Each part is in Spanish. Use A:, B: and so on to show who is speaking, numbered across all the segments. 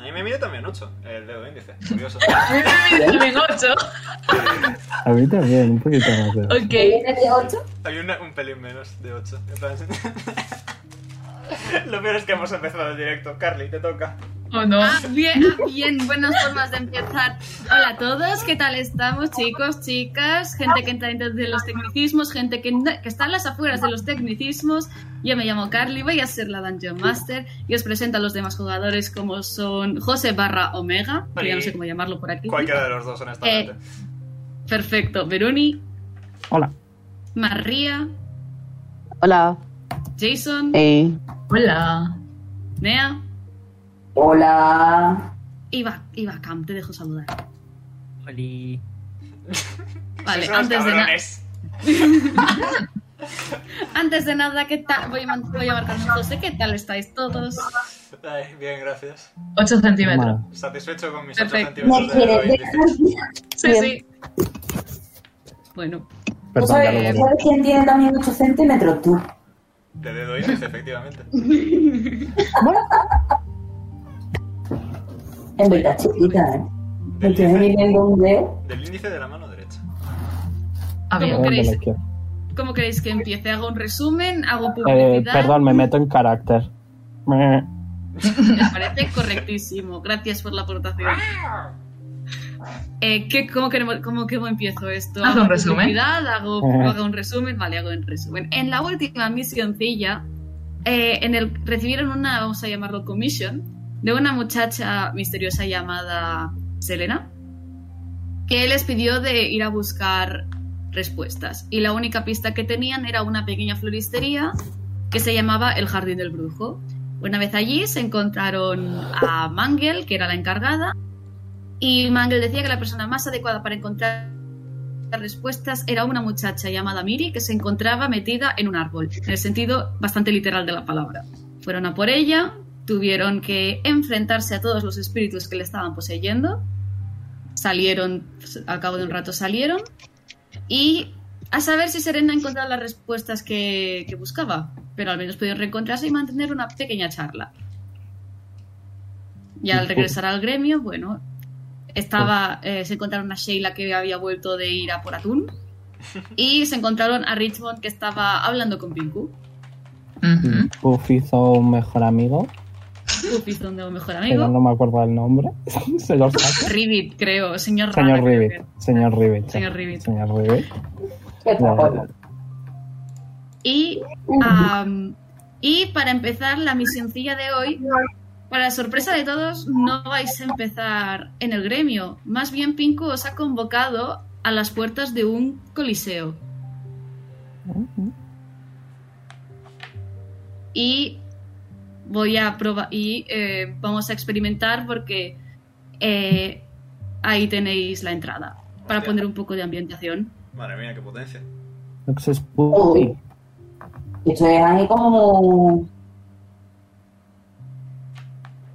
A: A mí me mide también 8, el dedo índice. Curioso.
B: También 8.
C: A mí también, un poquito más. de-
B: Ok.
D: de 8?
A: Hay una- un pelín menos de 8. en plan, sí. Lo peor es que hemos empezado el directo. Carly, te toca.
B: ¿O no?
E: Ah, bien, ah, bien, buenas formas de empezar. Hola a todos, ¿qué tal estamos, chicos, chicas? Gente que entra dentro de los tecnicismos, gente que, no- que está en las afueras de los tecnicismos. Yo me llamo Carly, voy a ser la Dungeon Master y os presento a los demás jugadores como son José barra Omega, que ya no sé cómo llamarlo por aquí.
A: Cualquiera de los dos, honestamente.
E: Eh, Perfecto, Veroni,
C: Hola.
E: María,
F: Hola. eh,
E: Jason,
F: Hey.
B: Hola.
E: Nea
D: Hola.
E: y Ba- y Bacam, te dejo saludar.
G: Oli.
E: Vale,
A: Sois unos
E: antes de nada...
A: cabrones.
E: Antes de nada, ¿qué tal? Voy a, man- voy a marcar un José, ¿qué tal estáis todos?
A: Ay, bien, gracias.
B: 8 centímetros.
C: Mal.
A: Satisfecho con mis 8
B: Perfecto.
D: Me
A: centímetros de dedo
D: quieres
A: índice.
D: dejar.
B: Sí,
F: Bien.
B: sí.
E: Bueno,
D: ¿Tú
C: Perdón, ya lo
D: ¿Sabes,
C: borré.
D: ¿sabes quién tiene también 8 centímetros? Tú.
A: De dedo índice, efectivamente.
D: En verdad, chiquita, ¿eh? Me
A: Del
D: tiene
A: índice,
D: midiendo un dedo.
A: del índice de la mano derecha.
B: A
C: Perdón, de
B: ver.
C: la
E: creéis?
C: izquierda.
E: ¿cómo queréis que empiece? ¿Hago un resumen? ¿Hago
C: Eh,
E: publicidad?
C: perdón, me meto en carácter. Meh.
E: Me parece correctísimo. Gracias por la aportación. Eh, ¿qué- cómo, queremos- cómo- cómo empiezo esto?
B: Haz un
E: ¿Hago
B: resumen.
E: publicidad? ¿Hago,
C: Ajá.
E: hago un resumen? Vale, hago un resumen. En la última misioncilla, eh, en el, recibieron una, vamos a llamarlo commission, de una muchacha misteriosa llamada Selena, que les pidió de ir a buscar respuestas. Y la única pista que tenían era una pequeña floristería que se llamaba El Jardín del Brujo. Una vez allí se encontraron a Mangel, que era la encargada, y Mangel decía que la persona más adecuada para encontrar respuestas era una muchacha llamada Miri que se encontraba metida en un árbol, en el sentido bastante literal de la palabra. Fueron a por ella, tuvieron que enfrentarse a todos los espíritus que le estaban poseyendo, salieron, al cabo de un rato salieron, y a saber si Serena ha encontrado las respuestas que, que buscaba, pero al menos pudieron reencontrarse y mantener una pequeña charla. Y al regresar al gremio, bueno, estaba, eh, se encontraron a Sheila que había vuelto de ir a por atún y se encontraron a Richmond que estaba hablando con Pinku,
B: Ujú.
C: Puff hizo un mejor amigo,
E: Upizón de un mejor
C: que no,
E: amigo.
C: no me acuerdo del nombre. Se lo saco.
E: Ribbit, creo, señor Rana,
C: Señor
E: creo
C: Ribbit.
E: que.
C: Señor Ribbit.
E: Señor Ribbit.
C: Señor Ribbit.
D: Qué
C: Bueno,
D: guapo.
E: Y, Ah. am, y para empezar la misioncilla de hoy, para sorpresa de todos, no vais a empezar en el gremio. Más bien Pinku os ha convocado a las puertas de un coliseo. Y voy a probar y eh, vamos a experimentar porque eh, ahí tenéis la entrada para
A: Hostia.
E: poner un poco de ambientación.
A: Madre mía, qué potencia.
C: Luxus
D: Uy.
C: Puffy.
D: Esto es ahí como.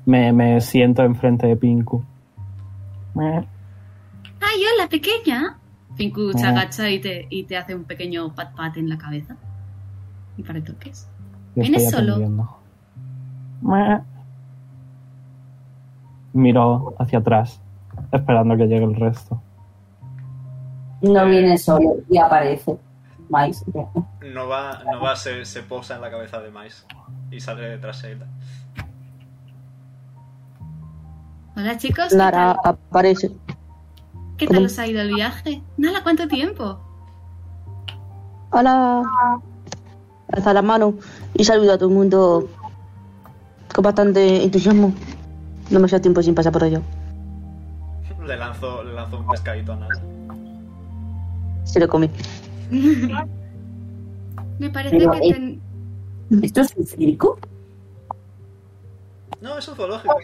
C: Me, me siento enfrente de Pinku. Meh.
E: ¡Ay, hola, pequeña! Pinku se
C: Ah.
E: agacha y te, y te hace un pequeño pat-pat en la cabeza. Y para toques.
C: Yo
E: ¿Vienes
C: estoy
E: solo?
C: atendiendo. Meh. Miro hacia atrás, esperando que llegue el resto.
D: No viene solo y aparece. Mais.
A: No va, no va se, se posa en la cabeza de Mais y sale detrás de ella.
E: Hola, chicos. ¿qué
F: Nara
E: tal?
F: aparece.
E: ¿Qué tal os ha ido el viaje? Nala, ¿cuánto tiempo?
F: Hola. Alza la mano y saluda a todo el mundo con bastante entusiasmo. No me hacía tiempo sin pasar por ello.
A: Le lanzo, le lanzo un pescadito a Nala.
F: Se lo comí.
E: Me parece
D: Pero,
E: que
D: eh.
E: ten-
D: ¿Esto es un circo?
A: No, es un zoológico.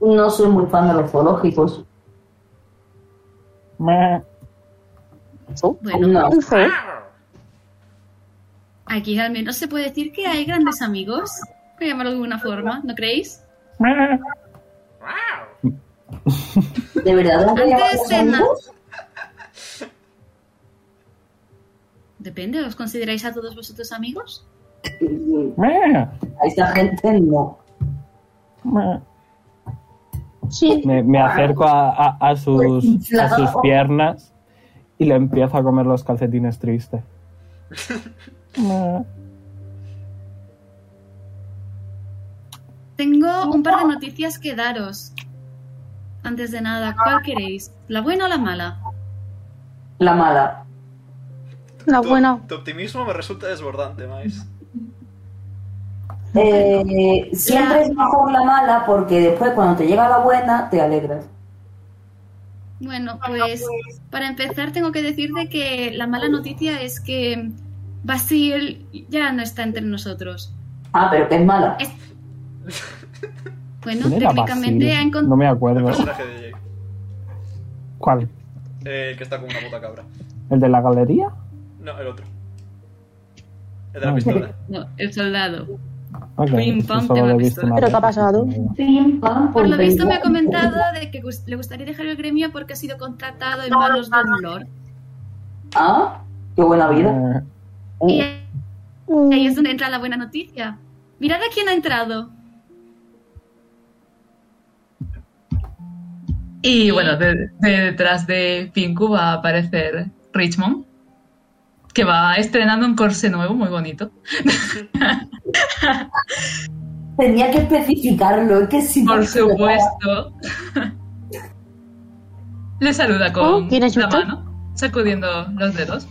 D: No soy muy fan de los zoológicos.
C: Meh.
F: Oh,
E: Bueno,
D: No.
F: un feo.
E: aquí al menos se puede decir que hay grandes amigos. Voy a llamarlo de alguna forma, ¿no creéis?
C: Meh.
D: ¿De verdad no te
E: Antes
D: llamas
E: de na-
D: amigos?
E: Depende, ¿os consideráis a todos vosotros amigos?
C: Meh.
D: A esa gente no.
F: Sí.
C: Me, me acerco a, a- a sus, a sus piernas y le empiezo a comer los calcetines tristes.
E: Tengo un par de noticias que daros. Antes de nada, ¿cuál queréis? ¿La buena o la mala?
D: La mala. Ah,
F: La
A: Tu-
F: buena.
A: Tu optimismo me resulta desbordante, Mais.
D: Eh, siempre es mejor la mala porque después cuando te llega la buena te alegras.
E: Bueno, pues para empezar tengo que decirte que la mala noticia es que Basil ya no está entre nosotros.
D: Ah, pero que es mala.
E: Bueno,
C: ¿Quién era
E: técnicamente
C: Basil?
E: ha encontrado...
C: No me
A: El
C: acuerdo.
A: personaje de Jake.
C: ¿Cuál?
A: Eh, el que está con una puta cabra.
C: ¿El de la galería?
A: No, el otro. El de la
C: Ah,
A: pistola.
E: No, el soldado.
C: Ok,
E: Pim,
C: es que
E: pam,
C: solo
E: tema
C: lo he visto
E: pistola.
C: una
F: ¿Pero
C: vez.
F: qué ha pasado?
D: Pim, pam,
E: Por lo
D: pum,
E: visto
D: pim,
E: me ha
D: pam.
E: comentado de que gus- le gustaría dejar el gremio porque ha sido contratado en manos de un lord.
D: Ah, qué buena vida.
C: Eh,
E: Y ahí es donde entra la buena noticia. Mirad a quién ha entrado.
B: Y bueno, de- de detrás de Pinku va a aparecer Richmond, que va estrenando un corsé nuevo muy bonito.
D: Tenía que especificarlo, es que si no-
B: Por supuesto. Le saluda con
F: Oh, ¿quién es
B: la
F: usted?
B: mano, sacudiendo los dedos.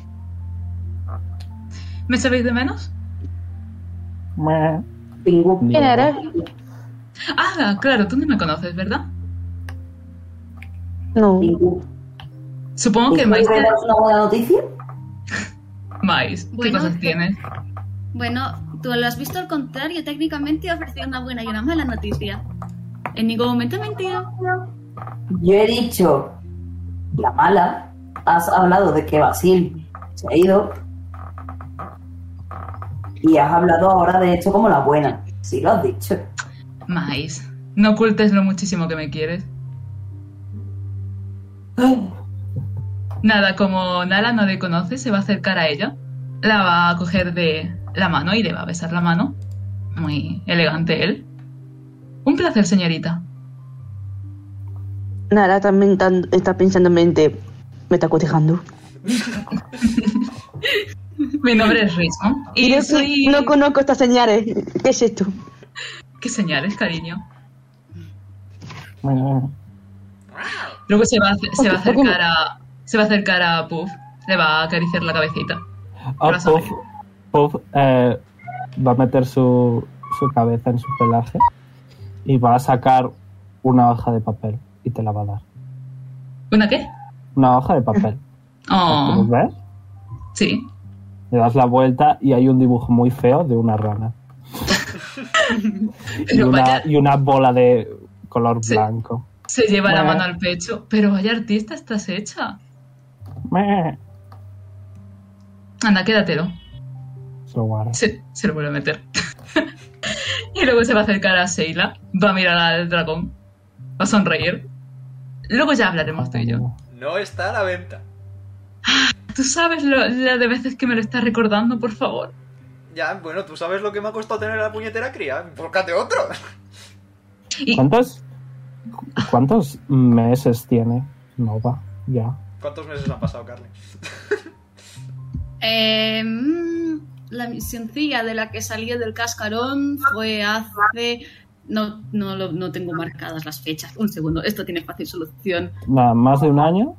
B: ¿Me sabéis de menos?
C: meh.
D: Pingú.
C: Mm.
F: ¿Quién eres?
B: Ah, claro, tú no me conoces, ¿verdad?
F: No.
D: Pingú.
B: Supongo que
F: Pues
D: ¿Pingú
B: Mais...
D: me das una buena noticia?
B: Mais, ¿qué
E: Bueno,
B: cosas
F: eh,
E: que-
B: tienes?
E: Bueno, tú lo has visto al contrario. Técnicamente he ofrecido una buena y una mala noticia. En ningún momento he mentido.
D: Yo he dicho la mala. Has hablado de que Basil se ha ido. Y has hablado ahora de esto como la buena. Sí, lo has dicho.
B: Mais, no ocultes lo muchísimo que me quieres. Nada, como Nala no le conoce, se va a acercar a ella. La va a coger de la mano y le va a besar la mano. Muy elegante él. Un placer, señorita.
F: Nara también tan- está pensando en mente. Me está cotejando.
B: Mi nombre es Rizmo. Y
F: Yo
B: soy...
F: no conozco estas señales. ¿Qué es esto?
B: ¿Qué señales, cariño?
C: Meh.
B: Luego se va, a ace- se va a
F: ¿Por qué no?
B: acercar a... Se va a acercar a Puff. Le va a acariciar la cabecita.
C: Ah,
B: Brazo
C: Puff, Puff, eh, va a meter su, su cabeza en su pelaje y va a sacar una hoja de papel y te la va a dar.
B: ¿Una qué?
C: Una hoja de papel.
B: Oh,
C: ¿Lo Pues ves?
B: sí.
C: Le das la vuelta y hay un dibujo muy feo de una rana. y,
B: Pero
C: una,
B: vaya-
C: y una bola de color
B: Sí.
C: blanco.
B: Se lleva la
C: Bueno.
B: mano al pecho. Pero vaya artista estás hecha.
C: Meh.
B: Anda, quédatelo.
C: Se lo guarda.
B: Se, se lo vuelve a meter. y luego se va a acercar a Seila. Va a mirar al dragón. Va a sonreír. Luego ya hablaremos tú y yo.
A: No está a la venta.
B: ¿Tú sabes lo, la de veces que me lo estás recordando, por favor?
A: Ya, bueno, tú sabes lo que me ha costado tener a la puñetera cría. Búscate otro.
B: Y
C: ¿Cuántos, ¿Cuántos meses tiene Nova? Ya.
A: ¿Cuántos meses han pasado, Carly?
E: Eh, mm, la misioncilla de la que salí del cascarón fue hace... No, no, lo- no tengo marcadas las fechas. Un segundo, esto tiene fácil solución.
C: Nada, ¿Más de un año?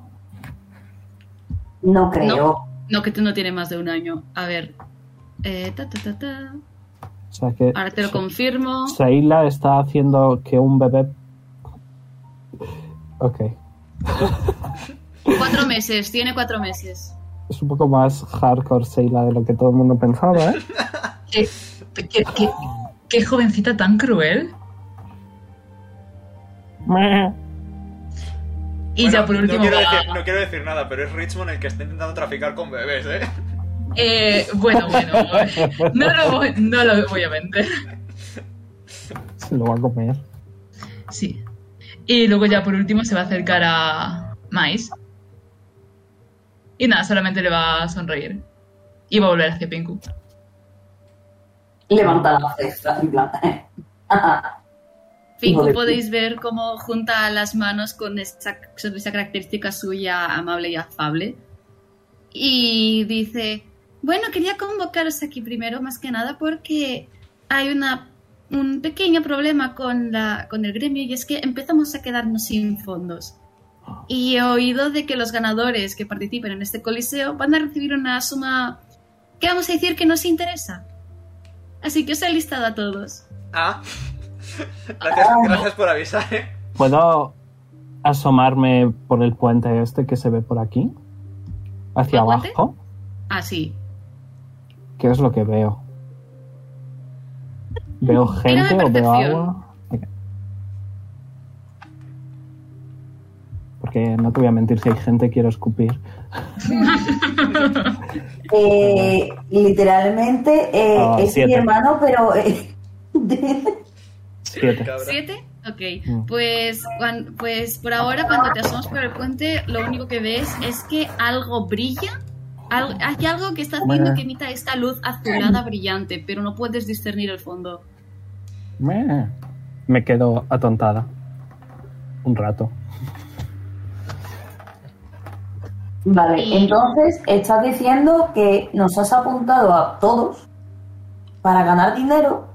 D: No creo.
E: No, que tú no tienes más de un año. A ver. Eh, ta, ta, ta, ta.
C: O sea que
E: Ahora te lo confirmo.
C: Seila está haciendo que un bebé... Ok.
E: Cuatro meses, tiene cuatro meses.
C: Es un poco más hardcore Seila de lo que todo el mundo pensaba, ¿eh?
B: qué, qué- qué- qué jovencita tan cruel.
C: Meh.
B: Y
A: Bueno,
B: ya por último...
A: No quiero,
B: va-
A: decir, no quiero decir nada, pero es Richmond el que está intentando traficar con bebés, ¿eh?
B: Eh, bueno, bueno. No lo, voy, no lo voy a vender.
C: Se lo va a comer.
B: Sí. Y luego ya por último se va a acercar a Mais. Y nada, solamente le va a sonreír. Y va a volver hacia Pinku.
D: Levanta la cesta en plan.
E: Fico,
D: Vale.
E: podéis ver cómo junta las manos con esa, con esa característica suya amable y afable. Y dice, bueno, quería convocaros aquí primero, más que nada, porque hay una, un pequeño problema con, la, con el gremio y es que empezamos a quedarnos sin fondos. Y he oído de que los ganadores que participen en este coliseo van a recibir una suma que vamos a decir que nos interesa. Así que os he listado a todos.
A: Ah.
D: Ah,
A: Gracias, gracias por avisar, eh.
C: ¿Puedo asomarme por el puente este que se ve por aquí? Hacia
E: ¿El puente?
C: abajo.
E: Así.
C: ¿Qué es lo que veo? ¿Veo
E: Tira de
C: gente o veo
E: percepción.
C: agua? Ok. Porque no te voy a mentir, si hay gente quiero escupir.
D: Eh, literalmente eh,
C: Ah,
D: es mi
C: siete.
D: hermano, pero eh, de-
C: Siete.
A: cabra.
E: ¿Siete? Ok.
C: Mm.
E: Pues, cuan- pues por ahora, cuando te asomas por el puente, lo único que ves es que algo brilla. Al- hay algo que está haciendo
C: Bueno.
E: que emita esta luz azulada brillante, pero no puedes discernir el fondo.
C: Meh. Me quedo atontada. Un rato.
D: Vale,
E: Y-
D: entonces estás diciendo que nos has apuntado a todos para ganar dinero.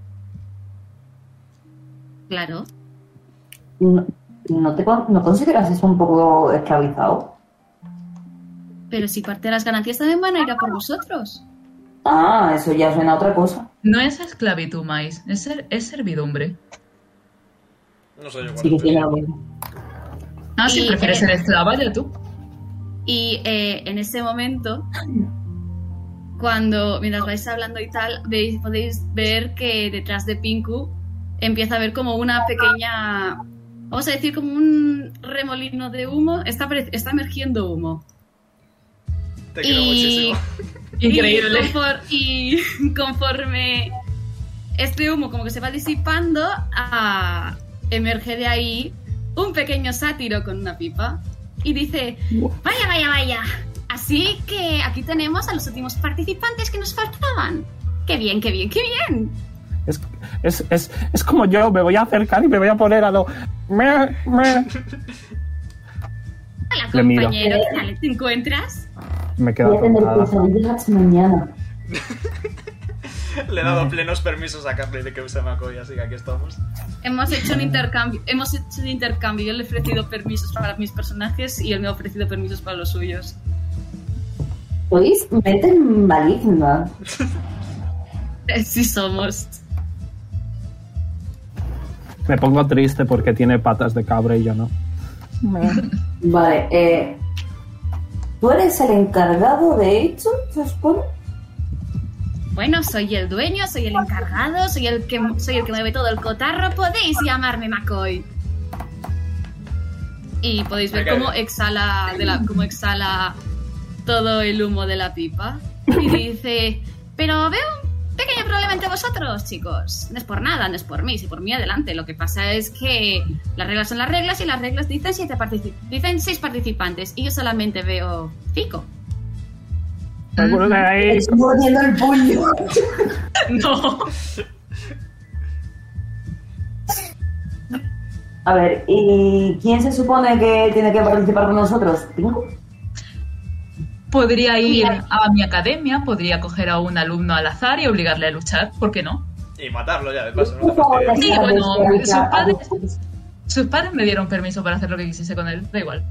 E: Claro.
D: No, no te con- ¿no consideras eso un poco esclavizado.
E: Pero si parte de las ganancias también van a ir a por vosotros.
D: Ah, eso ya suena a otra cosa.
B: No es esclavitud, Mais, es, ser- es servidumbre.
A: No sé yo
D: Sí que
A: cuál
D: tiene
A: es.
D: algo.
B: Ah, si
E: Y-
B: prefieres ser esclava, ya tú.
E: Y eh, en ese momento, cuando mientras vais hablando y tal, veis, podéis ver que detrás de Pinku empieza a haber como una pequeña, vamos a decir como un remolino de humo, está, apare- está emergiendo humo.
A: Te quiero
E: Y-
A: muchísimo.
E: Y,
B: Increíble.
E: confor- y conforme este humo como que se va disipando, ah, emerge de ahí un pequeño sátiro con una pipa y dice, vaya, vaya, vaya. Así que aquí tenemos a los últimos participantes que nos faltaban. Qué bien, qué bien, qué bien.
C: Es, es, es, es como yo, me voy a acercar y me voy a poner a lo... Meh, meh.
E: Hola,
C: Le miro.
E: compañero, ¿qué tal te encuentras?
C: Me quedo
D: Voy a tener
C: atontada.
D: pesadillas mañana.
A: Le he dado plenos permisos a Carly de que use Macoy, así que aquí estamos.
E: Hemos hecho un intercambio, hemos hecho un intercambio. Yo le he ofrecido permisos para mis personajes y él me ha ofrecido permisos para los suyos.
D: Sois mentes malignas.
E: Sí somos.
C: Me pongo triste porque tiene patas de cabra y yo no.
D: Vale, eh, ¿tú eres el encargado de esto, se supone?
E: Bueno, soy el dueño, soy el encargado, soy el que soy el que mueve todo el cotarro. Podéis llamarme McCoy. Y podéis ver
A: Me cae
E: cómo
A: bien.
E: exhala, de la, cómo exhala todo el humo de la pipa. Y dice, pero veo un pequeño problema entre vosotros, chicos. No es por nada, no es por mí, si por mí adelante. Lo que pasa es que las reglas son las reglas y las reglas dicen siete partici- dicen seis participantes y yo solamente veo cinco.
C: Alguno de ahí.
D: Estoy mordiendo el puño.
B: No.
D: A ver, ¿y quién se supone que tiene que participar con nosotros? ¿Pingo?
B: Podría ir a mi academia, podría coger a un alumno al azar y obligarle a luchar, ¿por qué no?
A: Y matarlo ya, de paso, no te fastidies.
B: Sí,
D: Ya,
B: bueno,
D: ya,
B: sus
D: ya.
B: padres, sus padres me dieron permiso para hacer lo que quisiese con él, da igual.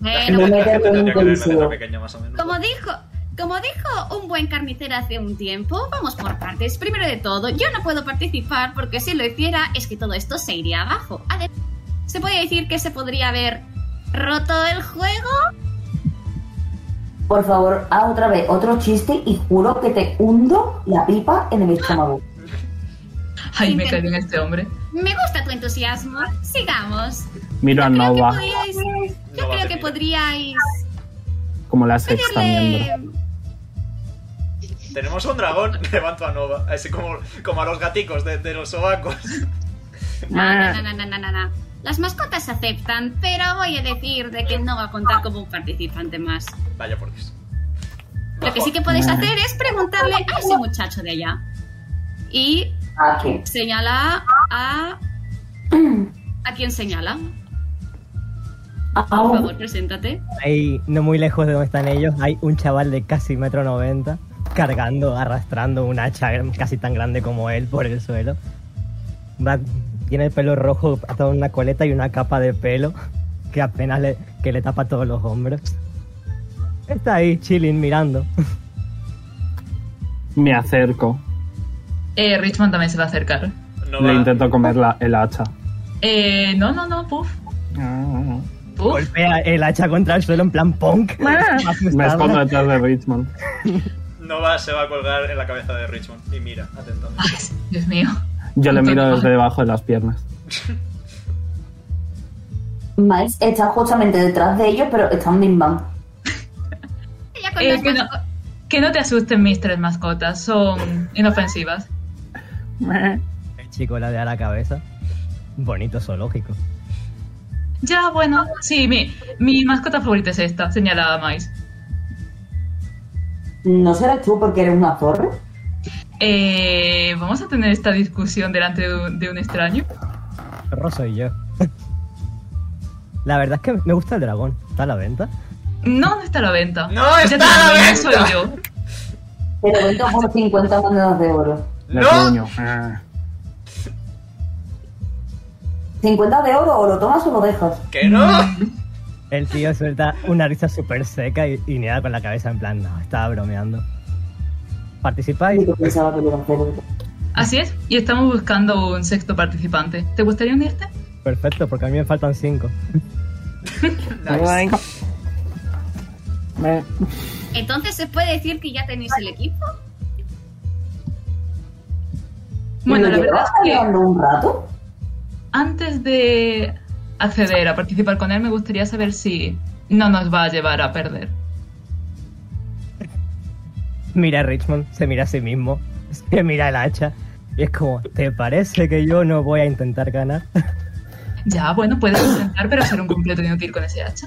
A: La
E: Bueno,
A: gente-
D: no
A: la
D: me
A: gente
D: meterme en un
A: tendría que leerla
D: coliseo.
A: desde pequeña, más o menos.
E: Como dijo, como dijo un buen carnicero hace un tiempo, vamos por partes. Primero de todo, yo no puedo participar porque si lo hiciera es que todo esto se iría abajo. Además, se podría decir que se podría haber roto el juego.
D: Por favor, haz otra vez otro chiste y juro que te hundo la pipa en el estómago.
B: Ay, me
E: Intenta-
B: cae bien este hombre.
E: Me gusta tu entusiasmo. Sigamos.
C: Miro a
E: Creo que
C: Nova
E: podríais, yo
A: Nova
E: creo
A: te
E: que
A: mira.
E: podríais
C: como la sexta miembro.
E: pedirle.
A: Tenemos un dragón, levanto a Nova, así como, como a los gaticos de, de los sobacos.
E: No, no, no, no, no, no, no. Las mascotas se aceptan, pero voy a decir de que no va a contar como un participante más.
A: Vaya por Dios.
E: Lo que sí que podéis hacer es preguntarle a ese muchacho de allá. Y
D: ¿A qué?
E: señala a quién señala?
B: Ah,
E: Por
D: Au.
E: favor, preséntate.
G: Ahí, no muy lejos de donde están ellos, hay un chaval de casi metro noventa cargando, arrastrando un hacha casi tan grande como él por el suelo. Va- tiene el pelo rojo atado en una coleta y una capa de pelo que apenas le, que le tapa todos los hombros. Está ahí chilling mirando.
C: Me acerco.
B: Eh, Richmond también se va a acercar.
A: No
C: Le
A: va.
C: intento comer la, el hacha.
B: Eh, no, no, no, puff. Puff.
G: Golpea el hacha contra el suelo en plan punk.
C: Me
G: Asustado.
C: escondo detrás de Richmond.
A: No va, se va a colgar en la cabeza de Richmond. Y mira, atentamente.
B: Ay, Dios mío.
C: Yo le miro desde debajo de las piernas.
D: Miles está justamente detrás de ellos, pero está un limbán.
E: Ella con
B: Eh,
E: las
B: que no.
E: manos-
B: Que no te asusten mis tres mascotas, son inofensivas.
G: El chico la de a la cabeza. Bonito zoológico.
B: Ya, bueno, sí, mi, mi mascota favorita es esta, señalada Mais.
D: ¿No serás tú porque eres una torre?
B: Eh, ¿Vamos a tener esta discusión delante de un, de un extraño?
G: Perro soy yo. La verdad es que me gusta el dragón. ¿Está a la venta?
B: No, no está a la venta.
A: ¡No
B: Ya
A: está
B: te
A: a la
B: digo,
A: venta!
B: Soy yo.
D: Pero vendo por 50 monedas de oro.
C: Le
A: ¡No!
C: gruño. Eh.
D: 50 de oro o lo tomas o lo dejas.
A: ¡Que no!
G: El tío suelta una risa súper seca y, y niega con la cabeza en plan, no, estaba bromeando. ¿Participáis?
D: Y yo pensaba que lo iba a hacer.
B: Así es, y estamos buscando un sexto participante. ¿Te gustaría unirte?
G: Perfecto, porque a mí me faltan cinco.
A: Nice.
C: Me-
E: Entonces se puede decir que ya tenéis el equipo.
B: Bueno,
D: ¿Y lo
B: la verdad
D: llevabas
B: es que
D: hablando un rato?
B: antes de acceder a participar con él, me gustaría saber si no nos va a llevar a perder.
G: Mira a Richmond, se mira a sí mismo, se mira el hacha. Y es como, ¿te parece que yo no voy a intentar ganar?
B: Ya, bueno, puedes intentar, pero ser un completo inútil con ese hacha.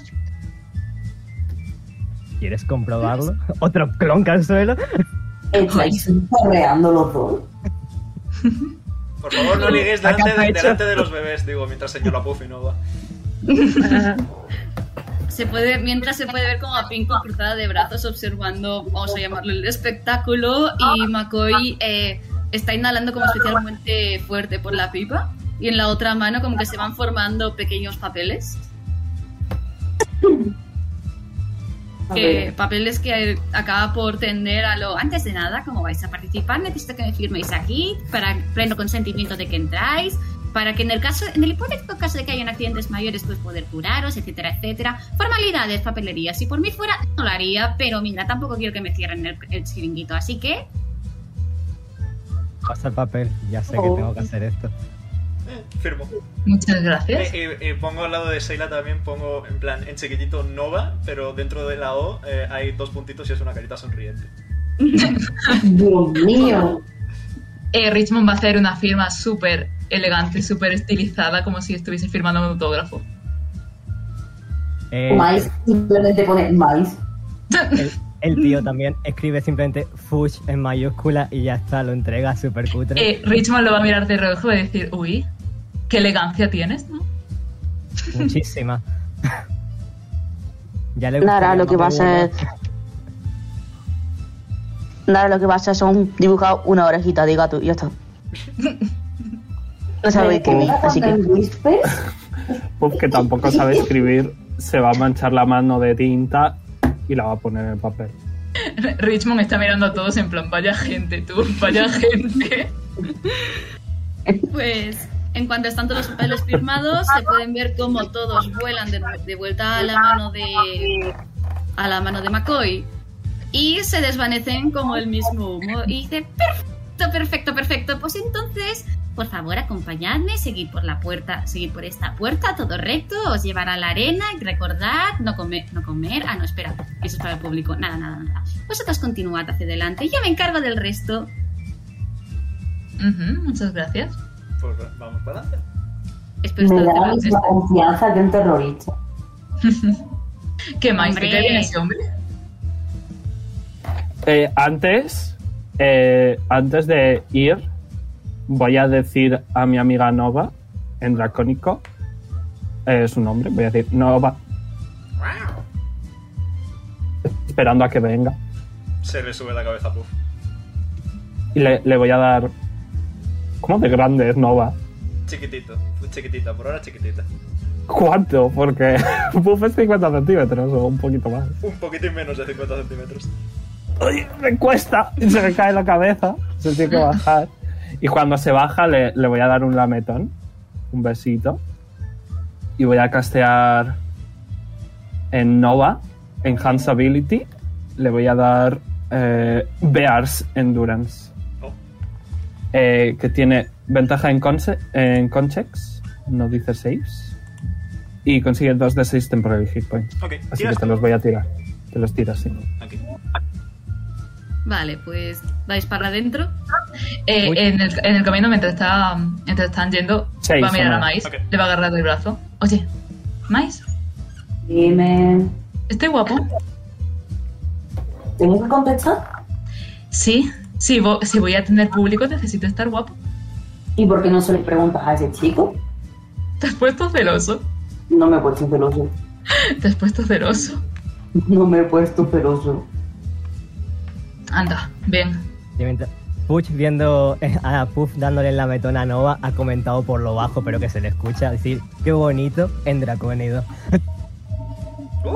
G: ¿Quieres comprobarlo? Otro clonca al suelo.
D: Estáis torreando los dos.
A: Por favor, no ligues delante,
G: Acá
A: de,
G: está hecho.
A: delante de los bebés, digo, mientras señalo a Puffy no va.
E: Se puede, mientras se puede ver como a Pinko cruzada de brazos observando, vamos a llamarlo el espectáculo, y McCoy eh, está inhalando como especialmente fuerte por la pipa, y en la otra mano como que se van formando pequeños papeles,
D: A
E: que,
D: ver,
E: papeles que acaba por tender a lo, antes de nada, como vais a participar, necesito que me firméis aquí, para pleno consentimiento de que entráis, para que en el caso, en el hipotético caso de que hayan accidentes mayores, pues poder curaros, etcétera, etcétera. Formalidades, papelería. Si por mí fuera, no lo haría, pero mira, tampoco quiero que me cierren el, el chiringuito, así que
G: Pasa el papel, ya sé que tengo que hacer esto.
A: Eh, firmo.
B: Muchas gracias.
A: Eh, eh, eh, pongo al lado de Seila también, pongo en plan, en chiquitito Nova, pero dentro de la O eh, hay dos puntitos y es una carita sonriente.
D: Dios mío.
B: Eh, Richmond va a hacer una firma súper elegante, súper estilizada, como si estuviese firmando un autógrafo.
G: Eh,
D: Miles simplemente pone Miles.
G: El, el tío también escribe simplemente Fush en mayúscula y ya está, lo entrega súper cutre.
B: Eh, Richmond lo va a mirar de reojo y va a decir, uy, qué elegancia tienes, ¿no?
G: Muchísima. ya le
F: Nara,
G: gustaría
F: lo que va a
G: más
F: ser.
G: de uno.
F: Nara, lo que va a hacer son dibujar una orejita de gato y ya está. No sabe
C: Oh.
F: escribir, así que.
D: Whispers?
C: Puff, que tampoco sabe escribir, se va a manchar la mano de tinta y la va a poner en el papel.
B: Richmond está mirando a todos en plan, vaya gente, tú, vaya gente.
E: Pues en cuanto están todos los papeles firmados, se pueden ver cómo todos vuelan de, de vuelta a la mano de a la mano de McCoy y se desvanecen como el mismo humo y dice perfecto, perfecto, perfecto. Pues entonces, por favor, acompañadme, seguid por la puerta, seguid por esta puerta, todo recto, os llevará a la arena y recordad no comer, no comer. Ah, no, espera, que eso es para el público. Nada, nada, nada. Vosotros continuad hacia adelante, yo me encargo del resto.
B: Ujú, muchas gracias.
A: Pues va- vamos para adelante.
E: Espero
D: Me
E: estar
D: da la
E: haciendo esto.
D: misma confianza que un terrorista.
B: ¿Qué más? ¿Te
E: Hombre.
B: cae bien ese hombre?
C: Eh, antes, eh, antes de ir, voy a decir a mi amiga Nova, en dracónico, es un hombre, voy a decir, no va. Esperando a que venga.
A: Se le sube la cabeza a Puff.
C: Y le, le voy a dar. ¿Cómo de grande es Nova?
A: Chiquitito, chiquitita, por ahora chiquitita.
C: ¿Cuánto? Porque Puff es 50 centímetros o un poquito más.
A: Un poquitín menos de 50 centímetros.
C: ¡Ay, me cuesta! Y se me cae la cabeza. Se tiene que bajar. Y cuando se baja, le, le voy a dar un lametón. Un besito. Y voy a castear en Nova, Enhance Ability. Le voy a dar eh, Bear's Endurance.
A: Oh.
C: Eh, que tiene ventaja en, conse en con checks, No dice 6. Y consigue 2 de 6 temporary hit points.
A: Ok,
C: Así que
A: tiras
C: te
A: tú.
C: los voy a tirar. Te los tiras, sí.
A: Ok.
E: Vale, pues vais para adentro.
B: Eh,
G: Uy.
B: en, el, en el camino, mientras, está, mientras están yendo,
C: Seis,
B: va a mirar a
C: ¿no?
B: Mais,
A: Ok.
B: le va a agarrar el brazo. Oye, Mais,
D: Dime.
B: ¿estoy guapo?
D: ¿Tengo que compensar?
B: Sí, sí, vo- si voy a tener público necesito estar guapo.
D: ¿Y por qué no se le preguntas a ese chico?
B: Te has puesto celoso.
D: No me he puesto celoso.
B: Te has puesto celoso.
D: No me he puesto celoso.
B: Anda, ven.
G: Y mientras- Puch viendo eh, a Puff dándole la metona a Nova ha comentado por lo bajo, pero que se le escucha decir, qué bonito en Dracónido.
A: Uh,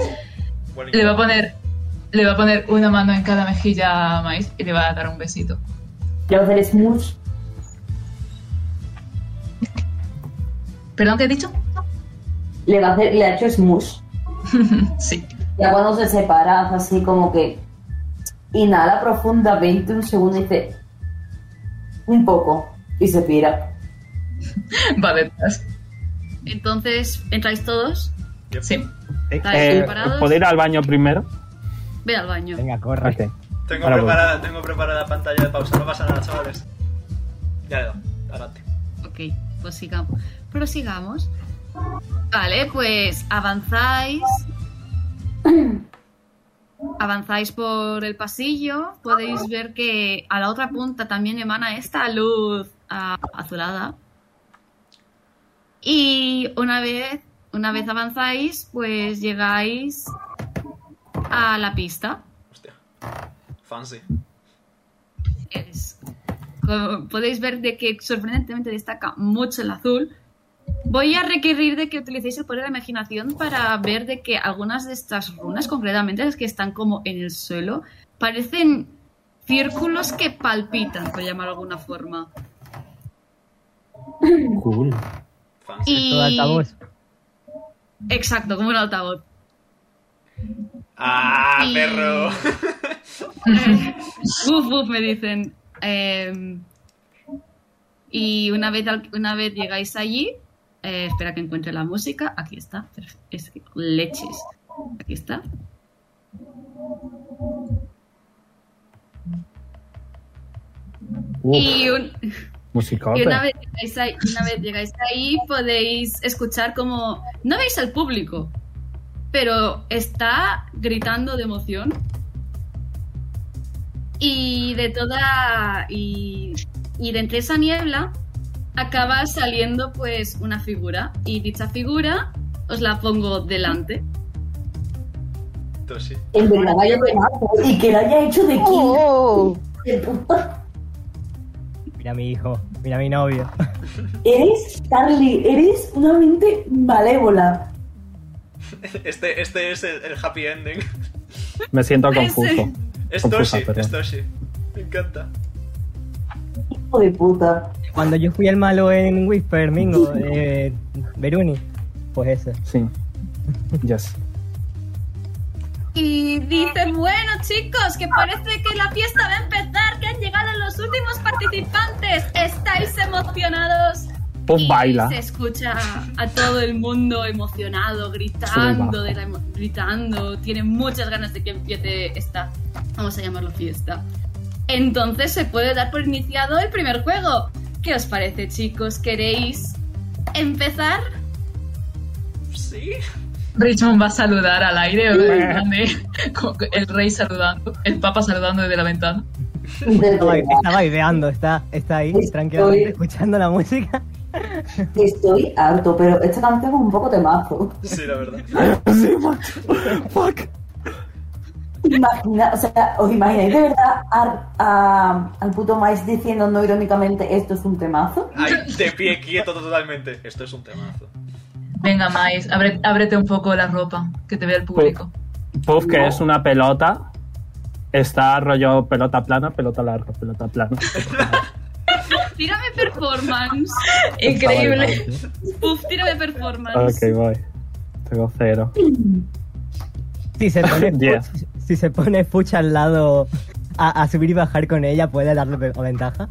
A: buen
B: Le va a
A: intento.
B: poner, le va a poner una mano en cada mejilla a Mais y le va a dar un besito.
D: Ya os daréis mucho.
B: ¿Perdón qué he dicho?
D: Le, va a hacer, le ha hecho smush.
B: Sí.
D: Ya cuando se separa, hace así como que inhala profundamente un segundo y dice un poco y se pira.
B: Va detrás.
E: Entonces, entráis todos.
A: Yep.
B: Sí.
E: Estáis
C: Eh,
E: preparados.
C: ¿Puedo ir al baño primero?
E: Ve al baño.
G: Venga, corre.
C: Ok.
A: Tengo
C: Ahora voy.
A: preparada, tengo preparada pantalla de pausa, no pasa nada, chavales. Ya le doy, adelante.
E: Ok, pues sigamos. Prosigamos. Vale, pues avanzáis. avanzáis por el pasillo. Podéis ver que a la otra punta también emana esta luz ah, azulada. Y una vez, una vez avanzáis, pues llegáis a la pista.
A: Hostia. Fancy.
E: es- como podéis ver de que sorprendentemente destaca mucho el azul. Voy a requerir de que utilicéis el poder de la imaginación para ver de que algunas de estas runas, concretamente las que están como en el suelo, parecen círculos que palpitan, por llamarlo de alguna forma.
C: Cool.
A: Fancy.
E: Y...
G: Todo altavoz.
E: Exacto, como un altavoz.
A: ¡Ah,
E: y-
A: perro!
E: Buf, buf, me dicen. Eh, y una vez, al- una vez llegáis allí, eh, espera que encuentre la música. Aquí está. perf- Es que- leches. Aquí está.
C: Uf,
E: Y, un-
C: musicote.
E: y una, vez llegáis ahí, una vez llegáis ahí, podéis escuchar como... No veis al público, pero está gritando de emoción. Y de toda... Y, y de entre esa niebla acaba saliendo pues una figura. Y dicha figura os la pongo delante.
A: Tú sí.
D: En verdad, vaya pedazo. Y que lo haya hecho de quién.
F: ¡Oh!
D: de puta.
G: Mira a mi hijo, mira a mi novio.
D: Eres Charlie, eres una mente malévola.
A: Este, este es el, el happy ending.
C: Me siento
E: Ese.
C: confuso.
A: Es
C: Confusa,
A: Toshi,
C: perdón.
A: es Toshi. Me encanta.
D: Hijo de puta.
G: Cuando yo fui el malo en Whisper, Mingo, eh, Beruni, pues ese.
C: Sí. Yes.
E: Y dicen, bueno chicos, que parece que la fiesta va a empezar, que han llegado los últimos participantes. ¿Estáis emocionados?
C: Pues
E: Y
C: baila.
E: Se escucha a todo el mundo emocionado,
C: Suba.
E: gritando, de la emo- gritando. Tienen muchas ganas de que empiece esta, vamos a llamarlo fiesta. Entonces se puede dar por iniciado el primer juego. ¿Qué os parece, chicos? ¿Queréis empezar?
A: Sí.
B: Richmond va a saludar al aire, ¿verdad? Con el rey saludando, el papa saludando desde la ventana.
D: De
G: Está,
D: verdad.
B: eh.
G: ba- está vaiveando, está, está ahí
D: Estoy-
G: tranquilamente escuchando la música.
D: Estoy harto, pero esta canción es un poco temazo.
A: Sí, la verdad.
C: sí, macho. Fuck.
D: Imagina, o sea, ¿os imagináis de verdad a- a- al puto Miles diciendo no irónicamente esto es un temazo?
A: Ay, de pie quieto totalmente. Esto es un temazo.
B: Venga, Mais, abre- ábrete un poco la ropa, que te vea el público.
C: Puff, que es una pelota. Está rollo pelota plana, pelota larga, pelota plana.
E: Tírame performance.
B: Increíble.
E: Uf, tírame performance.
C: ok, voy. Tengo cero.
G: Si se pone, fu-
C: Diez.
G: si se pone Fucha al lado a, a subir y bajar con ella, ¿puede darle ve- ventaja?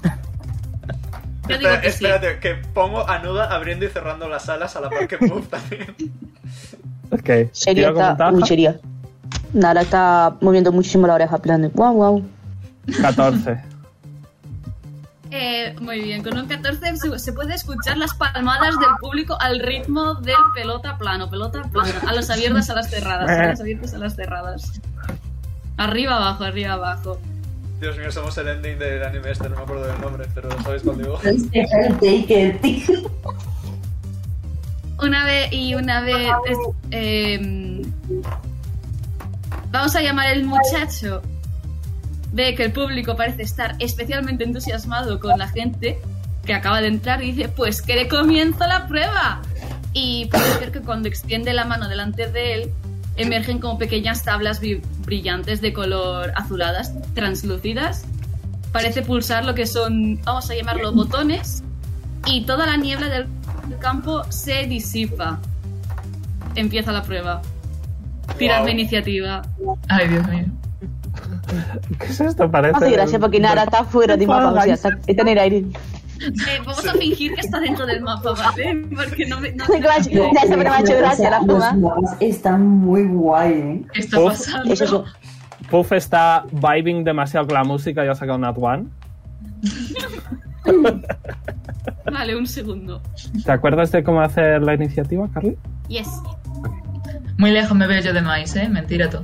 E: Yo digo que sí.
A: espérate, que pongo a Nuda abriendo y cerrando las alas a la par que Puff también.
C: Ok.
F: Sería
C: ¿Tiro con
F: está.
C: ventaja?
F: Uy, sería. Nara está moviendo muchísimo la oreja, plan de guau, guau.
C: 14.
E: Eh, muy bien, con un 14 se, se puede escuchar las palmadas del público al ritmo del pelota plano, pelota plana, a las abiertas, a las cerradas, a las abiertas, a las cerradas. Arriba, abajo, arriba, abajo.
A: Dios mío, somos el ending del anime este, no me acuerdo del nombre, pero sabéis cuál digo.
D: Este es el Taker, tic.
E: Una vez y una vez... es- eh, vamos a llamar el muchacho. Ve que el público parece estar especialmente entusiasmado con la gente que acaba de entrar y dice, pues que le comienzo la prueba. Y puede ver que cuando extiende la mano delante de él, emergen como pequeñas tablas bri- brillantes de color azuladas, translúcidas. Parece pulsar lo que son, vamos a llamarlo, botones. Y toda la niebla del campo se disipa. Empieza la prueba. Tiradme
A: Wow.
E: iniciativa.
B: Ay, Dios mío.
C: ¿Qué es esto? Parece.
F: Hace gracia porque Nara está fuera de mapa, o sea, está, está en el aire.
E: Eh, vamos a fingir que está dentro del mapa, ¿vale? Porque no me. No,
F: Gracias, gracias, pero me ha hecho gracia la
D: Los
F: jugada.
D: mapas están muy guay, ¿eh?
B: ¿Qué está
C: Uf,
B: pasando?
F: Es eso.
C: Puff está vibing demasiado con la música y ha sacado un Nat One.
E: Vale, un segundo.
C: ¿Te acuerdas de cómo hacer la iniciativa, Carly?
E: Yes.
B: Muy lejos me veo yo de Mais, ¿eh? Mentira todo.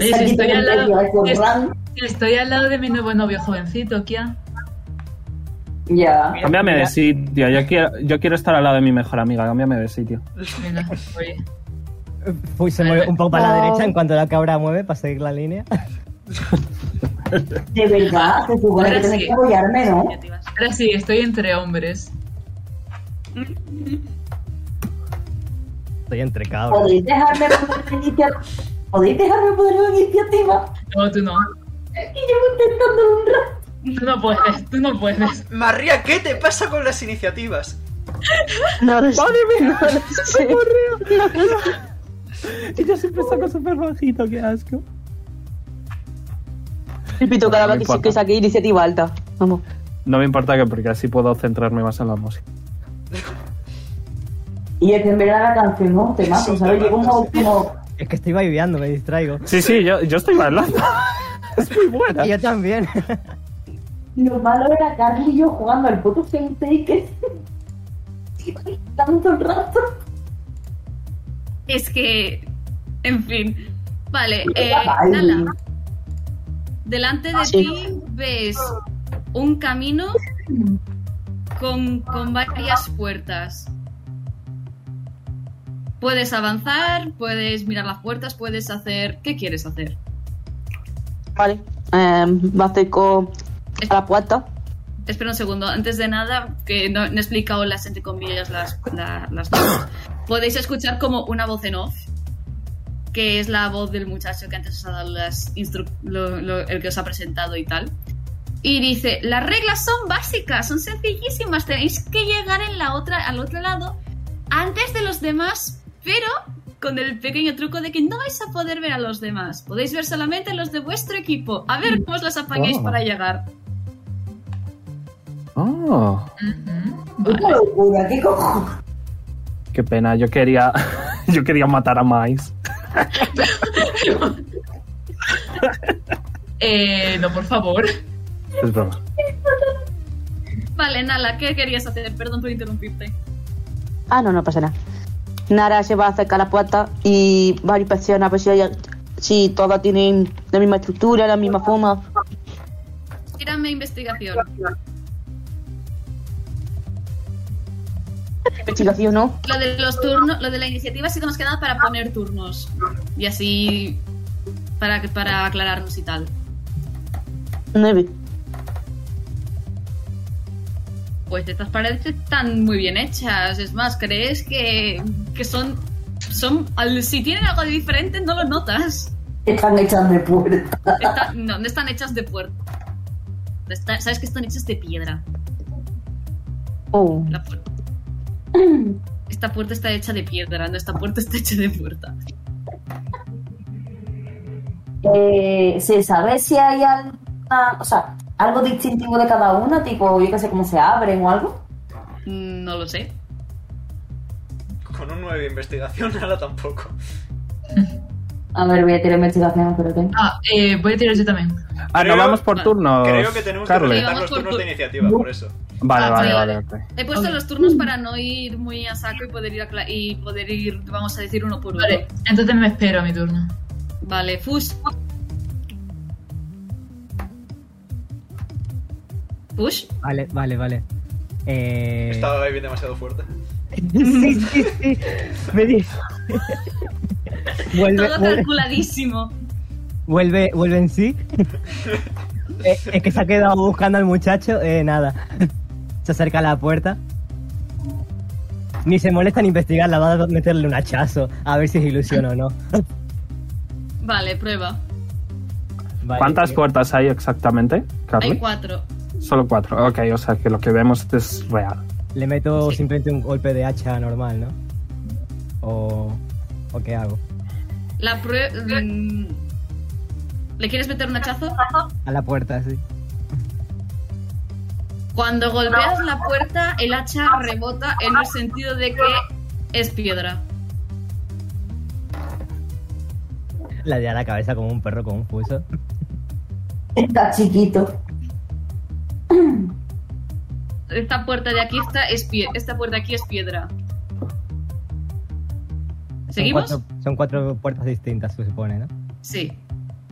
B: si
D: Saquito
B: estoy al lado-
D: interior con
B: es-
D: Ran.
B: Estoy al lado de mi nuevo novio jovencito, Kia.
D: Ya.
C: Cámbiame de sitio. Yo quiero, yo quiero estar al lado de mi mejor amiga. Cámbiame de sitio.
B: Venga, oye.
G: Uy, se mueve un poco para la
F: No.
G: derecha en cuanto la cabra mueve para seguir la línea.
D: De verdad, se supone
B: Ahora
D: que tenés
B: sí.
D: que apoyarme, ¿no?
E: Iniciativas.
B: Ahora sí, estoy entre hombres.
G: Estoy entre cabras.
D: ¿Podéis dejarme poner la iniciativa? ¿Podéis dejarme poner la iniciativa?
B: No, tú no.
D: Y llevo intentando un rato.
B: Tú no puedes, tú no puedes.
A: María, ¿qué te pasa con las iniciativas?
F: No lo sé.
C: ¡Oh, Y yo siempre saco súper bajito, qué asco.
F: Repito, cada
C: No me
F: vez que, sí
C: importa.
F: que saqué iniciativa alta. Vamos.
C: No me importa que porque así puedo centrarme más en la música.
D: Y es que en verdad la canción no te mato, ¿sabes? Yo como, como
G: Es que estoy vibeando, me distraigo.
C: Sí, sí, yo, yo estoy bailando. es muy buena.
G: Y yo también.
D: lo malo era Carly y yo jugando al puto Fate Taker. Tanto rato.
E: Es que. En fin. Vale, eh,
D: Ay.
E: Nala. Delante de
F: Sí.
E: ti ves un camino con, con varias puertas. Puedes avanzar, puedes mirar las puertas, puedes hacer. ¿Qué quieres hacer?
F: Vale. Eh, va a hacer con a la puerta.
E: Espera un segundo, antes de nada, que no, no he explicado las entre comillas las, la- las cosas. Podéis escuchar como una voz en off, que es la voz del muchacho que antes os ha dado las instru- lo- lo- el que os ha presentado y tal. Y dice, las reglas son básicas, son sencillísimas, tenéis que llegar en la otra, al otro lado antes de los demás, pero con el pequeño truco de que no vais a poder ver a los demás. Podéis ver solamente los de vuestro equipo. A ver cómo os las apañáis
C: Oh.
E: para llegar.
C: Oh,
B: Ujú,
D: Puta
B: vale.
D: locura, qué cojo.
C: qué pena. Yo quería, yo quería matar a Mais.
B: Eh, no, por favor.
C: Es broma.
E: Vale, Nala, ¿qué querías hacer? Perdón por interrumpirte.
F: Ah, no, no pasa nada. Nara se va a acercar a la puerta y va a inspeccionar a ver si, hay- si todas tienen la misma estructura, la misma forma.
E: Tírame investigación.
F: Investigación, ¿no?
E: Lo de los turnos, lo de la iniciativa sí que nos queda para poner turnos. Y así para, que- para aclararnos y tal.
F: Nueve.
E: Pues estas paredes están muy bien hechas. Es más, crees que, que son. son al- si tienen algo de diferente, no lo notas.
D: Están hechas de puerta.
E: Está- no, no están hechas de puerta. Está- Sabes que están hechas de piedra.
F: Oh.
E: La puer- Esta puerta está hecha de piedra, no esta puerta está hecha de puerta.
D: Eh, ¿Se sabe si hay alguna, o sea, algo distintivo de cada una? Tipo, yo qué sé, cómo se abren o algo.
E: Mm, No lo sé.
A: Con un 9 de investigación, ahora tampoco.
D: A ver, voy a tirar investigación, espérate.
B: Ah, eh, voy a tirar yo también.
C: Ah,
A: Creo-
C: no vamos por turnos.
A: Creo que tenemos
C: Carle.
A: que presentar
E: Carly.
A: los
E: Vamos por
A: turnos de
E: tu-
A: iniciativa, por eso.
C: Vale,
E: Ah,
C: vale,
E: sí,
C: vale.
E: vale.
C: ok.
E: He puesto los turnos para no ir muy a saco y poder ir, a cla- y poder ir vamos a decir, uno por uno.
B: Vale, entonces me espero a mi turno.
E: Vale, Fush. Fush.
G: Vale, vale, vale. Eh...
A: Estaba bien demasiado fuerte.
G: Sí, sí, sí. Me di- vuelve,
E: Todo
G: vuelve,
E: calculadísimo.
G: vuelve, vuelve en sí. Eh, es que se ha quedado buscando al muchacho. Eh, nada. Se acerca a la puerta. Ni se molesta en investigarla, va a meterle un hachazo. A ver si es ilusión o no.
E: Vale, prueba.
G: Vale,
C: ¿Cuántas
G: eh,
C: puertas hay exactamente,
E: Hay
C: Carly?
E: cuatro.
C: Solo cuatro. Ok, o sea que lo que vemos es real.
G: Le meto
E: Sí.
G: simplemente un golpe de hacha normal, ¿no? O. ¿O qué hago?
E: La prue- mm. ¿Le quieres meter un hachazo?
G: A la puerta, sí.
E: Cuando golpeas la puerta, el hacha rebota en el sentido de que es piedra.
G: La de a la cabeza como un perro confuso.
D: Está chiquito.
E: Esta puerta de aquí está es pie- esta puerta de aquí es piedra. ¿Seguimos?
G: Son cuatro, son cuatro puertas distintas, se supone, ¿no?
E: Sí.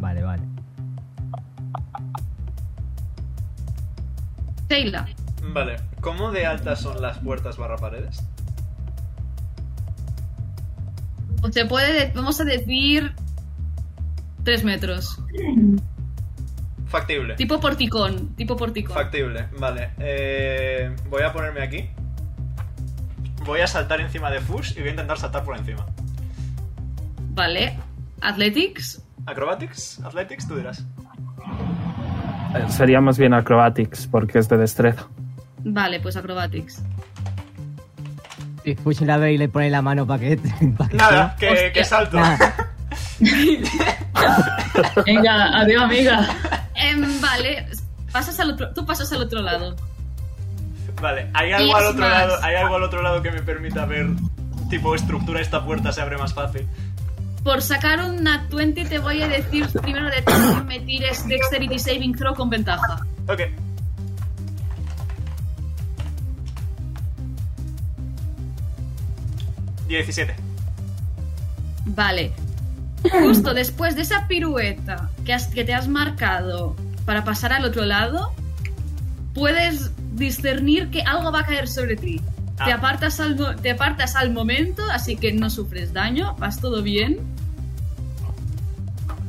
G: Vale, vale.
E: Sheila.
A: Vale, ¿cómo de altas son las puertas barra paredes?
E: Pues se puede, de- vamos a decir, tres metros.
A: Factible.
E: Tipo porticón, tipo porticón.
A: Factible, vale. Eh, voy a ponerme aquí. Voy a saltar encima de Fush y voy a intentar saltar por encima.
E: Vale. Athletics.
A: Acrobatics, Athletics, tú dirás.
C: Eh, Sería más bien acrobatics porque es de destreza.
E: Vale, pues acrobatics.
G: Y Fuchi la ve y le pone la mano para que. pa' que
A: Nada, que,
E: Hostia.
A: que salto.
G: sea. Nada.
B: Venga, adiós, amiga.
E: Em, vale. Pasas al otro, tú pasas al otro lado.
A: Vale, ¿hay algo,
E: Diez
A: al otro
E: más.
A: lado, ¿hay algo al otro lado que me permita ver tipo estructura esta puerta se abre más fácil?
E: Por sacar un nat 20 te voy a decir primero de todo que me tires este Dexterity Saving Throw con ventaja.
A: Ok. Diecisiete.
E: Vale. Justo después de esa pirueta que, has- que te has marcado para pasar al otro lado, puedes discernir que algo va a caer sobre ti. Te,
A: Ah.
E: apartas al, mo- te apartas al momento, así que no sufres daño, vas todo bien.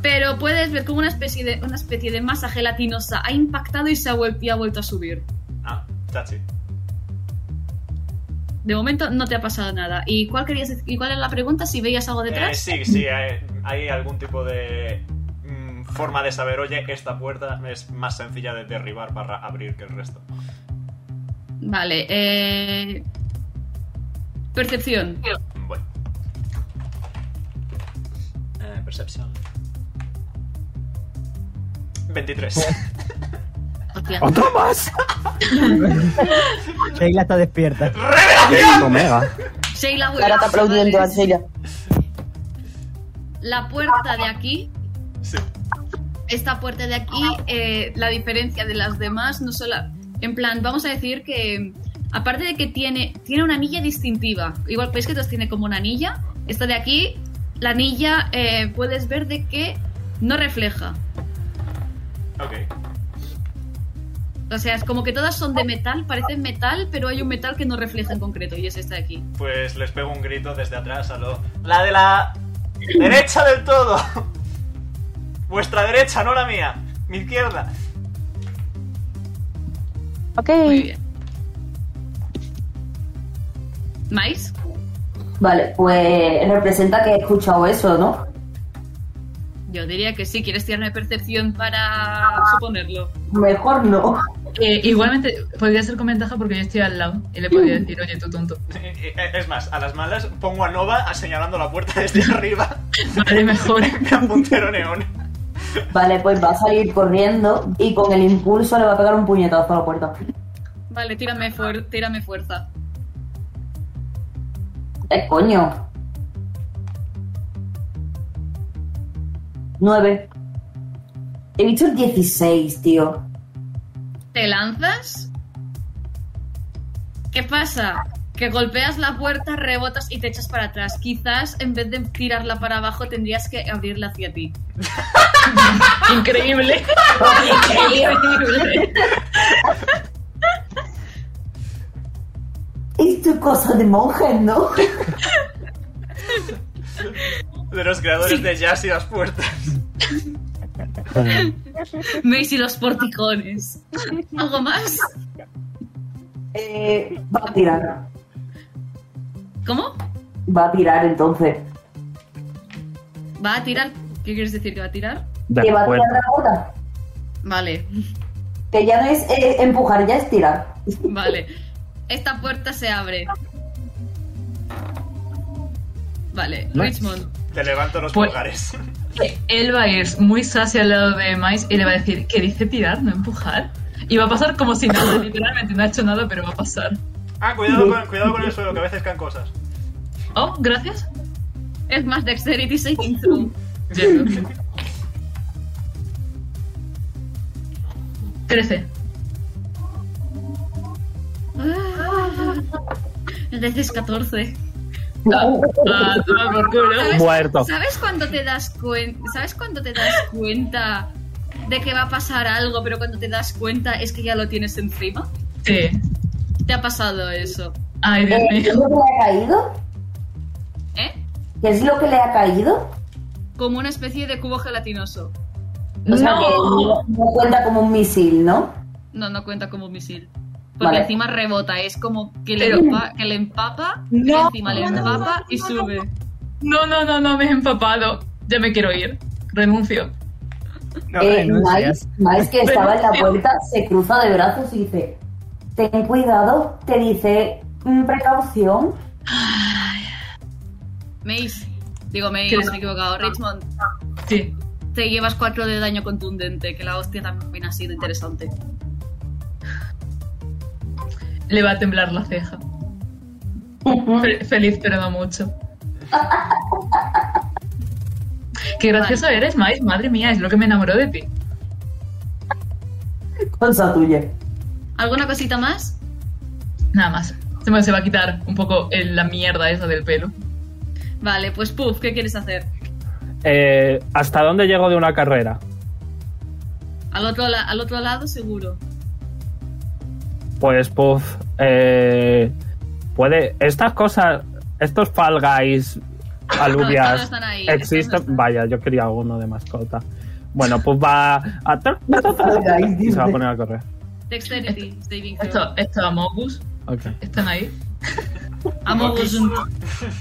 E: Pero puedes ver como una especie de, una especie de masa gelatinosa ha impactado y se ha, vuel- y ha vuelto a subir.
A: Ah, chachi.
E: De momento no te ha pasado nada. ¿Y cuál, querías, dec- y cuál es la pregunta? Si veías algo
A: Eh,
E: detrás.
A: sí, sí, hay, hay algún tipo de mm, forma de saber, oye, esta puerta es más sencilla de derribar barra abrir que el resto.
E: Vale, eh... Percepción.
A: Bueno. Eh, percepción. 23.
E: Hostia.
C: ¡Otro más!
G: Sheila está despierta.
C: ¡Es un omega!
E: Sheila vuelve.
F: Ahora está aplaudiendo a
E: Chavales,
F: Arcelia.
E: La puerta de aquí,
A: Sí.
E: esta puerta de aquí, eh, la diferencia de las demás, no solo... En plan, vamos a decir que... Aparte de que tiene, tiene una anilla distintiva. Igual veis que todas tiene como una anilla. Esta de aquí, la anilla eh, puedes ver de que no refleja.
A: Ok.
E: O sea, es como que todas son de metal, parecen metal, pero hay un metal que no refleja en concreto y es esta de aquí.
A: Pues les pego un grito desde atrás a lo... La de la derecha del todo. Vuestra derecha, no la mía. Mi izquierda.
F: Ok.
E: Muy bien. ¿Mais?
D: Vale, pues representa que he escuchado eso, ¿no?
E: Yo diría que sí. ¿Quieres tirarme percepción para suponerlo?
D: Mejor no.
B: Eh, igualmente, podría ser con ventaja porque yo estoy al lado y le podría decir, oye, tú tonto.
A: e, Es más, a las malas pongo a Nova señalando la puerta desde arriba.
B: Vale, mejor.
A: Gran puntero neón.
D: Vale, pues va a salir corriendo y con el impulso le va a pegar un puñetazo a la puerta.
E: Vale, tírame, fuer- tírame fuerza.
D: Eh, coño. Nueve. He visto el 16, tío.
E: ¿Te lanzas? ¿Qué pasa? Que golpeas la puerta, rebotas y te echas para atrás. Quizás en vez de tirarla para abajo tendrías que abrirla hacia ti.
B: Increíble. Increíble.
D: Esto es cosa de monjes, ¿no?
A: De los creadores de jazz y las puertas.
E: Mace y los porticones. ¿Algo más?
D: Eh, va a tirar.
E: ¿Cómo?
D: Va a tirar entonces.
E: ¿Va a tirar? ¿Qué quieres decir que va a tirar?
C: De
D: que va
C: la
D: a tirar
C: puerta.
D: la bota.
E: Vale,
D: Que ya no es eh, empujar, ya es tirar.
E: vale. Esta puerta se abre. Vale, Richmond.
A: Te levanto los
B: Pues-
A: pulgares.
B: Él va a ir muy sassy al lado de Mais y le va a decir, ¿qué dice tirar, no empujar? Y va a pasar como si nada, literalmente no ha hecho nada, pero va a pasar.
A: Ah, cuidado con, cuidado con el suelo, que a veces caen cosas.
B: Oh, gracias.
E: Es más Dexterity Saving Throw.
B: Yendo. 13.
E: Entonces 14.
B: Ah, toma por culo.
C: Muerto.
E: ¿Sabes cuando te das cuenta? ¿Sabes cuando te das cuenta de que va a pasar algo, pero cuando te das cuenta es que ya lo tienes encima?
B: Sí.
E: ¿Te ha pasado eso?
B: Ay, Dios
D: Eh, ¿qué ¿Es
B: mío.
D: lo que le ha caído?
E: ¿Eh?
D: ¿Qué es lo que le ha caído?
E: Como una especie de cubo gelatinoso.
D: O sea, que
B: No.
D: no- no cuenta como un misil, ¿no?
E: No, no cuenta como un misil. Porque
D: Vale.
E: encima rebota, es como que le,
B: Pero-
E: empa- que le empapa,
B: No.
E: encima le empapa y sube.
B: No, no, no, no, me he empapado. Ya me quiero ir. Renuncio.
G: No
D: eh,
G: renuncias.
D: Miles, Miles, que estaba en la puerta, se cruza de brazos y dice: Ten cuidado, te dice mm, precaución.
E: Mace. Digo, Mace,
B: ¿Qué?
E: me he equivocado. Richmond,
B: Sí.
E: te llevas 4 de daño contundente, que la hostia también ha sido interesante.
B: Le va a temblar la ceja. Fe- feliz, pero no mucho. Qué gracioso eres, Mais. Madre mía, es lo que me enamoró de ti.
D: Cosa tuya.
E: ¿Alguna cosita más?
B: Nada más. Se me se va a quitar un poco el- la mierda esa del pelo.
E: Vale, pues puff, ¿qué quieres hacer?
C: Eh, ¿Hasta dónde llego de una carrera?
E: Al otro, la- al otro lado seguro.
C: Pues, puff. eh, puede. Estas cosas. Estos Fall Guys.
E: No, estos no
C: Alubias.
E: están ahí, estos no
C: existen.
E: están.
C: Vaya, yo quería uno de mascota. Bueno, pues va a.
D: Guys,
C: Y se va a
D: dice.
C: poner a correr.
E: Dexterity, saving throw.
B: Esto, esto Amogus.
C: Ok.
B: Están ahí.
E: Amogusunt.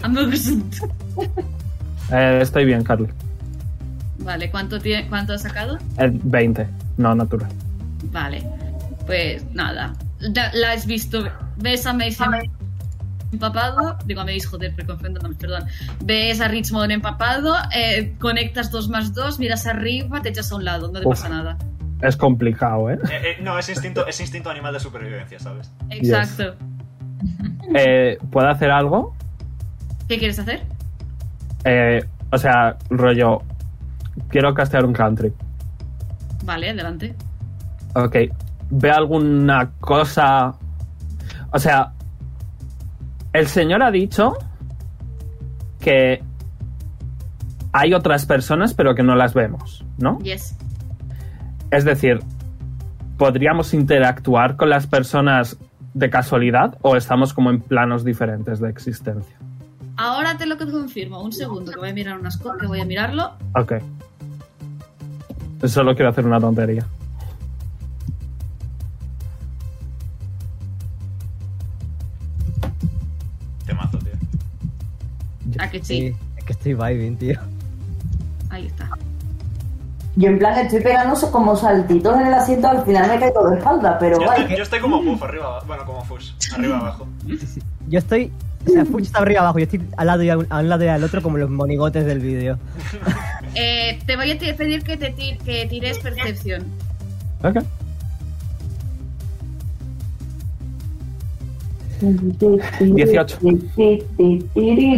E: Amogusunt.
C: Eh, estoy bien, Carly.
E: Vale, ¿cuánto, tie- ¿cuánto has sacado?
C: Eh, 20. No, natural.
E: Vale, pues nada. Da- La, has visto. Ves a Mace empapado. Digo a Mace, joder, pero confundo nombres, perdón. Ves a Richmond empapado. eh, conectas dos más dos, miras arriba, te echas a un lado, no te
C: Uf.
E: pasa nada.
C: Es complicado, ¿eh?
A: Eh, eh, no, es instinto, es instinto animal de supervivencia, ¿sabes?
E: Exacto.
C: eh puedo hacer algo?
E: ¿Qué quieres hacer?
C: Eh, o sea, rollo. Quiero castear un country.
E: Vale, adelante.
C: Ok. ¿Ve alguna cosa? O sea, el señor ha dicho que hay otras personas pero que no las vemos, ¿no?
E: Yes.
C: Es decir, podríamos interactuar con las personas de casualidad o estamos como en planos diferentes de existencia.
E: Ahora te lo confirmo. Un segundo, que voy a mirar unas cosas, que voy a mirarlo.
C: Ok. Solo quiero hacer una tontería.
A: Te mato, tío.
E: Ah, que sí.
G: Es que estoy vibing, tío.
E: Ahí está.
D: Yo en plan estoy pegando so- como saltitos en el asiento, al final me caigo de espalda, pero
A: Yo
D: guay.
A: estoy, yo estoy como puff, arriba abajo. Bueno, como fush. Arriba abajo.
G: Yo estoy. O sea, Fuch está arriba abajo, yo estoy al lado y a un, a un lado y al otro como los monigotes del vídeo.
E: Eh, te voy a te- pedir que, te ti- que tires percepción.
C: Ok.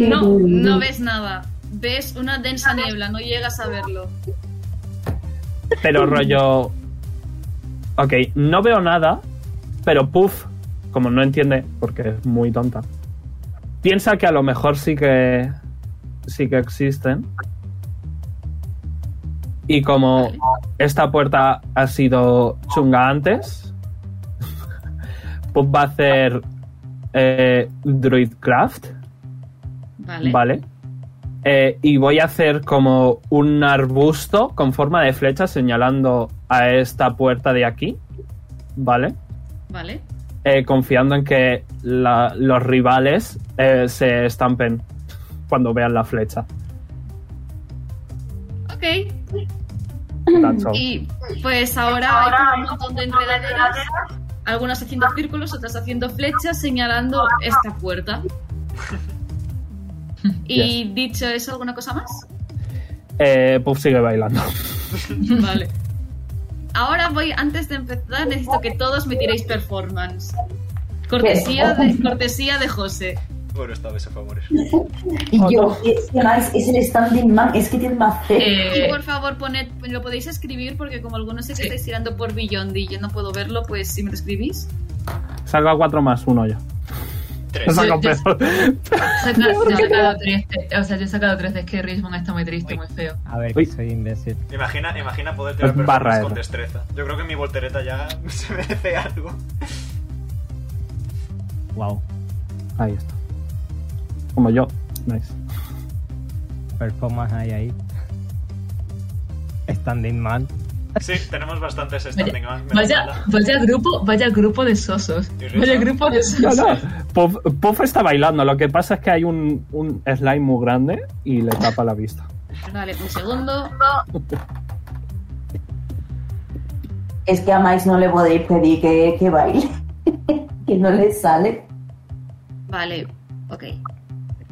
E: No, no ves nada. Ves una densa niebla, no llegas a verlo.
C: Pero rollo. Ok, no veo nada, pero Puff, como no entiende, porque es muy tonta, piensa que a lo mejor sí que. sí que existen. Y como
E: Vale.
C: esta puerta ha sido chunga antes, Puff va a hacer. Eh, Druidcraft.
E: Vale.
C: Vale. Eh, y voy a hacer como un arbusto con forma de flecha señalando a esta puerta de aquí. Vale.
E: Vale.
C: Eh, confiando en que la- los rivales eh, se estampen cuando vean la flecha.
E: Ok.
C: That's all.
E: Y pues ahora hay un montón de enredaderas. Algunas haciendo círculos, otras haciendo flechas, señalando esta puerta. Y dicho eso, ¿alguna cosa más?
C: Eh, Puff sigue bailando.
E: Vale. Ahora voy, antes de empezar, necesito que todos me tiréis performance. Cortesía de, cortesía de José.
A: Bueno, esta vez se fue a morir.
D: Y yo, es que más es el standing man, es que tiene más fe.
E: Y
B: Eh,
E: por favor, poned, lo podéis escribir porque como algunos sé que
B: Sí.
E: estáis tirando por Beyond y yo no puedo verlo, pues si me lo escribís.
C: Salga 4 más 1 yo. He
A: Tres.
C: sacado
B: yo-
C: peor.
B: saca- yo he sacado tres de- o sea, yo he sacado tres de es que Richmond está muy triste, muy feo.
G: A ver,
C: Uy.
G: que soy imbécil.
A: Imagina, imagina poder tirar
C: Es barra
A: performance
C: F.
A: con destreza. Yo creo que mi voltereta ya se merece algo.
G: Wow.
C: Ahí está. Como yo. Nice.
G: Performance hay ahí. Standing man.
A: Sí, tenemos bastantes standing
B: Vaya,
A: man. menos
B: vaya,
A: mala.
B: vaya grupo, vaya grupo de sosos.
A: Richard?
B: Vaya grupo de
C: No,
B: sosos.
C: no. Puff, Puff está bailando. Lo que pasa es que hay un, un slime muy grande y le tapa la vista.
E: Vale, un segundo.
D: Es que a Miles no le podéis pedir que, que baile, que no le sale.
E: Vale, ok.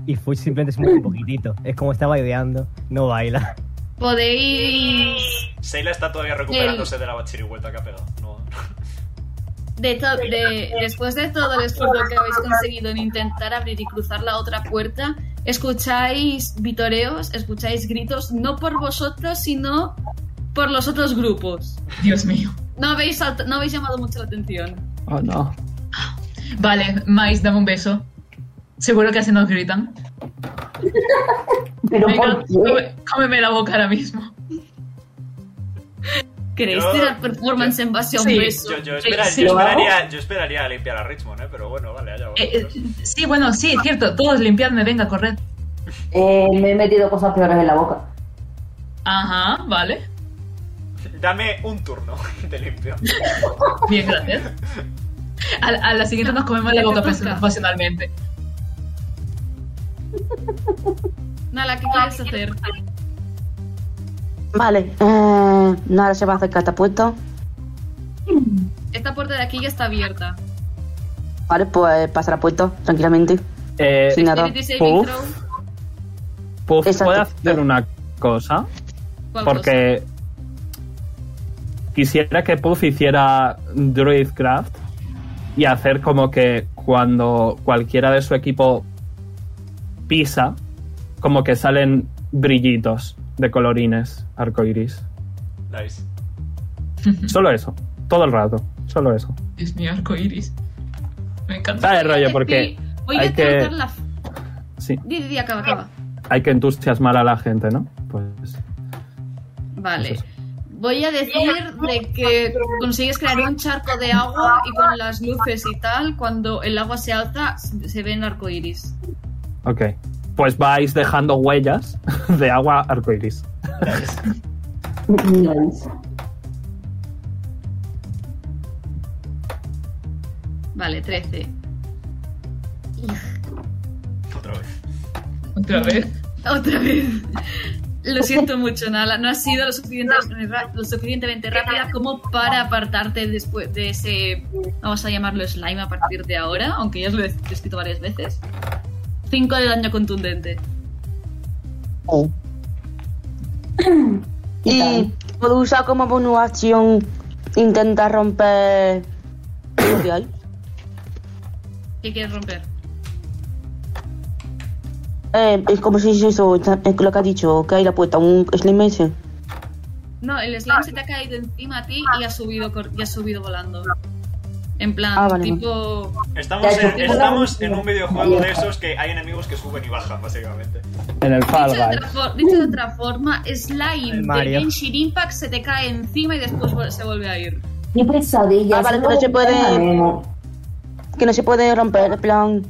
G: Y Fuch simplemente se mueve un poquitito. Es como está baileando, no baila.
E: Podéis.
A: Seila está todavía recuperándose de la bachirihueta que ha pegado. No,
E: De to- de- después de todo el esfuerzo que habéis conseguido en intentar abrir y cruzar la otra puerta, escucháis vitoreos, escucháis gritos, no por vosotros, sino por los otros grupos.
B: Dios mío.
E: No habéis, salt- no habéis llamado mucho la atención.
C: Oh no.
B: Vale, Mais, dame un beso. Seguro que así nos gritan.
D: Pero
B: Venga,
D: ¿por qué?
B: come- cómeme la boca ahora mismo.
E: ¿Queréis
A: Yo-
E: tirar performance en base a un
B: Sí.
E: beso?
A: Yo, yo,
B: Sí,
A: espera-
B: sí.
A: yo esperaría, yo esperaría limpiar a Richmond, ¿eh? pero bueno, vale, allá
B: Eh,
A: vosotros.
B: eh, sí, bueno, sí, cierto. Todos limpiarme, venga, corred.
D: Eh, me he metido cosas peores en la boca.
B: Ajá, vale.
A: Dame un turno de limpio.
B: Bien, gracias. A, a la siguiente nos comemos la boca pas- pasionalmente.
E: Nala, ¿qué quieres hacer?
F: Vale, eh, Nala se va a hacer catapulta.
E: Esta puerta de aquí ya está abierta.
F: Vale, pues pasará puerto tranquilamente.
C: Eh,
F: Sin nada.
E: Dexterity saving
C: Puff.
E: throw.
C: Puff,
F: Exacto.
C: ¿puedo hacer una cosa?
E: ¿Cuál cosa?
C: Porque quisiera que Puff hiciera Druidcraft y hacer como que cuando cualquiera de su equipo pisa, como que salen brillitos de colorines arcoiris.
A: Nice.
C: Solo eso. Todo el rato. Solo eso.
B: Dios mío, arco iris. Me encanta.
C: Está de rollo porque
E: Voy a
C: hay que-
E: cortar la.
C: sí,
E: Di, di, di, acaba, acaba.
C: hay que entusiasmar a la gente, ¿no? Pues
E: Vale.
C: Eso
E: Voy a decir de que consigues crear un charco de agua y con las luces y tal, cuando el agua se alza, se ve el arco iris.
C: Ok. Pues vais dejando huellas de agua arcoiris.
D: Nice.
E: Vale, 13.
A: Otra vez.
B: Otra vez.
E: Otra vez. Lo siento mucho, Nala. No has sido lo, suficiente- lo suficientemente rápida como para apartarte después de ese, vamos a llamarlo slime a partir de ahora, aunque ya os lo he escrito varias veces. 5 de daño contundente.
D: ¿Qué
F: Y
D: tal?
F: puedo usar como bonus acción intentar romper lo que hay.
E: ¿Qué quieres romper?
F: Eh, es como si es eso, es lo que ha dicho, que hay la puerta, un slime ese.
E: No, el slime se te ha caído encima a ti y ha subido, cor- y ha subido volando. En plan,
F: Ah, vale,
E: tipo...
A: Estamos, en,
D: Ya,
A: estamos
D: ya.
A: en un videojuego de esos que hay enemigos que suben y bajan, básicamente.
C: En el Fall
E: Dicho de, otra
C: Guys.
E: for- dicho de otra forma, slime
G: El
E: de
G: Mario.
E: Genshin Impact se te cae encima y después vol- se vuelve a ir.
D: Qué pesadilla.
F: Ah, vale,
D: eso
F: pero se puede-
D: lo sabemos.
F: Que no se puede romper, en plan,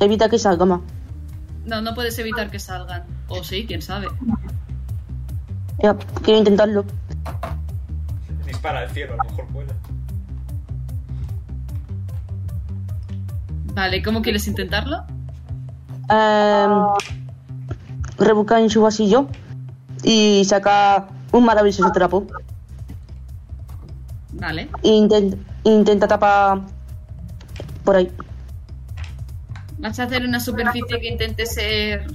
F: evita que salga más.
E: No, no puedes evitar que salgan. O sí, quién sabe.
F: Ya, quiero intentarlo.
A: Dispara al cielo, a lo mejor vuela.
E: Vale, ¿cómo quieres intentarlo?
F: Eh, rebuscar en su vasillo y sacar un maravilloso trapo.
E: Vale.
F: E intent- intenta tapar por ahí.
E: Vas a hacer una superficie que intente ser.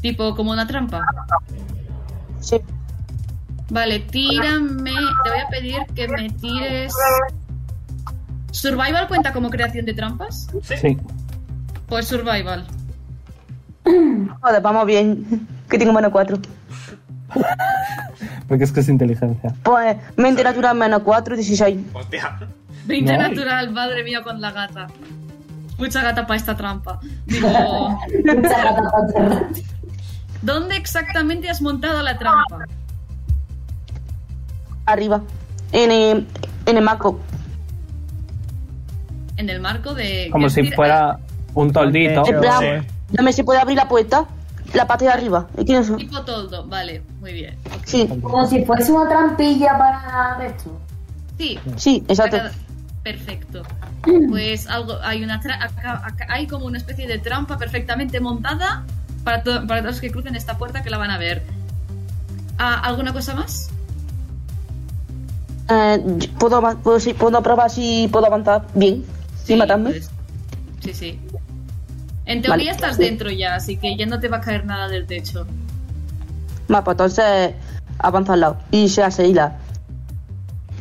E: Tipo, como una trampa.
F: Sí.
E: Vale, tírame. Te voy a pedir que me tires. ¿Survival cuenta como creación de trampas?
A: Sí.
C: Sí.
E: Pues Survival.
F: Joder, vamos bien. Que tengo menos 4.
C: Porque es que es inteligencia.
F: Pues mente natural menos 4, 16.
A: Hostia.
E: 20
C: Nice.
E: natural, madre mía, con la gata. Mucha gata para esta trampa. Digo,
D: Mucha gata para cerrar.
E: ¿dónde exactamente has montado la trampa?
F: Arriba. En el, en el marco.
E: En el marco de.
C: Como
E: quiero
C: si
E: decir,
C: fuera un toldito.
F: En plan,
A: Sí.
F: dame si puede abrir la puerta. La parte de arriba. ¿Y quién es?
E: Tipo toldo, vale, muy bien.
F: Sí,
D: Como si fuese una trampilla para esto.
E: Sí,
F: sí, exacto.
E: acá- perfecto. Pues algo, hay una tra- acá- acá- hay como una especie de trampa perfectamente montada para, to- para todos los que crucen esta puerta que la van a ver. Ah, ¿Alguna cosa más?
F: Eh, yo puedo, avan- puedo, sí, puedo probar si puedo avanzar bien. Sin matarme.
E: pues, sí, sí. En teoría
F: Vale.
E: estás dentro ya, así que ya no te va a caer nada del techo.
F: Más, pues entonces avanza al lado. Y se hace hila.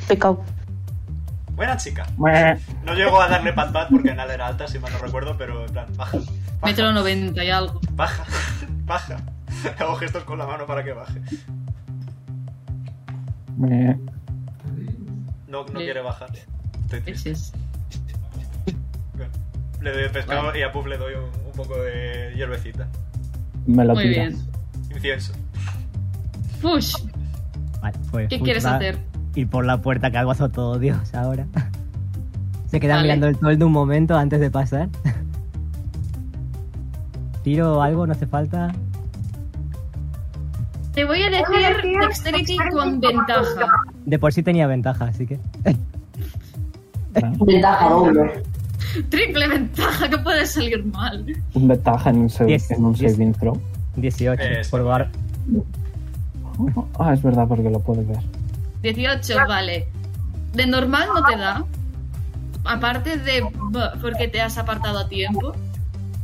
F: Pescado.
A: Buena chica.
C: Mue.
A: No llego a darle pat pat porque nada era alta, si mal no recuerdo, pero en plan, baja. Baja.
E: Metro 90 y algo.
A: Baja. Baja. Hago gestos con la mano para que baje.
C: Mue.
A: No, no
E: Sí.
A: quiere bajar. Estoy triste.
E: Ese es.
A: Le doy el pescado y a Puff le doy un, un poco de hierbecita.
C: Me lo
E: Muy
C: tiras.
E: bien.
A: Incienso.
E: Push,
G: Vale, pues
E: ¿qué
G: Fuchs
E: quieres
G: va a
E: hacer?
G: Ir por la puerta que hago a todo Dios ahora. Se queda
E: Vale.
G: mirando el toldo un momento antes de pasar. Tiro algo, no hace falta.
E: Te voy a decir dexterity con ventaja.
G: De por sí tenía ventaja, así que.
D: Ventaja doble.
E: Triple ventaja, que puede salir mal.
C: Un ventaja en un, save-
G: Diez,
C: en un
G: diez.
C: saving throw.
G: 18.
A: Eso.
G: por bar.
C: Ah, es verdad, porque lo puedes ver.
E: 18, vale. De normal no te da. Aparte de b- porque te has apartado a tiempo.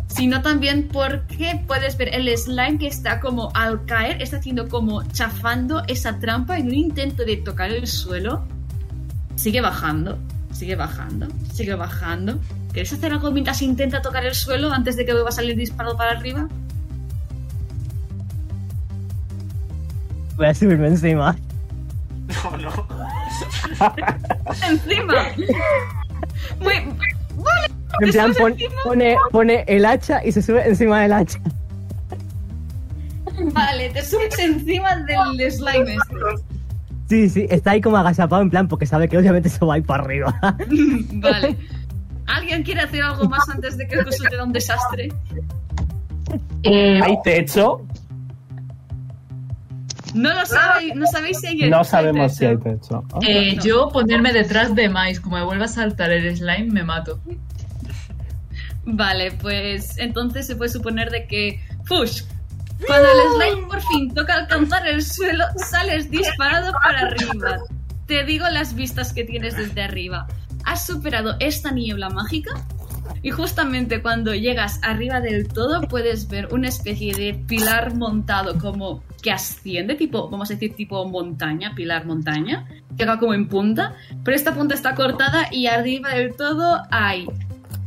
E: Sino también porque puedes ver el slime que está como al caer, está haciendo como chafando esa trampa en un intento de tocar el suelo. Sigue bajando, sigue bajando, sigue bajando. ¿Quieres hacer algo mientras intenta tocar el suelo antes de que vuelva a salir disparado para arriba?
G: Voy a subirme encima.
A: No, no.
E: ¡Encima! Muy,
G: En plan, pon-
E: encima?
G: pone, pone el hacha y se sube encima del hacha.
E: Vale, te subes encima del slime este.
G: Sí, sí, está ahí como agachapado en plan porque sabe que obviamente eso va a ir para arriba.
E: Vale. ¿Alguien quiere hacer algo más antes de que esto se te da un desastre?
B: Eh,
C: ¿Hay techo?
E: No lo sabéis, no sabéis si hay
C: No sabemos si hay techo. Ah.
B: eh, yo ponerme detrás de Mais, como me vuelva a saltar el slime, me mato.
E: Vale, pues entonces se puede suponer de que Fush. Cuando el slime por fin toca alcanzar el suelo, sales disparado para arriba. Te digo las vistas que tienes desde arriba. Has superado esta niebla mágica y justamente cuando llegas arriba del todo puedes ver una especie de pilar montado como que asciende, tipo, vamos a decir, tipo montaña, pilar montaña, que va como en punta, pero esta punta está cortada y arriba del todo hay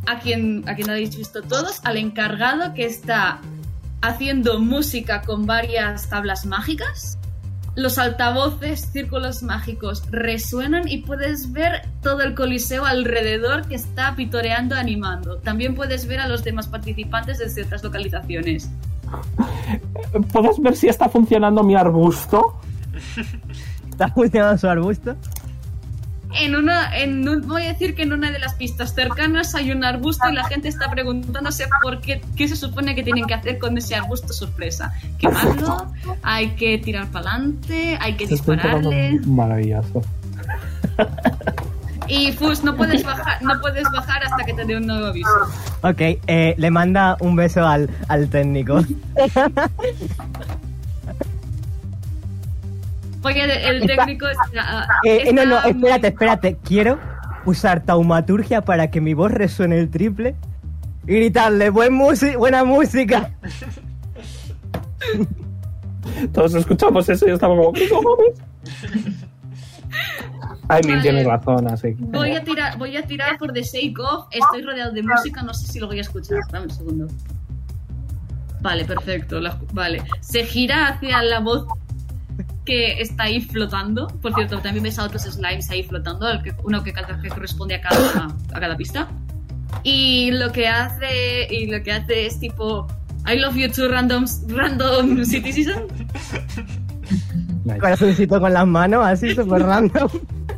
E: a quien, a quien habéis visto todos, al encargado que está haciendo música con varias tablas mágicas. Los altavoces, círculos mágicos resuenan y puedes ver todo el coliseo alrededor que está pitoreando, animando. También puedes ver a los demás participantes desde otras localizaciones.
C: ¿Puedes ver si está funcionando mi arbusto?
G: Está funcionando su arbusto.
E: En una, en un- voy a decir que en una de las pistas cercanas hay un arbusto y la gente está preguntándose por qué, qué se supone que tienen que hacer con ese arbusto sorpresa. Quemarlo, hay que tirar para adelante, hay que
C: Se está enterando
E: dispararle.
C: Maravilloso.
E: Y Fus, no puedes bajar, no puedes bajar hasta que te dé un nuevo aviso.
G: Ok, eh, le manda un beso al, al técnico.
E: Porque el- el técnico está.
G: Eh, eh, no, no,
E: está muy-
G: espérate, espérate. Quiero usar taumaturgia para que mi voz resuene el triple y gritarle Buen musi- buena música.
C: Todos escuchamos eso y estamos como... "¿Qué cojones?". Ay, Mil
E: Vale.
C: tiene razón, así que-
E: Voy a tirar, voy a tirar por The Sake of. Estoy rodeado de música, no sé si lo voy a escuchar. Dame un segundo. Vale, perfecto. la escu- vale. Se gira hacia la voz que está ahí flotando. Por cierto, también ves a otros slimes ahí flotando, el que- uno que, cada- que corresponde a cada, a cada pista. Y lo que hace y lo que hace es tipo I love you too random random citizen.
C: Nice.
G: Corazoncito con las manos, así, super random.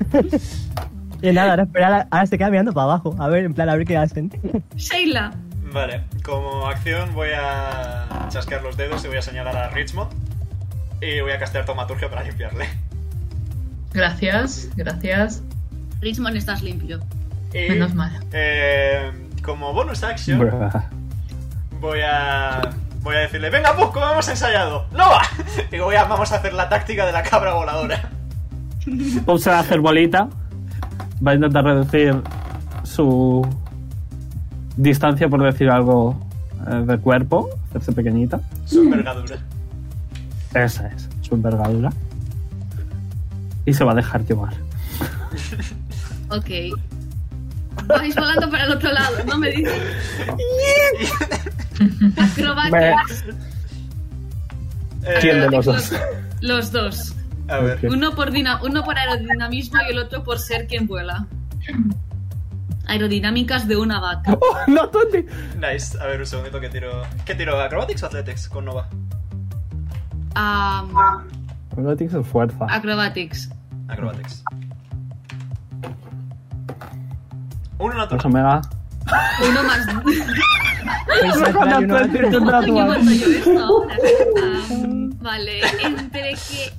G: y nada, ahora, espera, ahora se queda mirando para abajo. A ver, en plan, a ver qué hacen.
E: Sheila.
A: Vale, como acción voy a chasquear los dedos y voy a señalar a Richmond. Y voy a castear Taumaturgia para limpiarle.
B: Gracias, gracias.
E: Richmond, estás limpio.
A: Y,
B: Menos mal.
A: eh, como bonus action,
C: Bruh.
A: voy a. Voy a decirle, venga, Busco, hemos ensayado. ¡No va! Y voy a, vamos a hacer la táctica de la cabra voladora.
C: Bob se va a hacer bolita. Va a intentar reducir su distancia, por decir algo, eh, de cuerpo. Hacerse pequeñita.
A: Su envergadura.
C: Esa es su envergadura. Y se va a dejar llevar.
E: Ok. Vais volando para el otro lado, no me dices. Acrobacias.
A: Eh,
C: ¿Quién de los dos?
E: Los dos.
A: A ver.
C: Ok.
E: Uno por, dina- uno por aerodinamismo y el otro por ser quien vuela. Aerodinámicas de una vaca.
C: ¡Oh, no, Tony!
A: Nice. A ver, un segundito que tiro. ¿Qué tiro? ¿Acrobatics o Athletics con Nova?
E: Am,
C: No tienes el fuerza.
E: Ah. acrobatics.
A: Acrobatics. Uno
C: Dos
A: natural.
C: omega.
E: Uno más.
C: No, no, no, no,
E: Coño,
C: no,
E: cuánto yo esto ahora. Am, vale, entre que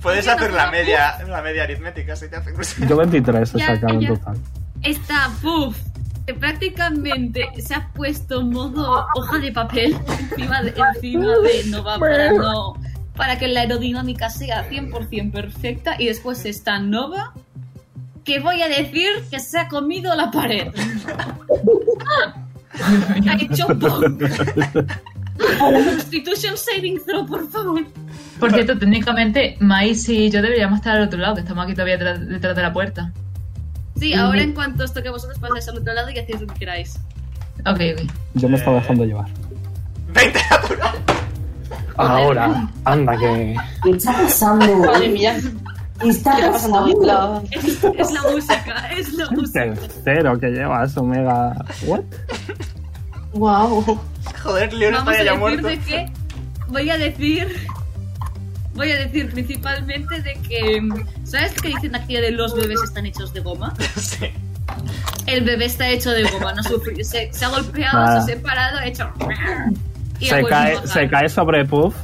A: Puedes
E: Yo no
A: hacer la
E: puedo.
A: media, la media aritmética si te hace
C: no. Yo 23 he
E: Ya,
C: sacado en
E: ya.
C: total.
E: Está puff. que Prácticamente se ha puesto modo hoja de papel encima de, encima de Nova para, no- para que la aerodinámica sea 100% perfecta. Y después está Nova, que voy a decir que se ha comido la pared. ha hecho pum. Constitution Saving Throw, por favor.
B: Por cierto, técnicamente, Mais y yo deberíamos estar al otro lado, que estamos aquí todavía tra- detrás de la puerta.
E: Sí, ahora en cuanto os toque a vosotros pasáis al otro lado y hacéis lo que queráis.
B: Ok, ok.
C: Yo me estaba dejando llevar.
A: 20 natural.
C: Ahora, anda que.
D: ¿Qué está pasando?
F: Madre mía,
D: ¿Qué está
F: ¿qué pasa
D: pasando?
F: ahorita?
E: Es, es la música, es la música.
C: Tercero que llevas, omega. ¿What?
F: Wow.
A: Joder, Leon
E: Vamos a
A: estaría ya
E: decir
A: muerto.
E: de que voy a decir. Voy a decir principalmente de que. ¿Sabes qué dicen aquí de los bebés están hechos de goma?
A: Sí.
E: El bebé está hecho de goma, no ha sufrido- se, se ha golpeado,
C: Nada.
E: se ha separado, ha hecho. y ha
C: Se
E: vuelto
C: cae,
E: a
C: se
E: bajar.
C: cae sobre Puff,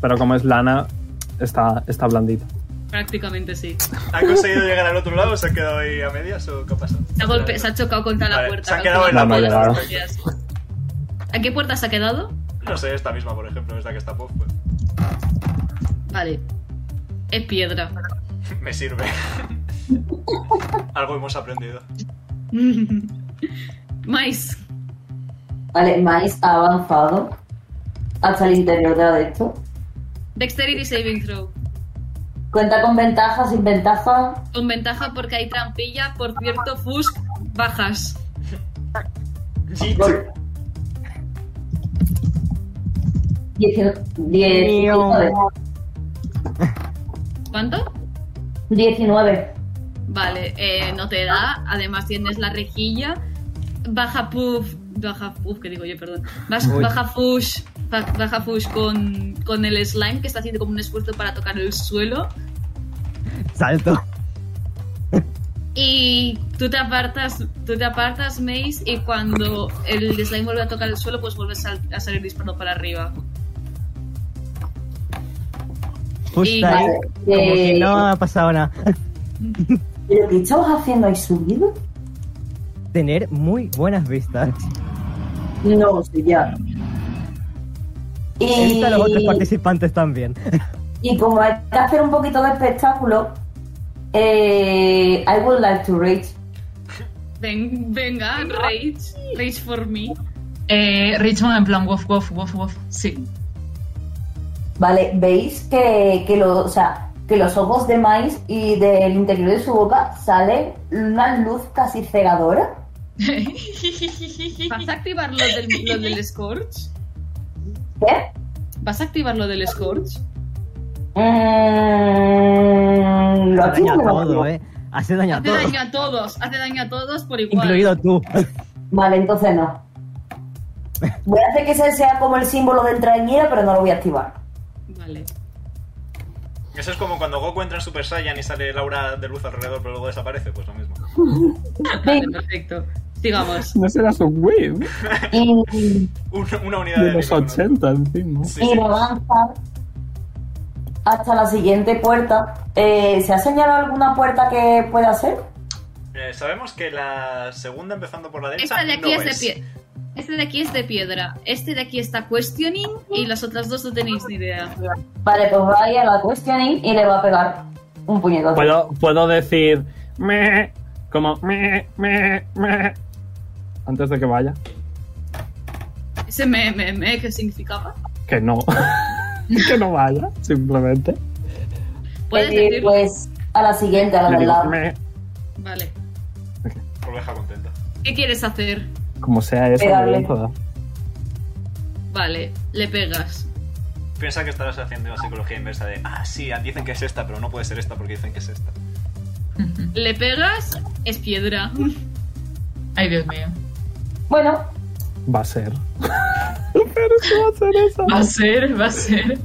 C: pero como es lana, está, está blandito.
E: Prácticamente sí.
A: ¿Ha conseguido llegar al otro lado o se ha quedado ahí a medias o qué ha pasado?
E: Se ha, golpe, se ha chocado contra la
A: Vale,
E: puerta.
A: se ha quedado en
C: la
E: calculando
C: puerta.
E: las distancias. ¿A qué puerta se ha quedado?
A: No sé, esta misma, por ejemplo, es la que está Puff. pues,
E: Vale. Es piedra.
A: me sirve. Algo hemos aprendido.
E: Mais.
D: Vale, Mais ha avanzado hasta el interior de la de esto.
E: Dexterity Saving Throw.
D: Cuenta con ventaja, sin ventaja.
E: Con ventaja porque hay trampilla, por cierto, Fusk, bajas.
D: Gol. 19 19.
E: ¿Cuánto?
D: 19.
E: Vale, eh, no te da, además tienes la rejilla. Baja puff, baja puff, que digo yo, perdón. Bas-
G: Uy.
E: baja push, ba- baja push con, con el slime que está haciendo como un esfuerzo para tocar el suelo.
G: Salto.
E: Y tú te apartas, tú te apartas, Mace, y cuando el slime vuelve a tocar el suelo, pues vuelves a, a salir disparado para arriba. Y-
G: Justo ahí. Como que
D: Eh,
G: no ha pasado nada.
D: ¿Pero qué estabas haciendo ahí subido?
G: Tener muy buenas vistas.
D: No, sí, ya. Y,
G: Evita a los
E: Eh.
G: otros participantes también.
D: y como hay que hacer un poquito de espectáculo, eh, I would like to rage.
E: Ven- venga, rage, rage for me.
B: Eh, Richmond en plan, wof, wof, wof, wof. Sí.
D: Vale, veis que, que, lo- o sea, que los ojos de Mais y del interior de su boca sale una luz casi cegadora.
E: ¿Vas a activar lo del, lo del Scorch?
D: ¿Qué?
E: ¿Vas a activar lo del Scorch?
D: Mm, lo
G: Hace
D: activo
G: daño a
D: o no lo activo?
G: todo, eh. Hace daño a
E: Hace
G: todo.
E: daño a todos, hace daño a todos por igual.
G: Incluido tú.
D: Vale, entonces no. Voy a hacer que ese sea como el símbolo de entrañera, pero no lo voy a activar.
E: Vale.
A: Eso es como cuando Goku entra en Super Saiyan y sale Laura de luz alrededor, pero luego desaparece, pues lo mismo.
E: Vale, perfecto. Sigamos.
C: No serás un web
D: Y,
A: Un- una unidad
C: de
A: de nivel,
C: los
A: ¿no?
C: 80 encima.
A: Sí,
D: y
A: sí.
D: lo avanza hasta la siguiente puerta. Eh, ¿Se ha señalado alguna puerta que pueda ser?
A: Eh, sabemos que la segunda, empezando por la derecha,
E: Esta de aquí
A: no
E: es, de pie. Este de aquí es de piedra. Este de aquí está questioning y las otras dos no tenéis ni idea.
D: Vale, pues va a ir a la questioning y le va a pegar un puñetazo.
C: Puedo, puedo decir me como me me me antes de que vaya.
E: Ese me, me, me, ¿qué significaba?
C: Que no. que no vaya, simplemente.
E: ¿Puedes
D: Eh,
E: decirlo?
D: Pues a la siguiente, a la
C: Le
D: del
C: digo,
D: lado.
C: me.
E: Vale.
A: Oveja contenta.
E: ¿Qué quieres hacer?
C: Como sea eso,
D: Pégale.
C: le voy a dar.
E: Vale, le pegas.
A: Piensa que estarás haciendo una psicología inversa de, ah, sí, dicen que es esta, pero no puede ser esta porque dicen que es esta.
E: Le pegas, es piedra.
B: Ay, Dios mío.
D: Bueno,
C: Va a ser. Pero eso va a ser eso.
B: Va a ser, va a ser.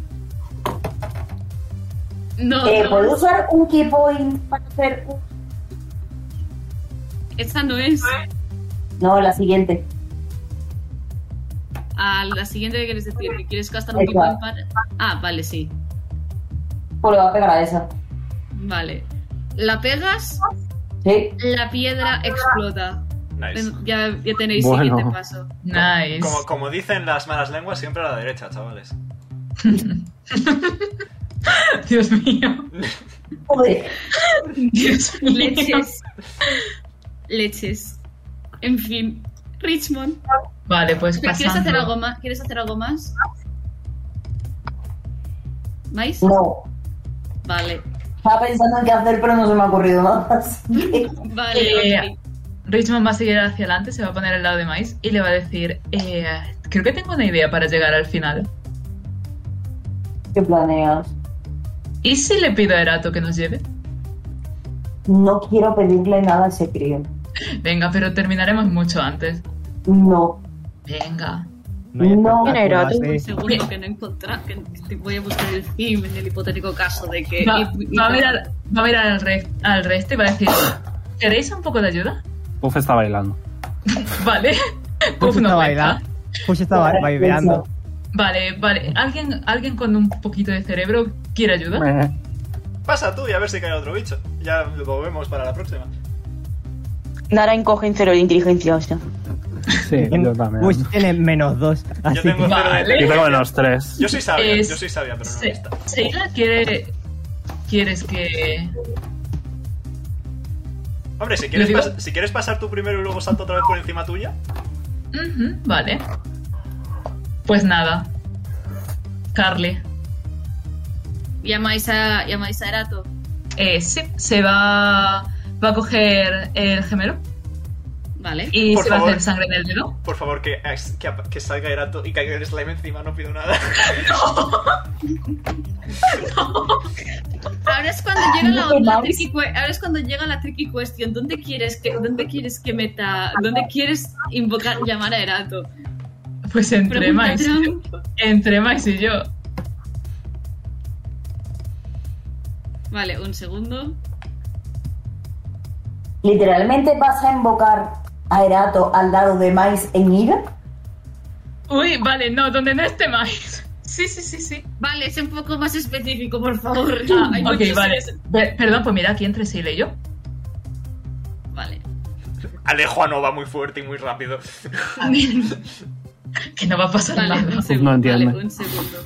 E: No,
D: eh,
E: no,
D: ¿puedo usar un key point para hacer un-
E: esa no es.
D: No, la siguiente.
E: A la siguiente que quieres decir, que quieres gastar un
D: Esa.
E: poco en par- Ah, vale, sí.
D: Pues le va a pegar a esa.
E: Vale. La pegas,
D: Sí.
E: la piedra explota.
A: Nice.
E: Ten- Ya, ya tenéis
C: Bueno.
E: siguiente paso.
B: Nice.
A: Como, como dicen las malas lenguas, siempre a la derecha, chavales.
B: Dios mío.
D: Joder.
B: Dios mío.
E: Leches. Leches. En fin. Richmond.
B: Vale, pues
E: ¿Quieres
B: pasando.
E: hacer algo más? ¿Quieres hacer algo más? ¿Mais?
D: No.
E: Vale.
D: Estaba pensando en qué hacer, pero no se me ha ocurrido nada. así que-
E: Vale,
B: Eh, Richmond va a seguir hacia adelante, se va a poner al lado de Mais y le va a decir, eh, creo que tengo una idea para llegar al final.
D: ¿Qué planeas?
B: ¿Y si le pido a Erato que nos lleve?
D: No quiero pedirle nada a ese crío.
B: Venga, pero terminaremos mucho antes.
D: No.
B: Venga.
G: hay
D: No.
G: espectáculo
F: ¿Quién era?
G: así.
F: Tengo
E: Seguro que no encontrará, que te voy a buscar el film en el hipotético caso de que.
B: Va,
E: Eh, y- y-
B: va a mirar, va a mirar al, re- al resto y va a decir: ¿Queréis un poco de ayuda?
C: Puff está bailando.
B: Vale.
G: Push
B: Puff
G: está
B: no
G: bailando.
B: baila.
G: Push está ba- bailando.
B: Vale, vale. ¿Alguien, ¿Alguien con un poquito de cerebro quiere ayuda?
C: Meh.
A: Pasa tú y a ver si cae otro bicho. Ya lo vemos para la próxima.
F: Nara encoge en cero de inteligencia, o sea.
C: Sí, yo también.
G: Push tiene menos dos.
A: Yo
G: Así
A: tengo cero de
G: que
B: Vale.
C: Ah, Yo
A: inteligencia.
C: tengo menos tres.
A: Yo soy sabia,
B: Es-
A: yo soy sabia, pero no
B: Se-
A: lista.
B: Seila quiere. ¿Quieres que.?
A: Hombre, si quieres,
B: Yo digo-
A: pas- si quieres pasar tú primero y luego salto otra vez por encima tuya,
B: Ujú, vale. Pues nada. Carly.
E: Llamáis a, llamáis a Erato.
B: Eh, sí, se va. Va a coger el gemelo
E: Vale.
B: y
A: Por
B: se va
A: favor.
B: a hacer sangre en el dedo.
A: por favor, que, que, ap- que salga Erato y caiga el slime encima, no pido nada.
E: Ahora es cuando llega
D: No
E: la,
D: te
E: la
D: mames.
E: tricky, que- ahora es cuando llega la tricky question. ¿Dónde quieres que, dónde quieres que meta, dónde quieres invocar, llamar a Erato?
B: Pues entre
E: Pregunta
B: más.
E: Trump.
B: Entre Max y yo.
E: Vale, un segundo.
D: ¿Literalmente vas a invocar a Erato al lado de Mais en ira?
B: Uy, vale, no, donde no esté Max. Sí, sí, sí, sí.
E: Vale, es un poco más específico, por favor. Ah, hay
B: ok,
E: muchos
B: vale.
E: seres-
B: Pe- perdón, pues mira, aquí entre Seila y yo.
E: Vale.
A: Alejo no va muy fuerte y muy rápido.
B: que pues no va a pasar
E: Vale,
B: nada.
E: un segundo.
C: entiendo.
E: vale, un segundo.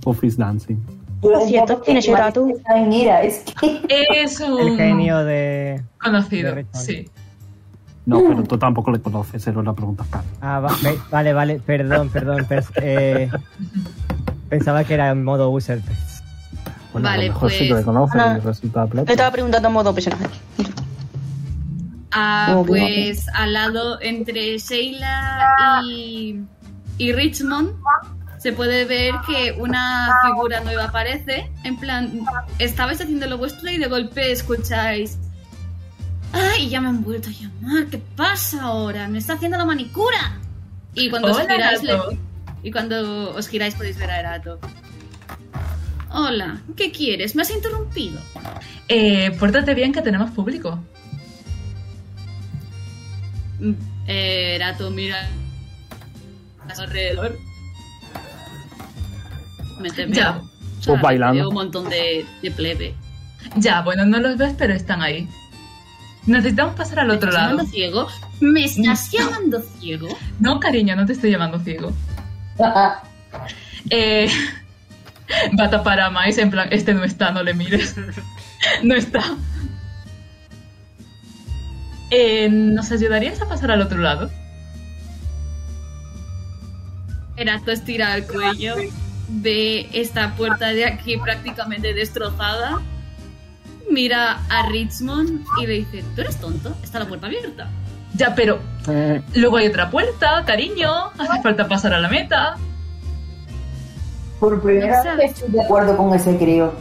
C: Puff is dancing.
F: Por cierto, ¿quién es
D: Maíz
F: Erato?
D: está en ira, es que...
B: Es un
G: el genio de.
B: conocido,
G: de Richard.
B: sí.
C: No, pero tú tampoco le conoces, era una pregunta cara.
G: Ah, va- ve- vale, vale, perdón, perdón. pers- eh, pensaba que era en modo user.
C: Bueno, a
E: Vale,
C: lo mejor sí que
E: pues-
C: le conoces
F: Ana-
C: y resulta
F: Le
C: plata.
F: estaba preguntando a modo personaje.
E: Ah,
F: Oh,
E: pues al lado entre Sheila y, y Richmond se puede ver que una figura nueva aparece. En plan, estabais haciendo lo vuestro y de golpe escucháis. ¡Ay, ya me han vuelto a llamar! ¿Qué pasa ahora? ¡Me está haciendo la manicura! Y cuando, os
B: Hola,
E: giráis,
B: Erato.
E: le- y cuando os giráis podéis ver a Erato. Hola, ¿qué quieres? Me has interrumpido.
B: Eh, pórtate bien que tenemos público.
E: Mm, eh, Erato mira a su alrededor. Me te veo.
B: Ya.
E: O sea,
C: Pues bailando.
E: veo un montón de, de plebe.
B: Ya, bueno, no los ves, pero están ahí. Necesitamos pasar al otro
E: ¿Me estás
B: lado.
E: llamando ciego? ¿Me estás llamando ciego?
B: No, cariño, no te estoy llamando ciego. Eh, va a tapar a Mais en plan, este no está, no le mires. no está. Eh, ¿Nos ayudarías a pasar al otro lado?
E: Erato estira el cuello. Ve esta puerta de aquí prácticamente destrozada. Mira a Richmond y le dice: ¿Tú eres tonto? Está la puerta abierta.
B: Ya, pero luego hay otra puerta, cariño. Hace falta pasar a la meta.
D: Por primera
E: No
D: vez
E: sabes.
D: estoy de acuerdo con ese crío.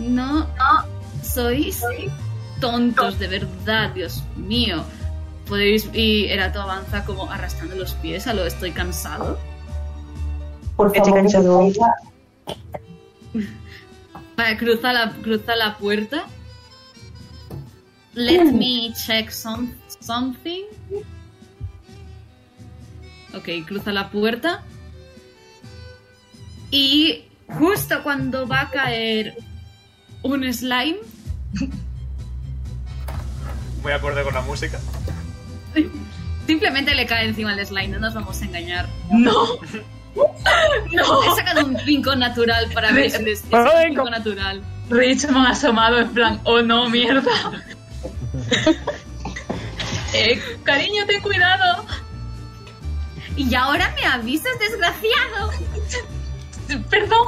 E: No, sois tontos, de verdad, Dios mío. Podéis. Y Erato avanza como arrastrando los pies a lo estoy cansado.
D: Por
F: Estoy
D: favor, que
F: cansado.
D: caiga.
E: Vale, cruza la, cruza la puerta. Let me check some- something. Ok, cruza la puerta. Y justo cuando va a caer un slime,
A: Muy acorde con la música.
E: simplemente le cae encima el slime, no nos vamos a engañar.
B: No. no.
E: He sacado un 5 natural para ver si es, es un 5 natural.
B: Richmond asomado en plan, oh no, mierda. Eh, cariño, ten cuidado.
E: Y ahora me avisas, desgraciado.
B: Perdón.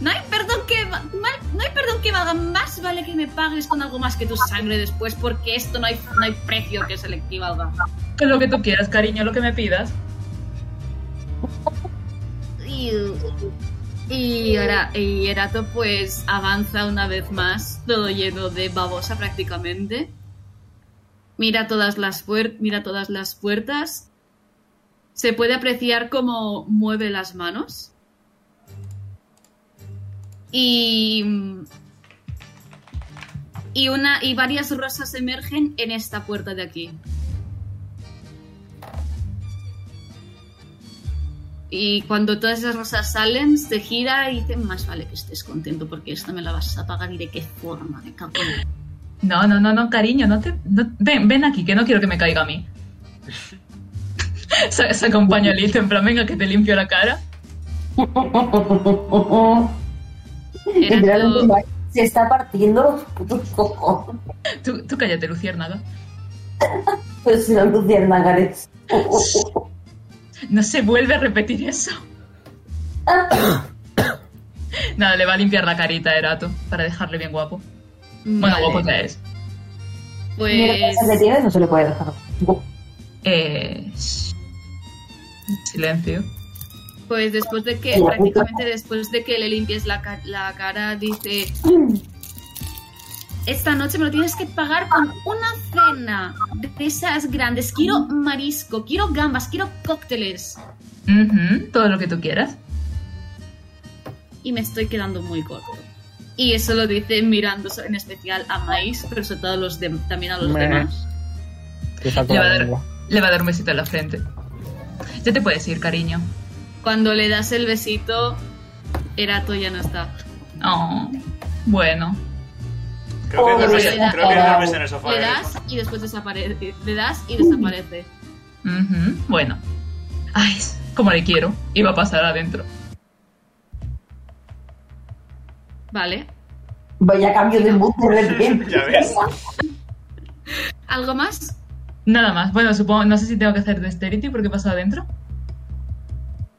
E: No hay perdón que va- mal- no hay perdón que valga más vale que me pagues con algo más que tu sangre después porque esto no hay no hay precio que se le equivalga.
B: Con lo que tú quieras, cariño, lo que me pidas.
E: Y, y ahora y Erato pues avanza una vez más, todo lleno de babosa prácticamente. Mira todas las puer- mira todas las puertas se puede apreciar cómo mueve las manos. Y. Y, una, y varias rosas emergen en esta puerta de aquí. Y cuando todas esas rosas salen, se gira y dice, más vale que estés contento porque esta me la vas a pagar y de qué forma, me cago en la-".
B: No, no, no, no, cariño, no te. no- ven, ven aquí, que no quiero que me caiga a mí. Se, se acompaña listo, en plan, venga, que te limpio la cara.
D: Literalmente,
E: todo-
D: Mike se está partiendo los putos cojones.
B: Tú, tú cállate, Luciérnaga.
D: Pero si no luciérnagares.
B: No se vuelve a repetir eso. Nada, le va a limpiar la carita a Erato para dejarle bien guapo. Bueno,
E: Vale,
B: guapo ya es.
D: Mira qué cosas que
E: Pues
D: tienes, no se le puede dejar.
B: Eh. shh. Silencio.
E: Pues después de que,
D: Hostia,
E: prácticamente después de que le limpies la, ca- la cara, dice... Esta noche me lo tienes que pagar con una cena de esas grandes. Quiero marisco, quiero gambas, quiero cócteles.
B: Ujú, todo lo que tú quieras.
E: Y me estoy quedando muy corto. Y eso lo dice mirando en especial a Maíz, pero sobre todo a los dem- también a los
C: Meh.
E: demás.
C: Te saco
B: Le va,
C: la
B: a dar,
C: lengua.
B: le va a dar un besito en la frente. Ya te puedes ir, cariño.
E: Cuando le das el besito, Erato ya no está.
B: Oh, bueno.
A: Creo que
B: Oh,
D: Pobre
A: duermes,
E: la
A: creo que
D: cara.
A: duermes en el sofá.
E: Le
A: ahora
E: das
A: mismo.
E: y después desaparece. Le das y desaparece.
B: Ujú, bueno. Ay, como le quiero. Iba a pasar adentro.
E: Vale.
D: Vaya cambio de mundo de repente.
A: Ya ves.
E: ¿Algo más?
B: Nada más. Bueno, supongo, no sé si tengo que hacer dexterity porque he pasado adentro.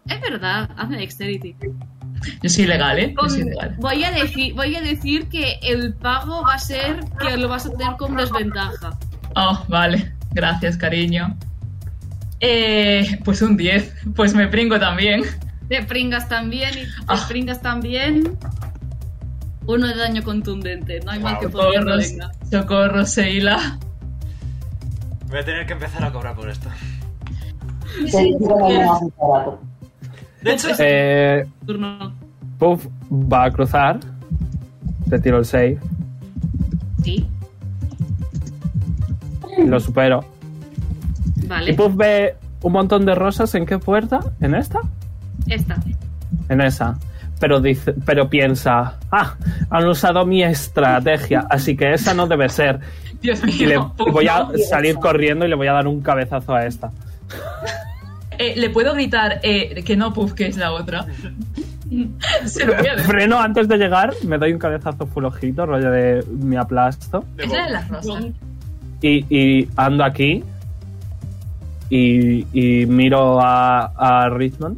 E: Es verdad, hazme dexterity.
B: Yo soy legal, ¿eh? Yo
E: Con-
B: soy legal.
E: voy, a decir, voy a decir que el pago va a ser que lo vas a tener con desventaja.
B: Oh, vale. Gracias, cariño. Eh, pues un 10. Pues me pringo también.
E: Te pringas también y te
B: Ah.
E: pringas también. Uno de daño contundente, no hay mal que por hierro
B: Socorro,
E: venga.
B: socorro, Seila.
A: Voy a tener que empezar a cobrar por esto.
D: Te digo que no hagas un trabajo.
A: De hecho,
C: Eh,
E: Turno.
C: Puff va a cruzar. Te tiro el 6.
E: Sí,
C: Lo supero. Y
E: vale.
C: Puff ve un montón de rosas. ¿En qué puerta? ¿En esta?
E: Esta.
C: En esa. Pero, dice, pero piensa, ah, han usado mi estrategia, así que esa no debe ser.
B: Dios
C: Y le
B: mío.
C: voy a
D: no,
C: salir
D: esa.
C: corriendo y le voy a dar un cabezazo a esta.
B: Eh, le puedo gritar eh, que no, Puff, que es la otra. Se lo voy a decir.
C: Freno antes de llegar, me doy un cabezazo full ojito, rollo de me aplasto.
A: de
B: Es la de las rosas.
C: Y, y ando aquí y, y miro a, a Richmond.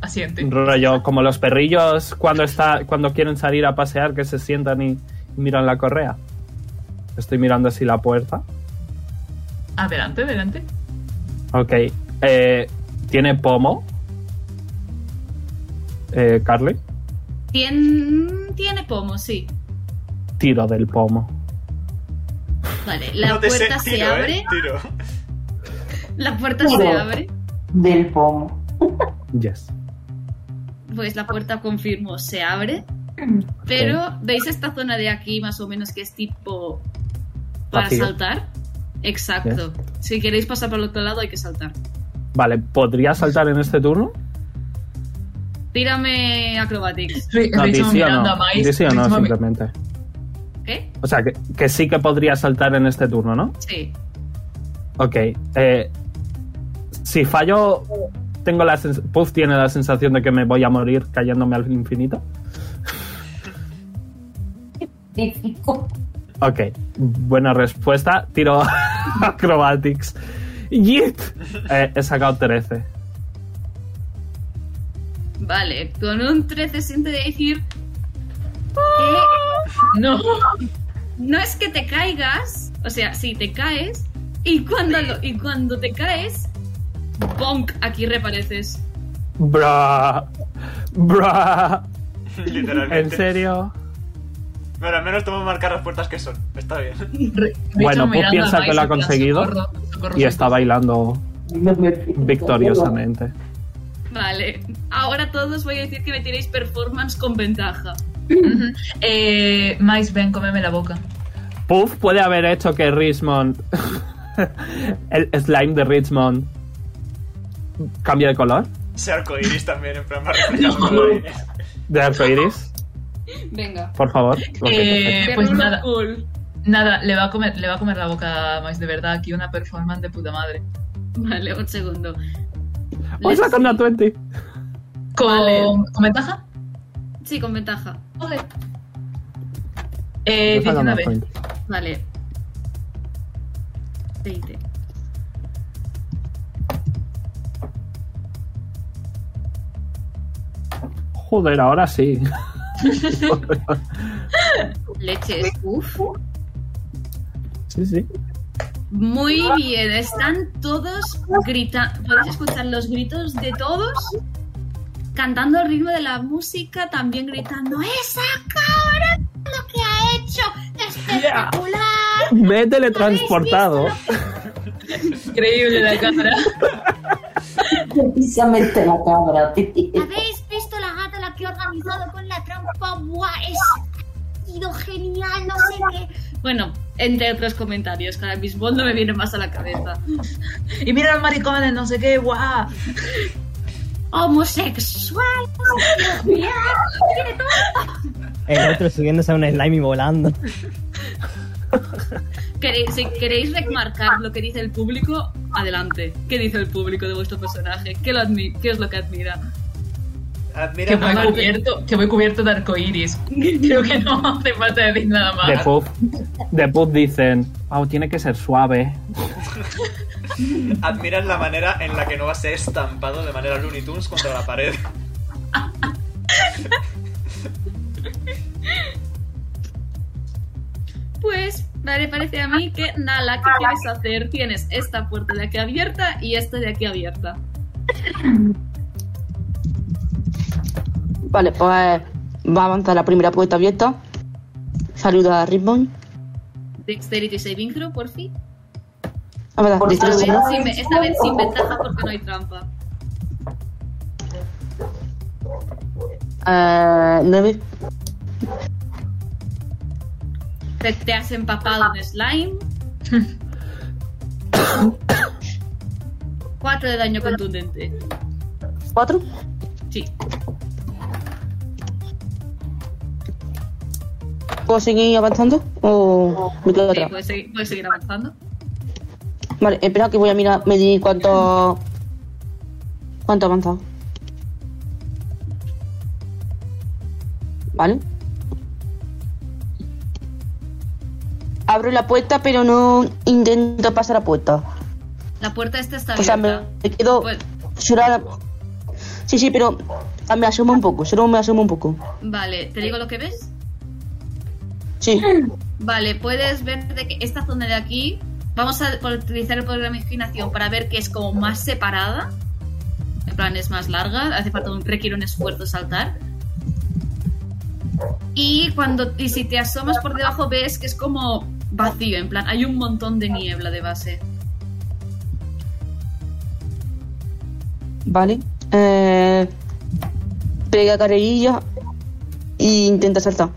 B: Asiente.
C: Rollo como los perrillos cuando, está, cuando quieren salir a pasear que se sientan y, y miran la correa. Estoy mirando así la puerta.
B: Adelante, adelante.
C: Ok. eh, ¿Tiene pomo? Eh, Carly,
E: Tien- mm, tiene pomo, sí.
C: tiro del pomo.
E: Vale, la
A: No te sé,
E: puerta se
A: tiro, ¿eh?
E: abre.
A: Tiro.
E: La puerta se
D: Tiro.
E: abre.
D: Del pomo.
C: Yes.
E: Pues la puerta, confirmo, se abre. Pero veis esta zona de aquí más o menos que es tipo para
C: Vacío.
E: saltar. Exacto. Si queréis pasar por el otro lado hay que saltar.
C: Vale, ¿podría saltar en este turno?
E: Tírame acrobatics.
B: Ri-
C: No, di
B: Richmond
C: sí o
B: mirando a
C: no.
B: Miles.
C: Di sí o no,
B: Richmond mi-
C: simplemente.
E: ¿Qué?
C: O sea, que, que sí que podría saltar en este turno, ¿no?
E: Sí.
C: Ok. eh, si fallo, tengo la sens- Puff tiene la sensación de que me voy a morir cayéndome al infinito.
D: Típico.
C: Ok, buena respuesta. Tiro acrobatics. Yeet. Eh, he sacado 13.
E: Vale, con un 13 siente de decir que
B: No.
E: no es que te caigas, o sea, si te caes y cuando, lo- y cuando te caes, bonk, aquí repareces.
C: Bra. Bra. ¿En
A: Literalmente.
C: serio?
A: Bueno, al menos tomo marcar las puertas que son. Está bien.
B: Ri-
C: Bueno, Puff
B: Richmond mirando a
C: piensa que
B: Miles
C: lo ha
B: en plan,
C: conseguido
B: socorro, socorro,
C: Y está
B: socorro.
C: bailando victoriosamente.
E: Vale. Ahora todos voy a decir que me tiréis performance con ventaja.
B: Eh, Mais, ven, cómeme la boca.
C: Puff puede haber hecho que Richmond. el slime de Richmond. cambie de color.
A: Ese arcoiris también, en plan, me ha reflejado con el aire.
C: De arcoiris.
E: Venga.
C: Por favor. Ok,
B: Eh,
C: perfecto.
B: pues
E: Perro
B: nada.
E: cool.
B: Nada, le va a comer, le va a comer la boca a Mais, de verdad. Aquí una performance de puta madre.
E: Vale, un segundo.
C: Hoy
B: Pues
E: Let's-
C: saca una 20.
B: ¿Con,
E: Vale.
B: ¿con ventaja?
E: Sí, con ventaja.
B: Eh,
C: Yo saco una
E: Eh,
B: 19.
C: 20.
E: Vale. 20.
C: Joder, ahora sí.
E: Leches. Uf.
C: sí, sí.
E: Muy bien. Están todos gritando. Podéis escuchar los gritos de todos. Cantando al ritmo de la música, también gritando ¡Esa cabra! ¡Lo que ha hecho! ¡Espectacular!
C: Me he teletransportado.
B: Increíble la cámara.
D: Precisamente la cabra.
H: ¿Habéis visto la gata la que he organizado con la trampa? ¡Buah! Es ha sido genial, no sé qué.
E: Bueno, entre otros comentarios, que ahora mismo no me viene más a la cabeza.
B: Y mira los maricones, no sé qué, guau.
H: Homosexual. Dios mío, tiene todo.
G: El otro subiéndose a un slime y volando.
E: Queréis- si queréis remarcar lo que dice el público, adelante. ¿Qué dice el público de vuestro personaje? ¿Qué, lo admi- qué es lo que admira?
B: Que
A: Admira
B: voy
A: a Marvin.
B: cubierto, que voy cubierto de arcoiris. Creo que no hace falta decir nada más.
C: De Puff. De Puff dicen. Wow, tiene que ser suave.
A: Admiras la manera en la que no va a ser estampado de manera Looney Tunes contra la pared.
E: Pues, vale, parece a mí que nada, ¿qué quieres hacer? Tienes esta puerta de aquí abierta y esta de aquí abierta.
F: Vale, pues va a avanzar la primera puerta abierta. Saluda a Ribbon.
E: Dexterity saving throw, por fin.
F: A ver,
D: Por
E: Esta
F: destreza.
E: vez
D: favor.
E: sin- esta vez sin ventaja porque no hay trampa.
F: Eh, nueve.
E: Te, te has empapado en slime. 4 de daño contundente.
F: Cuatro.
E: Sí.
F: ¿Puedo seguir avanzando? ¿O me quedo
E: Sí,
F: atrás?
E: puedes, seguir, puedes seguir avanzando.
F: Vale, espera que voy a mirar, medir cuánto. cuánto ha avanzado. Vale. Abro la puerta, pero no intento pasar la puerta.
E: La puerta esta está
F: O sea, me
E: abierta.
F: me quedo.
E: Pues-
F: solo a la- Sí, sí, pero ah, me asomo un poco, solo me asomo un poco.
E: Vale, ¿te digo lo que ves?
F: Sí,
E: Vale, puedes ver de que esta zona de aquí. Vamos a utilizar el poder de la imaginación para ver que es como más separada. En plan, es más larga. Hace falta un, requiere un esfuerzo saltar. Y cuando y si te asomas por debajo ves que es como vacío. En plan, hay un montón de niebla de base.
F: vale. Eh, pega carrerilla e intenta saltar.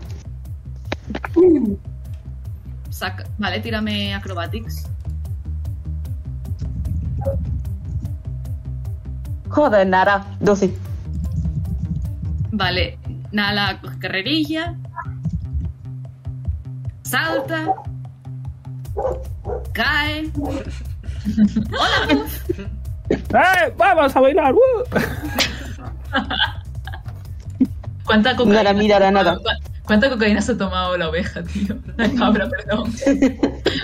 E: Saca- vale, tírame acrobatics.
F: Joder, nada. 12.
E: Vale, nada, la carrerilla. Salta. Cae.
C: ¡Eh! ¡Vamos a bailar! ¡Uh!
B: ¿Cuánta
F: No la
B: cocaína?
F: mirará nada.
B: ¿Cuánta cocaína se ha tomado la oveja, tío? La cabra, perdón.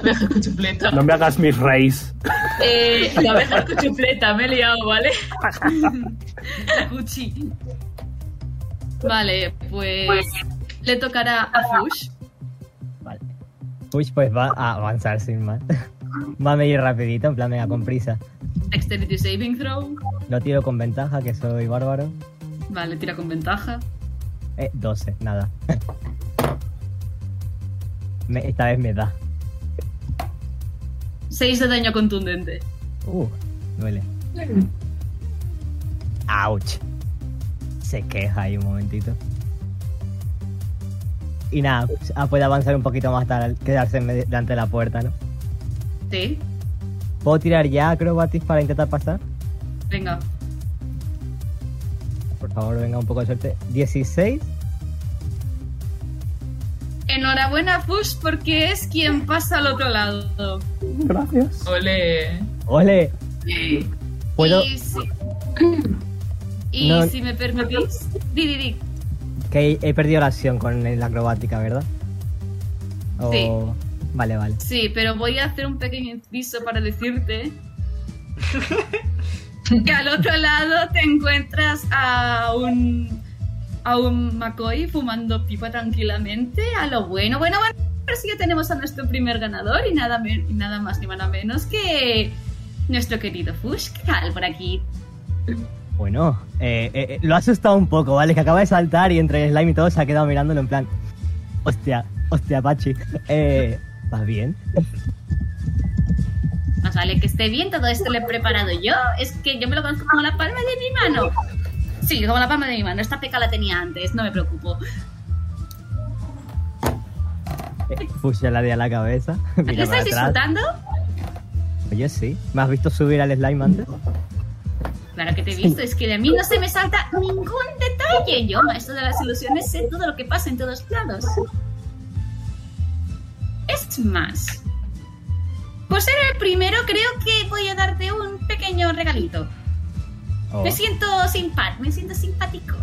B: oveja cuchufleta.
C: No me hagas mis reis.
B: Eh, la oveja cuchufleta, me he liado, ¿vale?
E: Gucci. Vale, pues le tocará a Fush.
G: Vale. Uy, pues va a avanzar sin más. Va a medir rapidito, en plan, venga, con prisa.
E: Dexterity saving throw.
G: Lo tiro con ventaja, que soy bárbaro.
E: Vale, tira con ventaja.
G: Eh, 12, nada. Me- esta vez me da.
E: 6 de daño contundente.
G: Uh, duele. Ouch. Se queja ahí un momentito. Y nada, pues, ah, puede avanzar un poquito más hasta quedarse en medio- delante de la puerta, ¿no?
E: Sí,
G: ¿Puedo tirar ya acrobatis para intentar pasar?
E: venga.
G: Por favor, venga un poco de suerte. 16.
E: Enhorabuena, Fush, porque es quien pasa al otro lado.
C: Gracias.
B: Ole.
G: ¡Ole! ¿Puedo?
E: Y si, y
G: No.
E: si me permitís. Di, di, di.
G: Que he, he perdido la acción con la acrobática, ¿verdad? Oh,
E: Sí.
G: Vale, vale.
E: Sí, pero voy a hacer un pequeño inciso para decirte que al otro lado te encuentras a un a un McCoy fumando pipa tranquilamente, a lo bueno, bueno, bueno, pero sí que tenemos a nuestro primer ganador y nada, me- y nada más ni nada menos que nuestro querido Fush. ¿Qué tal por aquí?
G: Bueno, eh, eh, eh, lo ha asustado un poco, ¿vale? Que acaba de saltar y entre el slime y todo se ha quedado mirándolo en plan. Hostia, hostia, Pachi. Eh, ¿Vas bien?
E: Más vale que esté bien, todo esto lo he preparado yo. Es que yo me lo conozco como la palma de mi mano. Sí, como la palma de mi mano. Esta peca la tenía antes, no me preocupo.
G: Eh, Fuchsia la de a la cabeza. Mira
E: ¿Estás
G: para atrás.
E: disfrutando?
G: Oye, sí. ¿Me has visto subir al slime antes?
E: Claro que te he visto, es que de mí no se me salta ningún detalle. Yo, maestro de las ilusiones, sé todo lo que pasa en todos lados. Es más, por ser el primero, creo que voy a darte un pequeño regalito.
G: Oh,
E: Me siento simpático, me siento simpático.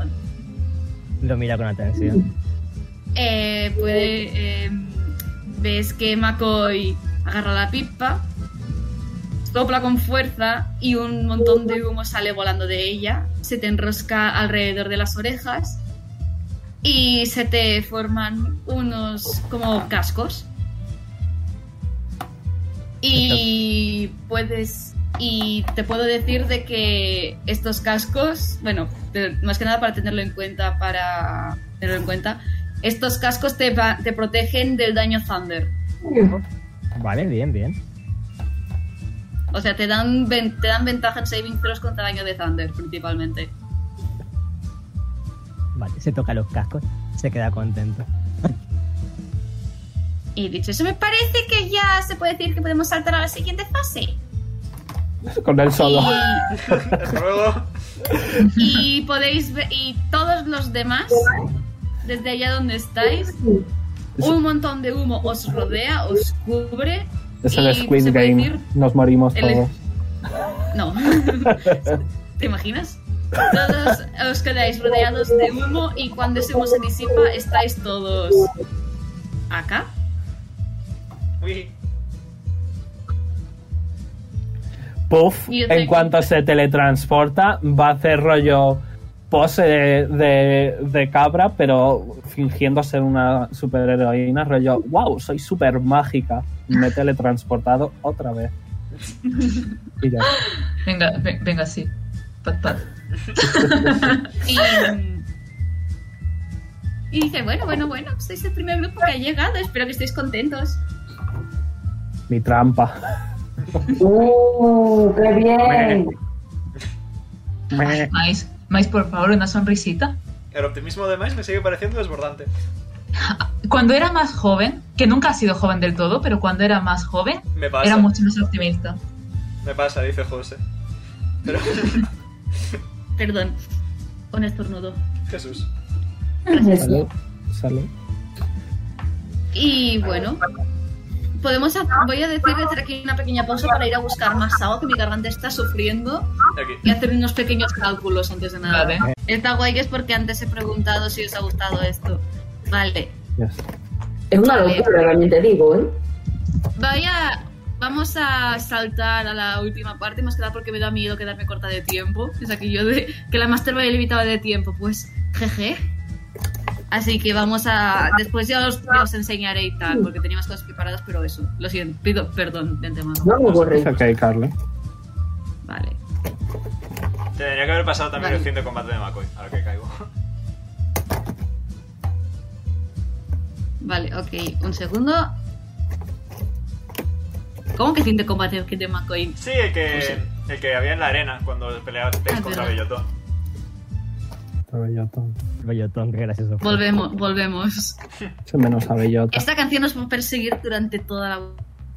G: lo mira con atención.
E: Eh, puede. eh, ves que McCoy agarra la pipa, sopla con fuerza y un montón de humo sale volando de ella. Se te enrosca alrededor de las orejas y se te forman unos como cascos. Y puedes. Y te puedo decir de que estos cascos, bueno, te- más que nada para tenerlo en cuenta, para tenerlo en cuenta, estos cascos te, va- te protegen del daño Thunder.
G: Vale, bien, bien.
E: O sea, te dan, ven- te dan ventaja en saving throws contra daño de Thunder, principalmente.
G: Vale, se toca los cascos. Se queda contento.
E: Y dicho eso, me parece que ya se puede decir que podemos saltar a la siguiente fase.
C: Con él solo.
E: Y,
A: Hasta luego.
E: y podéis ver, y todos los demás, desde allá donde estáis, un montón de humo os rodea, os cubre.
C: Es
E: y
C: el
E: se
C: Squid
E: puede
C: Game.
E: decir-
C: Nos morimos
E: El-
C: todos.
E: No. ¿Te imaginas? Todos os quedáis rodeados de humo y cuando ese humo se disipa estáis todos acá.
A: Uy,
C: Puff,
E: Y yo
C: en
E: tengo-
C: cuanto se teletransporta, va a hacer rollo pose de, de- de cabra, pero fingiendo ser una superheroína, rollo, wow, soy super mágica. Me he teletransportado otra vez. Y ya.
B: Venga, ve- venga, sí. Pat, pat.
E: Y, y dice, bueno, bueno, bueno, sois el primer grupo que ha llegado, espero que estéis contentos.
C: Mi trampa.
D: ¡Uh! ¡Qué bien!
B: Ay, Mais, Mais, por favor, una sonrisita.
A: el optimismo de Mais me sigue pareciendo desbordante.
B: Cuando era más joven, que nunca ha sido joven del todo, pero cuando era más joven,
A: Me pasa.
B: era mucho más optimista.
A: Me pasa, dice José. Pero,
E: Perdón, un estornudo.
A: Jesús.
C: Salud. Salud.
E: Y bueno, podemos ha- voy a decir de hacer aquí una pequeña pausa para ir a buscar más agua, que mi garganta está sufriendo, y
A: Aquí.
E: hacer unos pequeños cálculos antes de nada.
B: Vale.
E: Está guay que es porque antes he preguntado si os ha gustado esto. Vale,
C: Yes.
D: Es una locura, también te digo, ¿eh?
E: vaya, vamos a saltar a la última parte, más que nada porque me da miedo quedarme corta de tiempo. Es aquello de que la Master Vaya limitaba de tiempo, pues jeje. Así que vamos a. Después ya os, ya os enseñaré y tal, porque teníamos cosas preparadas, pero eso. Lo siento, pido perdón de antemano.
D: No me borré.
C: Es ok, Carly.
E: Vale.
A: Tendría que haber pasado también
E: Vale.
A: el fin de combate de McCoy, ahora que caigo.
E: Vale, ok, un segundo. ¿Cómo que fin de combate que de McCoy?
A: Sí, el que. El que había en la arena cuando peleasteis
E: Ah,
A: contra
E: verdad.
A: Bellotón.
C: A Bellotón.
G: Bellotón, qué gracioso. fue.
E: Volvemos, volvemos.
C: Se menos a Bellota.
E: Esta canción nos va a perseguir durante toda la...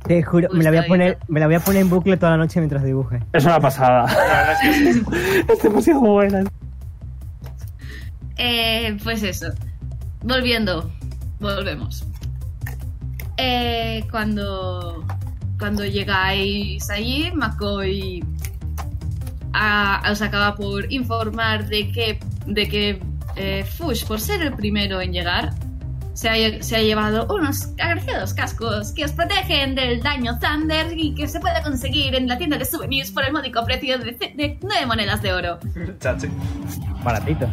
G: Te juro, me la, voy a
E: Está bien.
G: poner, me la voy a poner en bucle toda la noche mientras dibuje.
C: Es una pasada.
A: La verdad es que sí.
C: es demasiado buena.
E: Eh, pues eso. Volviendo. Volvemos. Eh, cuando. Cuando llegáis allí, McCoy a- os acaba por informar de que. de que eh, Fush, por ser el primero en llegar, se ha, lle- se ha llevado unos agraciados cascos que os protegen del daño Thunder y que se puede conseguir en la tienda de souvenirs por el módico precio de, ce- de 9 monedas de oro.
A: Chachi.
G: Baratito.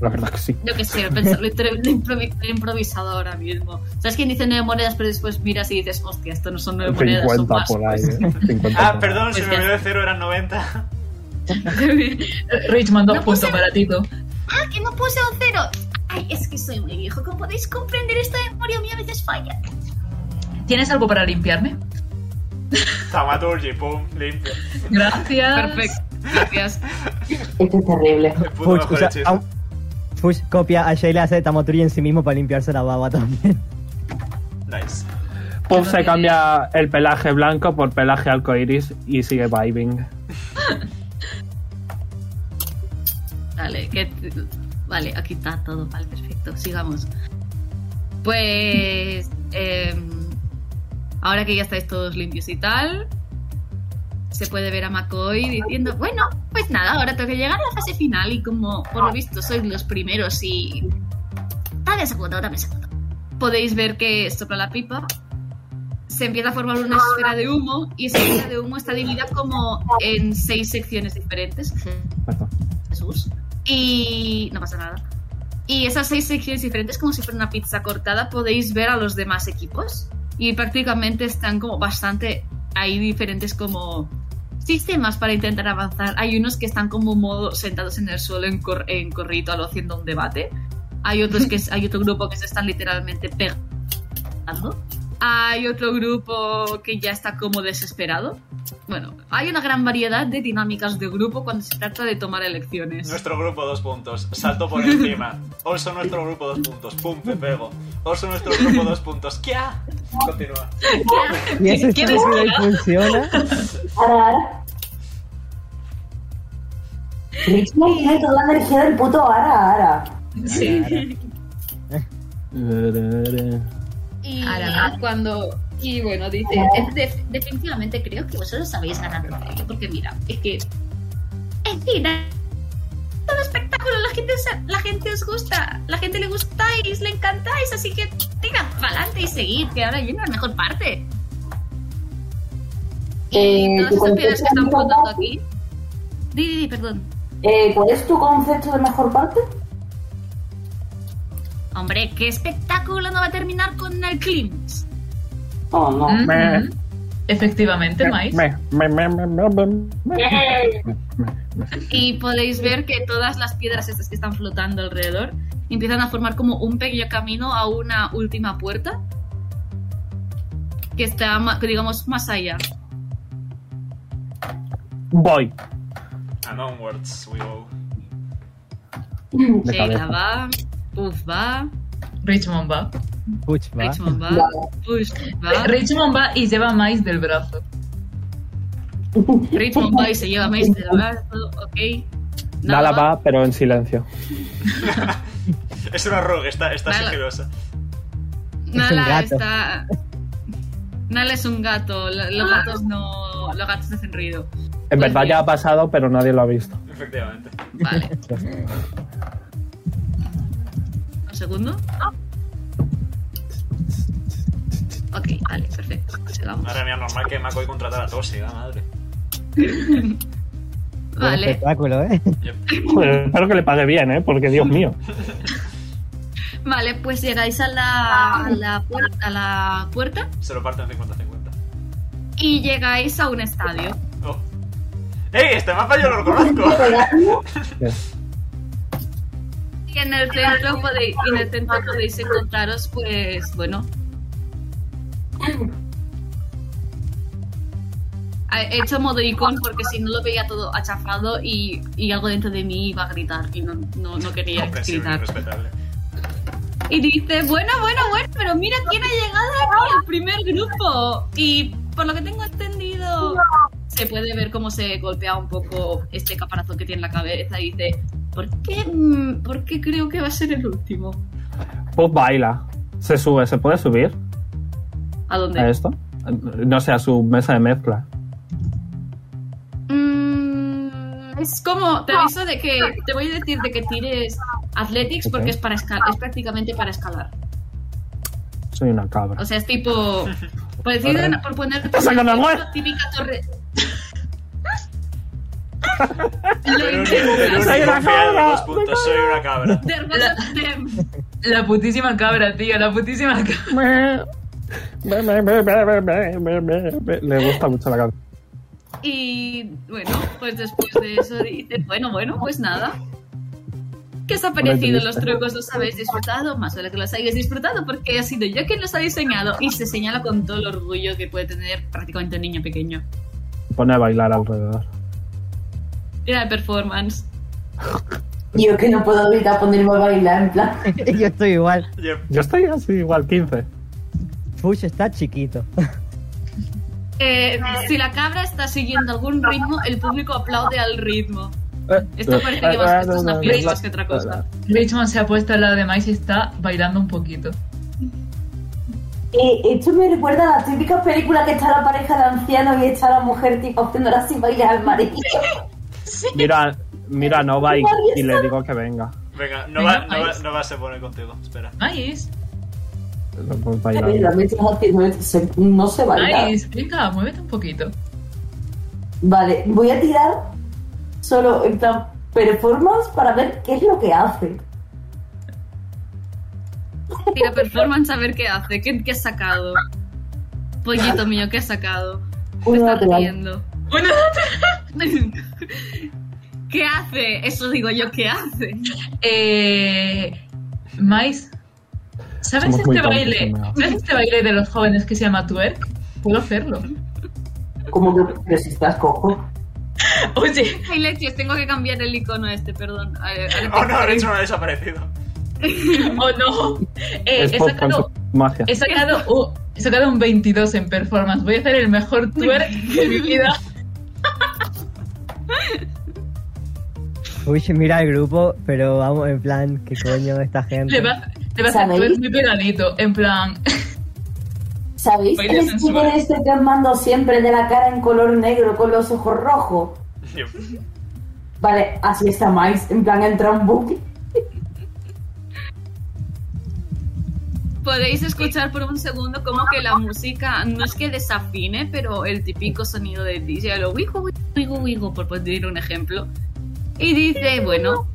C: La verdad que sí.
E: Yo qué sé, pensar- lo he lo he improvi- lo he improvisado ahora mismo. ¿Sabes quién dice nueve monedas, pero después miras y dices, hostia, esto no son nueve monedas, son
C: 50
E: más?
C: por ahí.
E: pues.
C: eh. 50 por
A: Ah,
C: ahí.
A: perdón, se
E: Es
A: me
E: que-
A: olvidó de cero, eran 90.
B: Richmond, dos
E: No
B: puntos
E: puse-
B: para Tito.
H: ¡Ah, que no puse un cero! Ay, es que soy muy viejo. Como podéis comprender, esta memoria mía a veces falla.
B: ¿Tienes algo para limpiarme?
A: Tamaturgi, pum, limpio.
B: Gracias.
E: Perfecto, gracias.
D: Esto es terrible.
A: El puto
G: Fush,
A: ojo de
G: usa-
A: chiste.
G: aún- Fush copia a Sheila hace Tamaturi en sí mismo para limpiarse la baba también.
A: Nice.
C: Puff se cambia el pelaje blanco por pelaje arcoiris y sigue vibing.
E: Vale, que, vale, aquí está todo, vale, perfecto, sigamos. Pues. em, ahora que ya estáis todos limpios y tal, se puede ver a McCoy diciendo: Bueno, pues nada, ahora tengo que llegar a la fase final y como por lo visto sois los primeros y
H: Dame un segundo, dame un segundo.
E: podéis ver que sopla la pipa, se empieza a formar una esfera de humo y esa esfera de humo está dividida como en seis secciones diferentes.
C: Perdón.
E: Jesús. Y no pasa nada. Y esas seis secciones diferentes, como si fuera una pizza cortada, podéis ver a los demás equipos. Y prácticamente están como bastante... Hay diferentes como sistemas para intentar avanzar. Hay unos que están como modo sentados en el suelo en, cor- en corrito, algo haciendo un debate. Hay otros que hay otro grupo que se están literalmente pegando. Hay otro grupo que ya está como desesperado. Bueno, hay una gran variedad de dinámicas de grupo cuando se trata de tomar elecciones.
A: Nuestro grupo, dos puntos. Salto por encima. Orso, nuestro grupo, dos puntos. Pum, te pego. Orso, nuestro grupo, dos puntos. ¿Qué? Continúa.
G: Y eso está
E: ¿Quieres
G: rápido y
E: que
G: funciona.
D: Ahora, ahora. Richmond tiene toda la energía del puto ara, ara.
B: Sí.
H: Y
B: Ahora.
E: cuando y bueno dice "De- de- definitivamente creo que vosotros sabéis ganar el premio", porque mira es que
H: En fin, eh, todo espectáculo, la gente, os- la gente os gusta, la gente le gustáis, le encantáis, así que tira para adelante y seguid, que ahora viene la mejor parte.
D: Eh,
E: y todas
D: tu
E: esas piedras
D: concepto
E: que están
D: de
E: flotando
D: mejor
E: aquí di, di, di, perdón
D: Eh, ¿Cuál es tu concepto de mejor parte?
H: Hombre, qué espectáculo no va a terminar con el clímax.
D: Oh, no.
B: Mm,
C: Me-
B: mm. Efectivamente, Mais.
C: Me- me- me- me- me- me- me-
E: y podéis ver que todas las piedras estas que están flotando alrededor empiezan a formar como un pequeño camino a una última puerta que está ma- digamos más allá
C: Voy.
A: And Ah, onwards we go.
C: De
E: Sheila
C: cabeza.
E: va Puff va
B: Richmond va.
G: Fush va.
E: Richmond va Push va
B: Richmond va y lleva a Mais del brazo.
E: Richmond va y se lleva a Mace del brazo, ok.
C: Nala va, pero en silencio.
A: Es una rogue, está, está
E: Nala.
A: sigilosa.
E: Nala
G: Es un gato.
E: está. Nala es un gato, lo-
G: Ah.
E: los gatos no. Los gatos hacen ruido. Pues
C: En verdad
E: bien.
C: ya ha pasado, pero nadie lo ha visto.
A: Efectivamente.
E: Vale. Un segundo. Ok, vale, perfecto. Sigamos.
A: Madre mía, normal que Macoy contratara a Tóxica, madre.
G: Buen
E: Vale.
G: espectáculo, ¿eh?
C: Joder, espero que le pague bien, ¿eh? Porque Dios mío.
E: Vale, pues llegáis a la, a la puer- a la puerta
A: Se lo parten 50-50.
E: y llegáis a un estadio.
A: Oh. ¡Ey! Este mapa yo lo conozco.
E: Y en el centro podéis, y en el pues, centro podéis encontraros, pues, bueno. Ah, He hecho modo icon porque si no lo veía todo achafado y, y algo dentro de mí iba a gritar y no, no, no quería
A: Comprensible y
E: gritar.
A: respetable.
E: Y dice, bueno, bueno, bueno, pero mira quién ha llegado aquí al primer grupo. Y por lo que tengo entendido, se puede ver cómo se golpea un poco este caparazón que tiene en la cabeza y dice, ¿por qué, mm, ¿por qué creo que va a ser el último?
C: Puff baila. Se sube. ¿Se puede subir
E: ¿A
C: a
E: dónde?
C: esto? No sé, a su mesa de mezcla.
E: Mm, es como, te aviso de que, te voy a decir de que tires Athletics porque
C: Ok.
E: es, para esca- es prácticamente para escalar.
C: Soy una cabra.
E: O sea, es tipo. Por decir,
C: Correcto.
E: por poner.
C: ¡Pasa con la web!
E: Típica torre.
A: El
E: Lo
A: único- el
E: intentas.
A: único
C: Soy una
A: que ha dado
C: cabra,
A: dos puntos, soy una cabra.
E: There was a attempt.
B: La putísima cabra, tío, la putísima cabra.
C: Le gusta mucho la cabra.
E: Y bueno, pues después de eso dices, bueno, bueno, pues nada. ¿Qué os ha parecido los trucos? ¿Los habéis disfrutado? Más vale que los hayáis disfrutado porque ha sido yo quien los ha diseñado y se señala con todo el orgullo que puede tener prácticamente un niño pequeño.
C: Pone a bailar alrededor.
E: Era de performance.
D: Yo que no puedo ahorita ponerme a bailar, en plan.
G: Yo estoy igual.
A: Yo-
C: Yo estoy así, igual 15.
G: Fush está chiquito.
E: Eh, si la cabra está siguiendo algún ritmo, el público aplaude al ritmo. Esto parece que más-
C: Ah,
E: esto es una play más que otra cosa.
B: Richmond se ha puesto al lado de Miles y está bailando un poquito.
D: Eh, esto me recuerda a las típicas películas que está la pareja de ancianos y está la mujer tipo haciendo así bailar al marido.
C: Mira, mira a Nova y, y le digo que venga.
A: Venga, no va,
B: Venga,
A: no va,
B: vais.
A: no va a ser bueno contigo. Espera.
B: Miles,
C: Vamos
D: Pero
C: bailando.
D: me estás haciendo esto, se- No se baila.
B: Miles, venga, muévete un poquito.
D: Vale, voy a tirar solo en plan performance para ver qué es lo que hace.
E: Tira performance a ver qué hace, qué, qué has sacado. Pollito mío, ¿qué has sacado? Me
D: Uno
E: está
D: natural.
E: riendo. ¿Qué hace? Eso digo yo, ¿qué hace?
B: Eh, Miles, ¿sabes
C: Somos muy
B: este
C: tontos,
B: baile?
C: amiga.
B: ¿Sabes este baile de los jóvenes que se llama twerk? Puedo hacerlo.
D: Como que, pero si estás cojo.
B: Oye,
E: Ay, Lexios, tengo que cambiar el icono este, perdón. A ver, a ver,
A: Oh no,
E: tengo-
A: Richard ha desaparecido.
B: oh no. Eh,
C: Es
B: he
C: por con
B: sacado,
C: su magia.
B: he sacado un- he sacado un 22 en performance. Voy a hacer el mejor twerk de mi vida.
G: Fush mira el grupo, pero vamos, en plan, ¿qué coño esta gente?
B: Le vas, le vas a
D: ¿Sabéis?
B: hacer muy pegadito, en plan.
D: ¿Sabéis
B: Baile
D: el
B: sensual.
D: estilo este que os mando siempre de la cara en color negro con los ojos rojos?
A: Yo-
D: Vale, así está Miles, en plan entra un buque.
E: Podéis escuchar por un segundo como que la música no es que desafine, pero el típico sonido de DJ, lo wigo, wigo, wigo, wigo, por poner un ejemplo. Y dice, bueno,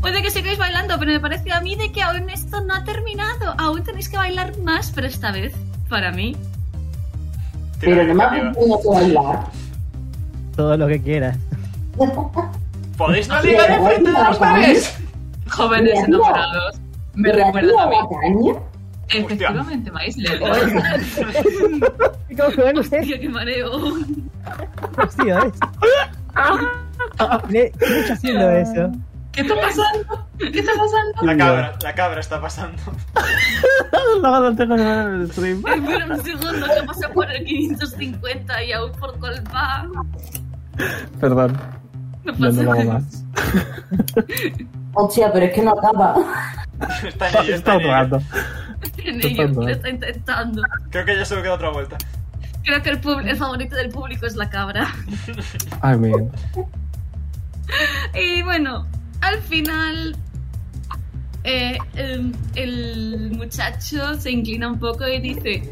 E: puede que sigáis bailando, pero me parece a mí de que aún esto no ha terminado. Aún tenéis que bailar más, pero esta vez, para mí,
A: tira
D: Pero no me ha
A: iniciativa.
D: no sé bailar.
G: Todo lo que quieras.
A: ¿Podéis no ligar enfrente de los bebés?
B: Jóvenes
D: Mira,
B: enamorados. Me
D: ¿Y a ti
B: recuerda a
D: a
B: mí.
D: la caña?
B: Efectivamente, Maíz, le digo.
G: ¿Qué cojones es
E: tío, qué mareo.
G: tío? ¿eh? Le- ¿Quién está haciendo eso?
B: ¿Qué está pasando? ¿Qué está pasando?
A: La cabra, la cabra está pasando.
C: Luego lo tengo en el stream.
E: Espera un segundo, que pasa por el 550 y aún por cuál va.
C: Perdón,
E: No
C: yo no
E: pasa
C: lo hago
E: nada.
C: más.
D: Hostia, pero es que no acaba.
A: Está en ello, está
C: Está
A: en
C: un
A: ello.
C: rato.
E: En
C: Qué
E: ello,
C: tonto,
E: lo
C: eh.
E: está intentando.
A: Creo que ya solo queda otra vuelta.
E: Creo que el, pub- el favorito del público es la cabra.
C: I mean.
E: Y bueno, al final eh, el, el muchacho se inclina un poco y dice,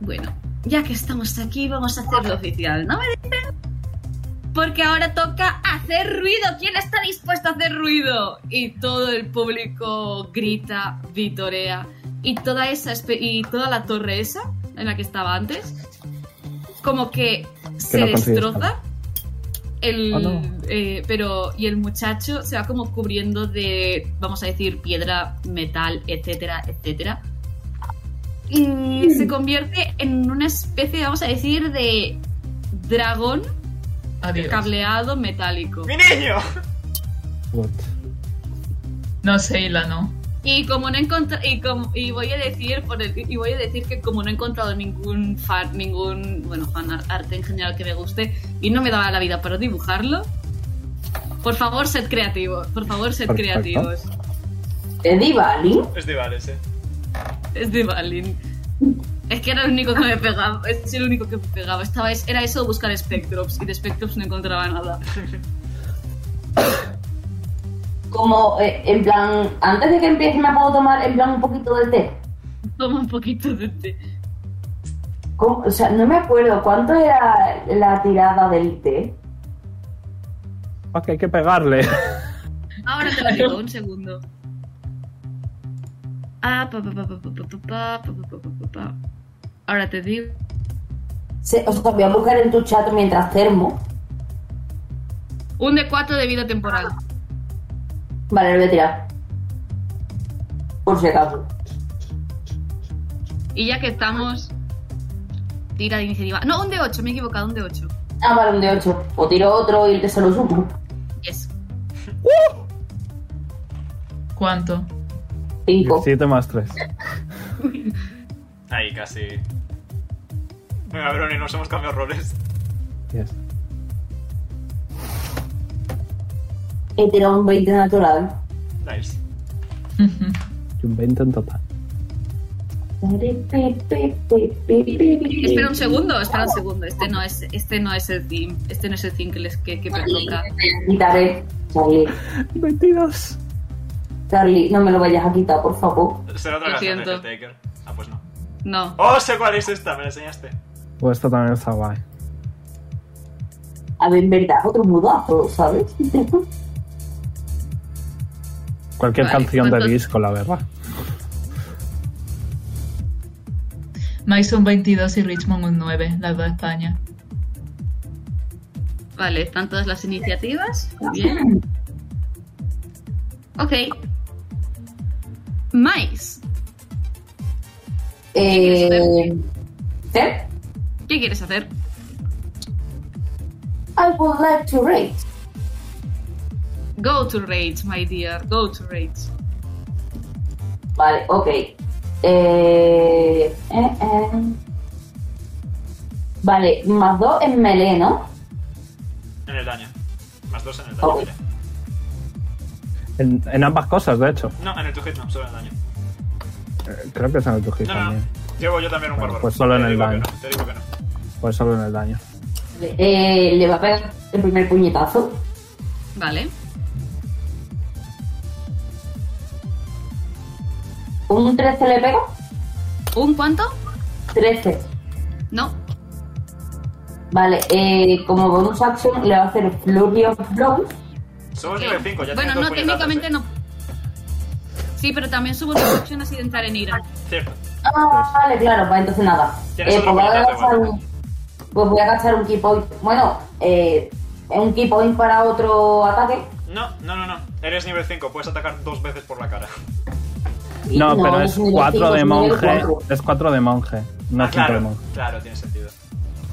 E: bueno, ya que estamos aquí vamos a hacerlo oficial, ¿no me dicen? Porque ahora toca hacer ruido. ¿Quién está dispuesto a hacer ruido? Y todo el público grita, vitorea. Y toda esa espe- y toda la torre esa en la que estaba antes, como que, se
C: no consigues.
E: destroza. El,
C: Oh, no.
E: eh, pero y el muchacho se va como cubriendo de vamos a decir piedra metal etcétera etcétera y se convierte en una especie vamos a decir de dragón
B: Adiós.
E: cableado metálico.
A: ¡Mi niño!
C: What?
B: No sé, Hila, no.
E: Y como no he encontra- y, como- y voy a decir por el- y voy a decir que como no he encontrado ningún fan, ningún bueno fan ar- arte en general que me guste y no me daba la vida para dibujarlo. Por favor, sed creativos. Por favor, sed
C: Perfecto.
E: creativos.
D: ¿Es Divali?
A: Es de Vales, eh.
E: Es de Balin. Es que era el único que me pegaba. Es el único que me pegaba. Estaba, es- era eso de buscar Spectrops. Y de Spectrops no encontraba nada.
D: Como, eh, en plan, antes de que empiece me puedo tomar en plan un poquito de té.
E: Toma un poquito de té.
D: ¿Cómo? O sea, no me acuerdo cuánto era la tirada del té.
C: Ok, hay que pegarle.
E: Ahora te lo digo, un segundo. Ah, pa, pa, pa, pa, pa, pa, pa, pa, pa, pa, pa, pa, pa. Ahora te digo.
D: Se- o sea, voy a buscar en tu chat mientras termo.
E: Un de 4 de vida temporal.
D: Vale, lo voy a tirar. Por si acaso.
E: Y ya que estamos. Tira de iniciativa. No, un de 8, me he equivocado, un de 8.
D: Ah, vale, un de 8. O tiro otro y se lo sumo.
E: Yes.
B: ¿Cuánto?
D: 5.
C: 7 más 3.
A: Ahí casi. Venga, Veroni, nos hemos cambiado roles.
C: Yes.
D: He tirado un 20 natural.
A: Nice.
C: Y un 20 en total.
E: Espera
D: Espera
E: un segundo, espera un segundo. Este no es, este no es el team. Este no es el team que les que, que me toca.
D: Quitaré. Charlie,
C: 22.
D: Charlie, no me lo vayas a quitar, por favor.
A: Será otra
E: Lo
A: canción de
E: siento.
A: Taker. Ah, pues no.
E: No.
A: ¡Oh, sé cuál es esta! Me la enseñaste.
C: Pues esto también está guay.
D: A ver, en verdad, otro mudazo, ¿sabes?
C: Cualquier
E: Vale,
C: canción de
E: ¿cuántos?
C: disco, la verdad.
B: Mason 22 y Richmond un 9, la de España.
E: Vale, están todas las iniciativas. Muy Bien. Ok. Mais,
D: eh, ¿Eh?
E: ¿qué quieres hacer?
D: I would like to rate.
E: Go to rage, my dear. Go to rage.
D: Vale, ok. Eh, eh, eh. Vale, más dos en melee, ¿no?
A: En el daño. Más dos en el daño.
D: Oh.
A: mira.
C: En, en ambas cosas, de hecho.
A: No, en el to hit no, solo en el daño.
C: Eh, creo que es en el
E: Ah.
C: Tujic
A: No, no, no.
C: también.
A: Llevo yo también un
C: Bueno,
A: bárbaro.
C: pues solo
A: Te
C: en el
A: digo que
C: daño.
A: no, Te digo que no.
C: Pues solo en el daño.
D: Eh, le va a pegar el primer puñetazo.
E: Vale.
D: ¿Un 13 le pego?
E: ¿Un cuánto?
D: 13.
E: No.
D: Vale, eh, como bonus action le va a hacer Flurry of Blows.
A: Somos
E: Ok.
A: nivel 5, ya
E: bueno,
A: tienes dos
E: no,
A: puñetazos,
E: técnicamente
A: ¿eh?
E: no. Sí, pero también subo las opciones y de entrar en ira.
A: Cierto.
D: Ah, vale, claro, pues entonces nada.
A: Tienes
D: Eh,
A: otro
D: pues, voy a
A: puñetazo,
D: gastar
A: bueno.
D: un, pues voy a gastar un key point. Bueno, eh, un key point para otro ataque.
A: No, no, no, no. Eres nivel 5, puedes atacar dos veces por la cara.
D: Y
C: No, pero es
D: nivel
C: 4
D: cinco,
C: de
D: es nivel
C: monje.
D: cuatro.
C: Es 4 de monje. No
A: Ah,
C: 5 de
A: claro,
C: monje.
A: claro, tiene sentido.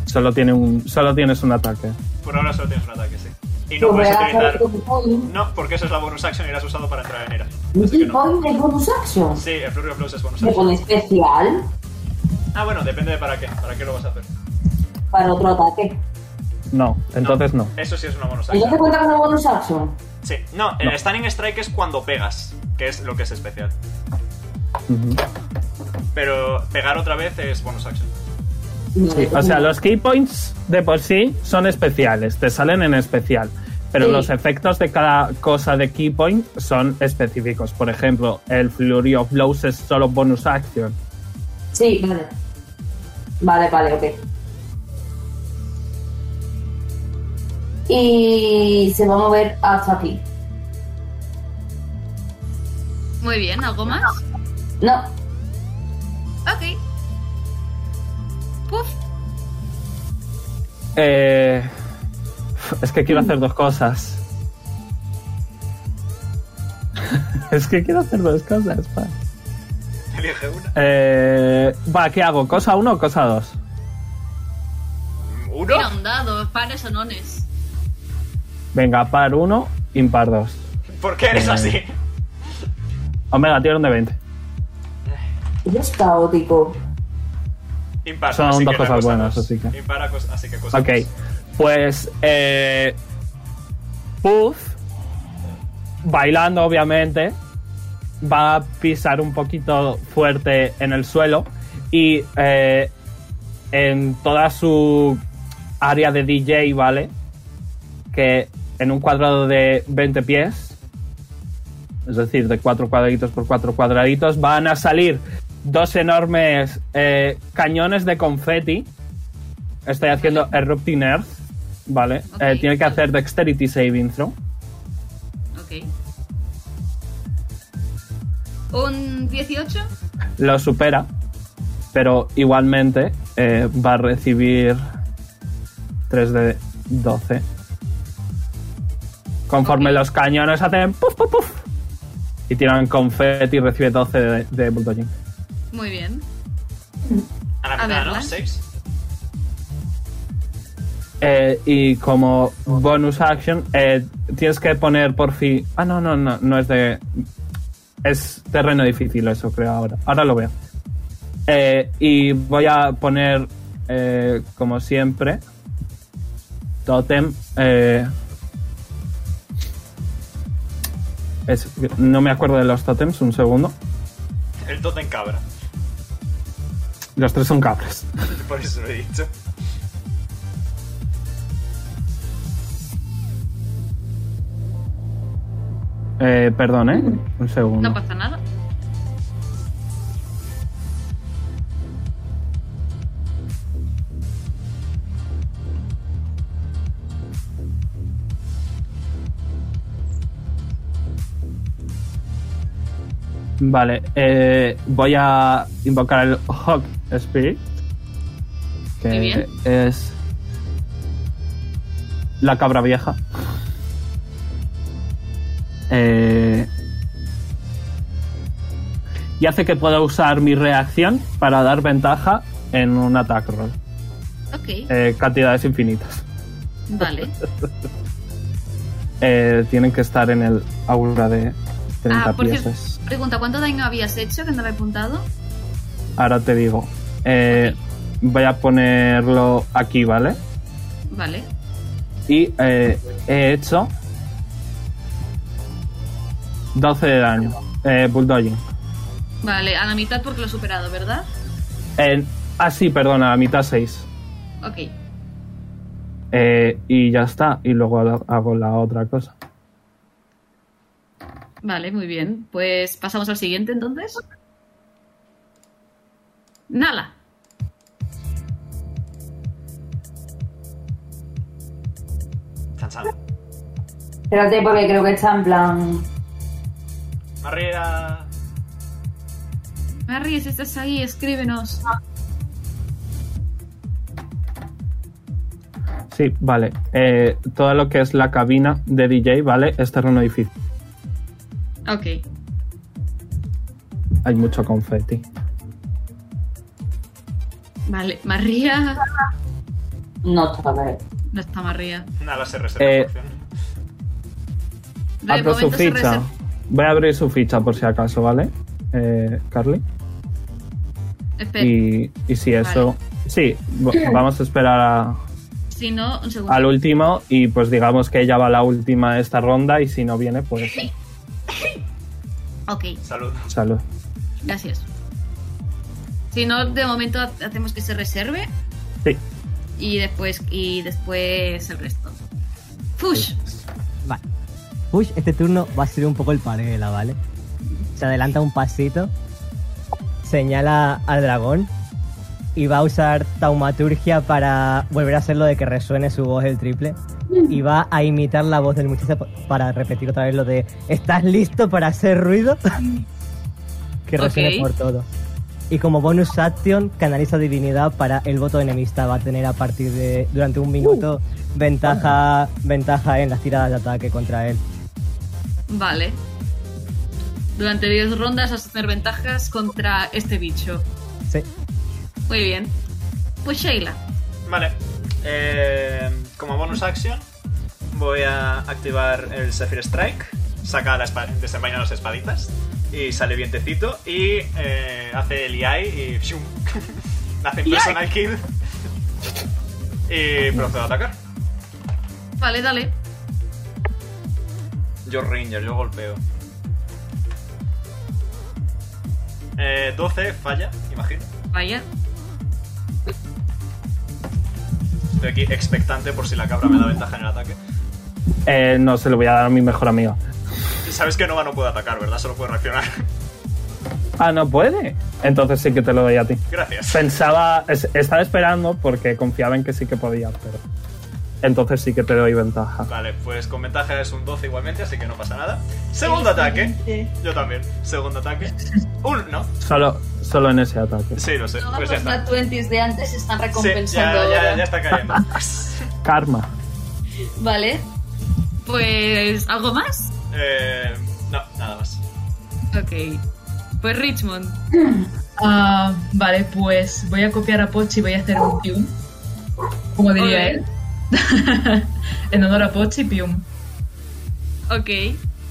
C: Solo, tiene un, solo tienes un ataque.
A: Por ahora solo tienes un ataque, sí. Y
D: Pues
A: no
D: voy a
A: puedes
D: gastar
A: utilizar.
D: otro key point.
A: No, porque eso es la bonus action y la has usado para entrar en era.
D: Un
A: Así que
D: key
A: no.
D: point es bonus action.
A: Sí, el Flurry of Blows es bonus
D: Se pone
A: action.
D: especial
A: Ah, bueno, depende de para qué. ¿Para qué lo vas a hacer?
D: para otro ataque.
C: No, entonces no.
A: Eso sí es una bonus
D: ¿Entonces
A: action.
D: cuenta con una bonus action?
A: Sí. No, el
C: No.
A: Stunning Strike es cuando pegas, que es lo que es especial.
C: Ujú.
A: Pero pegar otra vez es bonus action.
D: Vale,
C: O sea, los key points de por sí son especiales, te salen en especial. Pero
D: Sí.
C: los efectos de cada cosa de key point son específicos. Por ejemplo, el Flurry of Blows es solo bonus action.
D: Sí, vale. Vale, vale, ok. Y se va a mover hasta aquí.
E: Muy bien, ¿algo más?
D: No,
E: Ok. Puf.
C: Eh, es que quiero hacer dos cosas. es que quiero hacer dos cosas. pa.
A: Elige una.
C: Eh, va, ¿qué hago? ¿Cosa 1 o cosa 2?
A: ¿Uno?
E: Tira un dado. pares o nones.
C: Venga, par 1, impar 2.
A: ¿Por qué eres
C: Eh.
A: así?
C: Omega, tira un de 20.
D: Ella es caótico.
A: Impar.
C: Son
A: así
C: dos
A: que una
C: cosas
A: cosa
C: buenas,
A: más.
C: así que-
A: Impar, a cos- así que cosas
C: Ok,
A: más.
C: pues eh, Puff, bailando obviamente, va a pisar un poquito fuerte en el suelo y eh, en toda su área de DJ, ¿vale? Que en un cuadrado de 20 pies, es decir, de 4 cuadraditos por 4 cuadraditos, van a salir dos enormes eh, cañones de confeti. Estoy haciendo Erupting Earth, ¿vale?
E: Ok.
C: Eh, tiene que hacer Dexterity Saving Throw.
E: Ok. ¿Un 18?
C: Lo supera, pero igualmente eh, va a recibir 3 de 12. Conforme
E: Ok.
C: los cañones hacen puff, puff, puff. Y tiran confeti y recibe 12 de, de bulldogging.
E: Muy bien.
A: A la
E: A
A: mitad,
E: verla.
A: ¿no? ¿Seis?
C: Eh, y como bonus action, eh, tienes que poner por fin. Ah, no, no, no, no es de. Es terreno difícil, eso creo ahora. Ahora lo veo. Eh, y voy a poner, eh, como siempre, Totem. eh, es- no me acuerdo de los totems, un segundo.
A: El totem cabra.
C: Los tres son cabras.
A: Por eso lo he dicho.
C: Eh, perdón, ¿eh? Un segundo.
E: No pasa nada.
C: Vale, eh, voy a invocar el Hawk Spirit. Que
E: Muy bien.
C: es. La cabra vieja. Eh, y hace que pueda usar mi reacción para dar ventaja en un attack roll.
E: Ok,
C: Eh, cantidades infinitas.
E: vale.
C: Eh, tienen que estar en el aura de 30
E: Ah, por cierto,
C: piezas.
E: pregunta, ¿cuánto daño habías hecho que no me he apuntado?
C: Ahora te digo. Eh, Voy a ponerlo aquí, ¿vale?
E: Vale.
C: Y eh, he hecho 12 de daño. Eh, bulldogging.
E: Vale, a la mitad porque lo he superado, ¿verdad?
C: En- ah, sí, perdona, a mitad 6.
E: Ok.
C: Eh, y ya está. Y luego ha- hago la otra cosa.
E: Vale, muy bien. Pues pasamos al siguiente entonces. Nala.
A: Chan, chan.
D: Espérate, porque creo que está en plan.
A: María.
E: Mary, si estás ahí, escríbenos.
C: Sí, vale. Eh, todo lo que es la cabina de DJ, ¿vale? Este Es terreno difícil.
E: Ok.
C: Hay mucho confeti.
E: Vale, María.
D: No está bien.
E: No está María.
A: Nada, se reserva.
C: Eh,
A: por cien.
E: De
C: Abro su
E: momento se
C: ficha.
E: reserva-
C: Voy a abrir su ficha por si acaso, ¿vale? Eh, Carly.
E: Espera,
C: Y, y si eso... Sí, v- vamos a esperar a,
E: si no, un segundo.
C: al último y pues digamos que ella va la última de esta ronda y si no viene pues
E: Ok,
A: Salud.
C: salud.
E: gracias. Si no, de momento ha- hacemos que se reserve
C: Sí,
E: y después y después el resto. Fush.
G: Vale. Push, este turno va a ser un poco el parguela, ¿vale? Se adelanta un pasito, señala al dragón y va a usar taumaturgia para volver a hacer lo de que resuene su voz el triple. Y va a imitar la voz del muchacho pa- para repetir otra vez lo de ¿Estás listo para hacer ruido? que resuene
E: Ok.
G: por todo. Y como bonus action, canaliza divinidad para el voto de enemista. Va a tener a partir de. durante un minuto ventaja, ventaja en las tiradas de ataque contra él.
E: Vale. Durante 10 rondas vas a tener ventajas contra este bicho.
G: Sí.
E: Muy bien. Pues Sheila.
A: Vale. Eh, como bonus action, voy a activar el Sapphire Strike. Saca la espada, desenvaina las espaditas. Y sale vientecito. Y eh, hace el EI y. ¡fium!
E: E
A: hace un personal kill. Y procedo a atacar.
E: Vale, dale.
A: Yo Ranger, yo golpeo. Eh, 12, falla, imagino.
E: Vaya.
A: Estoy aquí expectante por si la cabra me da ventaja en el ataque.
C: Eh, no, se lo voy a dar a mi mejor amigo.
A: Y sabes que Nova no puede atacar, ¿verdad? Solo puede reaccionar.
C: Ah, no puede. Entonces sí que te lo doy a ti.
A: Gracias.
C: Pensaba, es- estaba esperando porque confiaba en que sí que podía, pero. Entonces sí que te doy ventaja.
A: Vale, pues con ventaja es un 12 igualmente, así que no pasa nada. Segundo ataque. Yo también. Segundo ataque. Un, no.
C: Solo, solo en ese ataque.
A: Sí, lo sé.
H: Todos
A: Pues ya
H: los
A: está.
H: nat 20 de antes se están
A: Sí, ya,
H: recompensando
A: ya,
H: ahora.
A: ya está cayendo.
C: Karma.
H: Vale.
E: Pues. ¿Algo más?
A: Eh, no, nada más.
E: Ok. Pues Richmond.
B: Ah, vale, pues voy a copiar a Pochi y voy a hacer un pium. Como diría
E: Ole.
B: él. en honor a Pochi, pium.
E: Ok.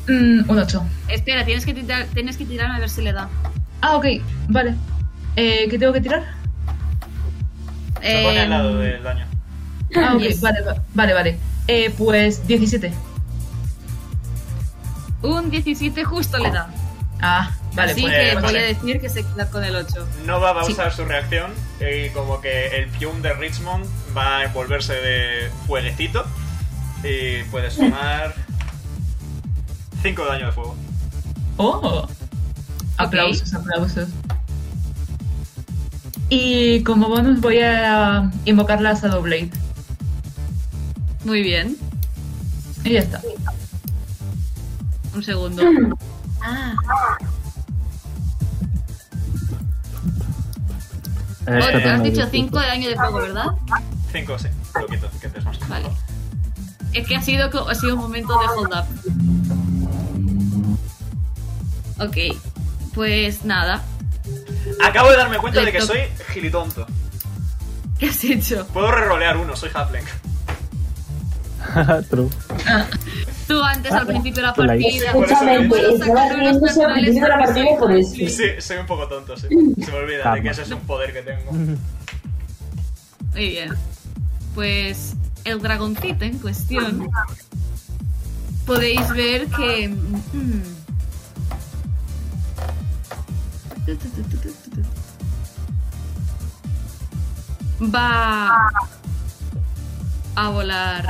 B: Mm, un 8.
E: Espera, tienes que, tirar, tienes que tirarme a ver si le da.
B: Ah, ok, vale. Eh, ¿Qué tengo que tirar?
A: Se pone
E: Eh,
A: al lado del daño.
B: Ah, ok,
E: Yes.
B: vale, va- vale, vale. Eh, pues 17.
E: Un 17 justo le da.
B: Ah, vale,
E: Así
B: pues.
E: que
A: pues,
E: voy
A: vale.
E: a decir que se queda con el 8.
A: Nova va a
B: Sí.
A: usar su reacción y como que el pium de Richmond va a envolverse de fueguecito y puede sumar 5 daño de fuego.
B: ¡Oh! Aplausos, aplausos. Y como bonus voy a invocar la Shadow Blade.
E: Muy bien.
B: Y ya está.
E: Un segundo. Ah, Bueno,
C: Eh, este
E: has
C: tengo
E: dicho
C: diecisiete.
E: 5 de daño de fuego, ¿verdad?
A: 5, sí, lo quito, que te es más
E: Vale.
A: cómodo.
E: Es que ha sido, co- ha sido un momento de hold up. Ok. Pues nada.
A: Acabo de darme cuenta
E: Le
A: de que
E: to-
A: soy gilitonto.
E: ¿Qué has hecho?
A: Puedo rerolear uno, soy halfling.
C: True.
E: Tú antes, al principio de la partida.
A: Por eso
D: Escúchame,
A: te he
D: que
E: dicho.
D: estaba riéndose al principio de la partida y por eso.
A: Sí, soy un poco tonto, sí. Se me olvida de
C: Karma.
A: que ese es un poder que tengo.
E: Muy bien. Pues el dragoncito en cuestión. Podéis ver que. mm, tu, tu, tu, tu, tu, tu, tu. Va a volar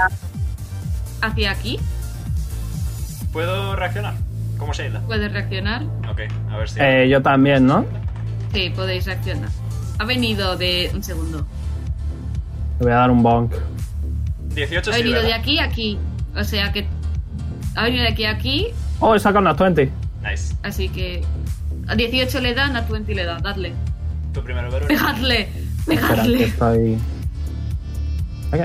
E: hacia aquí.
A: ¿Puedo reaccionar? ¿Cómo se Sheila?
E: Puedes reaccionar.
A: Ok, a ver si...
C: Eh, yo también, ¿no?
E: Sí, podéis reaccionar. Ha venido de. Un segundo.
C: Le voy a dar un bonk.
A: 18
E: Ha
A: sí,
E: venido de
A: ¿verdad?
E: aquí a aquí. O sea que. Ha venido de aquí a aquí.
C: Oh, he sacado unas 20.
A: Nice.
E: Así que a 18 le dan, a 20 le dan. Dadle.
A: Tú primero, Verónica.
E: Pegadle.
C: Espera, que
E: Pegadle.
C: estoy. Ok.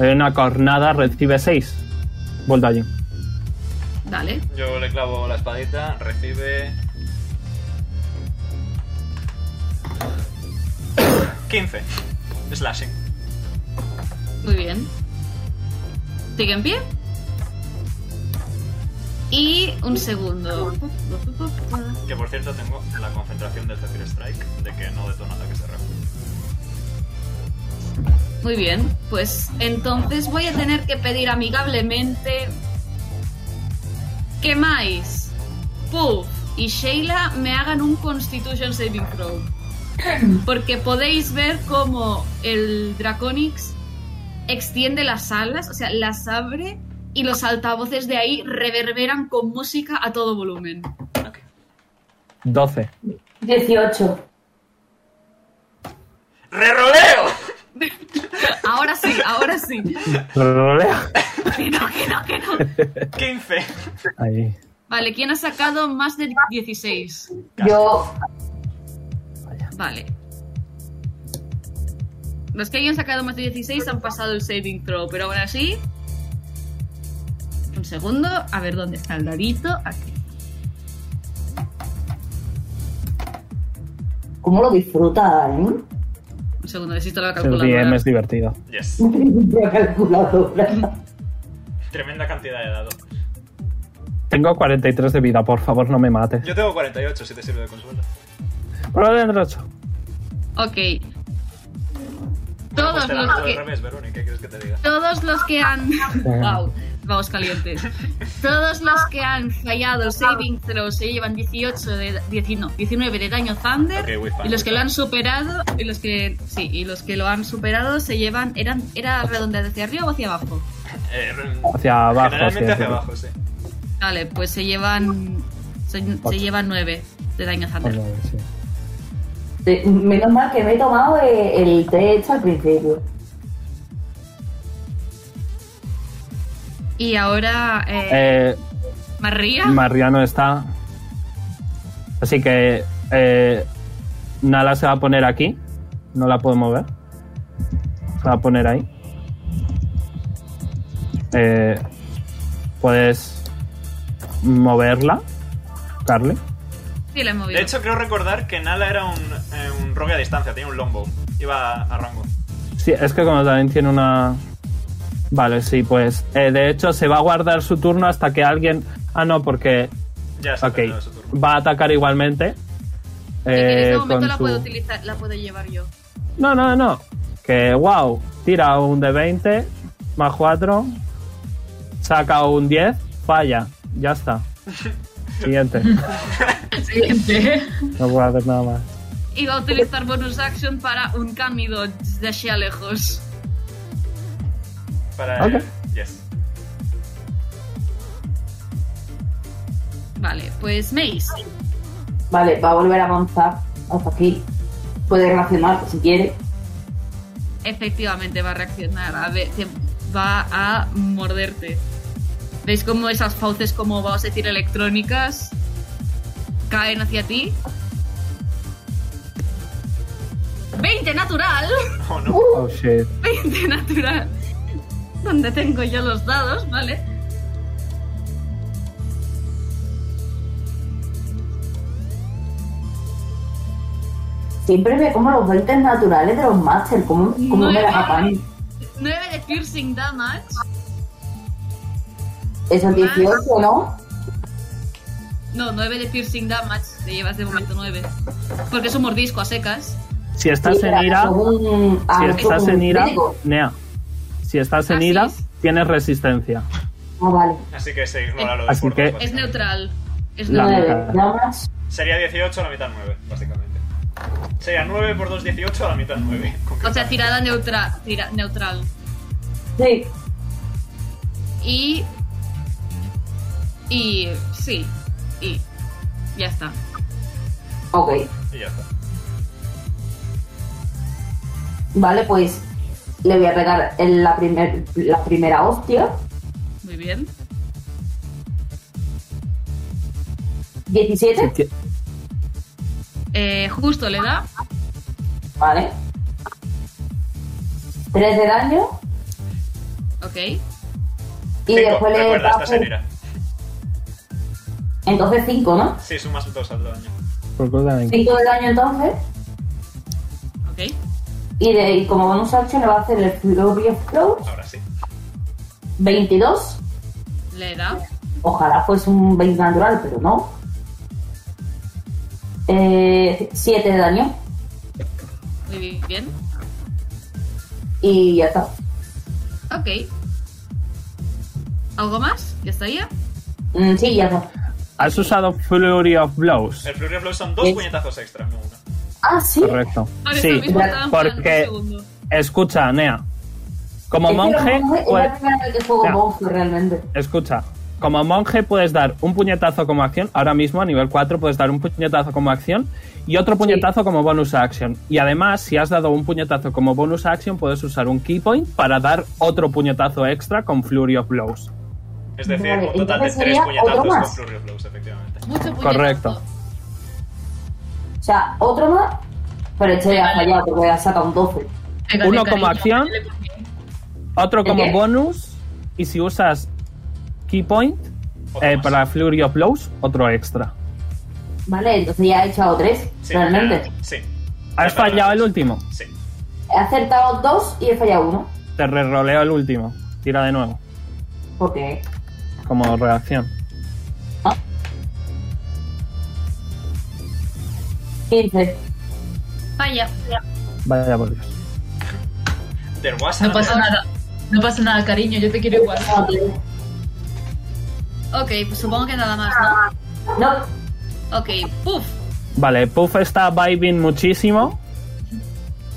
C: Eh, Una cornada recibe 6. Vol daño.
E: Dale.
A: Yo le clavo la espadita, recibe. 15. Slashing.
E: Muy bien. Sigue en pie. Y un segundo.
A: Que por cierto tengo la concentración del Zephyr Strike, de que no detona ataques de reacción.
E: Muy bien. Pues entonces voy a tener que pedir amigablemente que Mais, Puff y Sheila me hagan un Constitution Saving Throw. Porque podéis ver cómo el Draconix extiende las alas, o sea, las abre y los altavoces de ahí reverberan con música a todo volumen.
C: 12.
D: 18.
A: ¡Reroleo!
E: Ahora sí, ahora sí.
C: Rolea.
E: Que no, que no, que no.
A: 15.
C: Ahí.
E: Vale, ¿quién ha sacado más de 16?
D: Yo,
E: Vale. Los que hayan sacado más de 16 han pasado el saving throw, pero aún así. Un segundo, a ver dónde está el dadito. Aquí.
D: ¿cómo lo disfruta, eh?
E: Un segundo, necesito la
C: El DM
E: calculadora.
C: es divertido.
A: Yes.
D: La calculadora.
A: Tremenda cantidad de dado.
C: Tengo 43 de vida, por favor, no me mates.
A: Yo tengo 48, si te sirve de consuelo.
C: Pero dentro 8.
E: Ok.
A: Pues
E: Todos
A: te
E: los
A: lanzo al
E: que...
A: revés, Verónica, ¿qué quieres que te diga?
E: Todos los que han... Wow, vamos calientes. Todos los que han fallado el saving throw se llevan 18 de... 19, no, 19 de daño thunder.
A: Ok, we found
E: y los que
A: it.
E: lo han superado... Y los que... Sí, y los que lo han superado se llevan... Eran, ¿Era redondear hacia arriba o hacia abajo?
A: Eh,
C: Hacia abajo. sí,
A: generalmente hacia
C: sí.
A: abajo, sí.
E: Vale, pues se llevan... Se, se
C: Ocho.
E: llevan 9 de daño
C: Pues
E: thunder.
C: no, sí.
D: Sí, Menos mal que me he tomado eh, el té hecho al principio.
E: Y ahora... Eh,
C: Eh,
E: María.
C: Mariano está. Así que eh, Nala se va a poner aquí. No la puedo mover. Se va a poner ahí. Eh, puedes moverla, Carly.
E: sí, la he movido.
A: De hecho, creo recordar que Nala era un, eh, un rogue a distancia, tenía un longbow. Iba a, a rango.
C: Sí, es que como también tiene una... Vale, sí, pues... eh, de hecho, se va a guardar su turno hasta que alguien... Ah, no, porque...
A: Ya está
C: Ok,
A: terminado su turno.
C: va a atacar igualmente.
E: Sí, que en
C: eh,
E: este momento
C: con
E: la
C: su-
E: puedo utilizar, la puedo llevar yo.
C: No, no, no. Que, wow, tira un de 20, más 4, saca un 10, falla, ya está. Siguiente,
B: Siguiente.
C: no puedo hacer nada más.
E: Y va a utilizar bonus action para un cambio de hacia lejos.
A: Para.
C: Ok.
A: Yes.
E: Vale, pues Mace.
D: Vale, va a volver a avanzar hasta aquí. Puede reaccionar si quiere.
E: Efectivamente va a reaccionar. A ver, te- va a morderte. ¿Veis cómo esas fauces, como vamos a decir, electrónicas, caen hacia ti? ¡20 natural!
A: Oh, no.
C: Oh, shit.
E: 20 natural. Donde tengo yo los dados, ¿vale?
D: Siempre me como los 20 naturales de los Masters. ¿Cómo, cómo me las apaño?
E: 9 de piercing damage.
D: Eso es 18, ¿no?
E: No, 9 de piercing damage. Te llevas de momento 9. Porque es un mordisco a secas.
C: Si estás
D: Sí,
C: en
D: pero
C: ira,
D: hago un-
C: si
D: hago
C: estás
D: un
C: en ira,
D: crítico.
C: Nea. Si estás en
E: Así
C: ira,
E: es.
C: tienes resistencia.
D: Ah, vale.
A: Así que se ignora lo de
C: Así
A: por
C: que-
A: dos,
E: Es
A: básicamente.
E: neutral. Es
C: La
E: neutral.
D: 9
C: mitad.
D: llamas.
A: Sería 18, la mitad 9, básicamente. Sería 9 por 2, 18, la mitad 9.
E: O sea, tirada neutra, tira- neutral.
D: Sí.
E: Y. Y. Sí. Y. Ya está.
D: Ok.
A: Y ya está.
D: Vale, pues le voy a pegar en la, primer, la primera hostia.
E: Muy bien.
D: 17.
C: Ti-
E: Eh, justo le da.
D: Vale. 3 de daño.
E: Ok.
D: Y
A: Cinco,
D: después le
A: recuerda, estás en
D: bajo-
A: ira.
D: Entonces 5, ¿no?
A: Sí, sumas 2 al daño.
C: por culpa de mí.
D: 5 de daño entonces.
E: Ok.
D: Y, de, y como bonus action le va a hacer el Furious Flow.
A: Ahora sí.
D: 22.
E: Le da.
D: Ojalá fuese un 20 natural, pero no. 7 de daño.
E: Muy bien.
D: Y ya está.
E: Ok. ¿Algo más? ¿Ya estaría?
D: Mm, sí, ya está.
C: Has usado Fury of Blows.
A: El Flurry of Blows son dos
D: Yes.
A: puñetazos extra, no uno.
D: Ah, sí.
C: Correcto.
E: Ahora
C: Sí,
E: mismo estaban jugando un
C: porque...
E: segundo.
C: Escucha, Nea. Como
D: Es que los
C: monje... pues
D: monjes-
C: puedes-
D: Es la primera vez que juego
C: Ya.
D: monje realmente.
C: Escucha, como monje puedes dar un puñetazo como acción, ahora mismo a nivel 4 puedes dar un puñetazo como acción y otro puñetazo como bonus action. Y además, si has dado un puñetazo como bonus action, puedes usar un key point para dar otro puñetazo extra con Flurry of Blows.
A: Es decir,
D: Vale,
A: un total de
D: entonces
A: 3
D: sería
A: puñetazos
D: otro
A: con
D: más.
A: Flurry of Blows, efectivamente.
E: Mucho puñetazo.
C: Correcto.
D: O sea, otro más. Pero este ya ha fallado porque ha sacado un 12.
B: Venga,
C: Uno
B: de
C: como
B: cariño,
C: acción.
B: dale por bien.
C: Otro como
D: Ok.
C: bonus y si usas key point
A: Otro
C: eh,
A: más.
C: para Flurry of Blows, otro extra.
D: Vale, entonces ya he echado 3.
A: Sí,
D: realmente.
A: claro. Sí.
C: Has
A: Ya está,
C: fallado el último.
A: Sí.
D: He acertado dos y he fallado uno.
C: Te reroleo el último. Tira de nuevo.
D: ¿Por qué?
C: Como reacción.
D: 15.
E: Vaya.
C: Vaya por Dios.
A: There was
B: No
A: another-
B: pasa nada. No pasa
E: Ah,
B: nada, cariño. Yo te quiero igual.
E: Ok, pues supongo que nada más,
D: No.
E: ¿no? Ok, puff.
C: Vale, Puff está vibing muchísimo.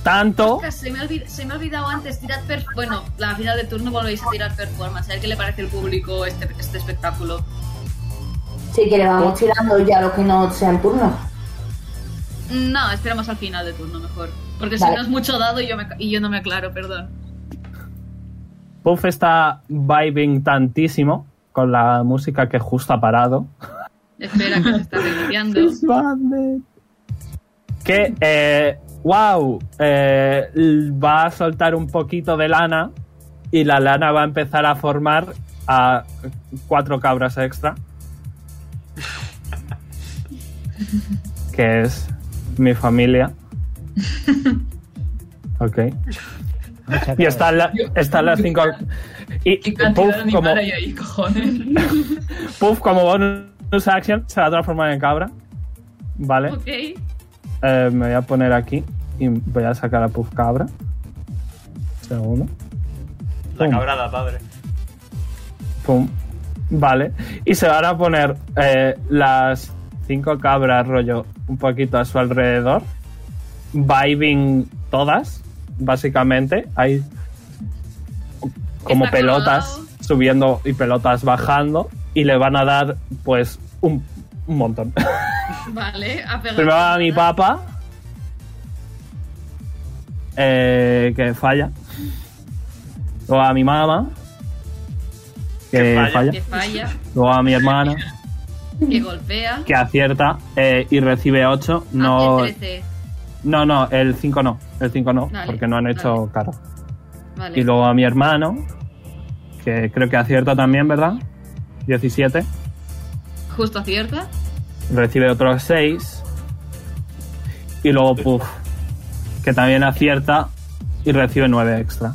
C: Tanto.
E: Ostras, Se me, ha olvid- se me ha olvidado antes tirar per Bueno, la final de turno volvéis a tirar performance. A ver qué le parece al público este, este espectáculo.
D: Si quieres, vamos tirando ya los que no sean turno.
E: No, esperamos al final de turno mejor. Porque si
D: Vale.
E: no es mucho dado y yo, me- y yo no me aclaro, perdón.
C: Puff está vibing tantísimo con la música que justo ha parado.
E: Espera que se está reiniciando.
C: Que, eh, wow, eh, l- va a soltar un poquito de lana y la lana va a empezar a formar a cuatro cabras extra. que es mi familia. Ok. Y están, la- están las cinco... Y
B: Qué cantidad
C: Puff
B: de
C: como,
B: animal hay ahí, cojones.
C: Puff como bonus action se va a transformar en cabra. Vale.
E: Ok.
C: Eh, me voy a poner aquí y voy a sacar a Puff Cabra. Segundo.
A: La
C: Pum,
A: cabrada, padre.
C: pum. Vale. Y se van a poner eh, las cinco cabras rollo un poquito a su alrededor. Vibing todas, básicamente. Hay como
E: Está
C: pelotas
E: colgado.
C: subiendo y pelotas bajando. Y le van a dar pues un, un montón.
E: Vale, a pegar.
C: Primero va mi papá. Eh, que falla. Luego a mi mamá. Que,
A: Que falla.
C: falla.
E: Que falla,
C: Luego a mi hermana.
E: que golpea.
C: Que acierta eh, y recibe 8.
E: Ah,
C: No,
E: Hace 13.
C: no, no, el 5 no. El 5 no,
E: Vale,
C: porque no han hecho
E: vale.
C: caro.
E: Vale.
C: Y luego a mi hermano. Que creo que acierta también, ¿verdad? 17.
E: Justo acierta.
C: recibe otros 6. Y luego Puff, que también acierta y recibe 9 extra.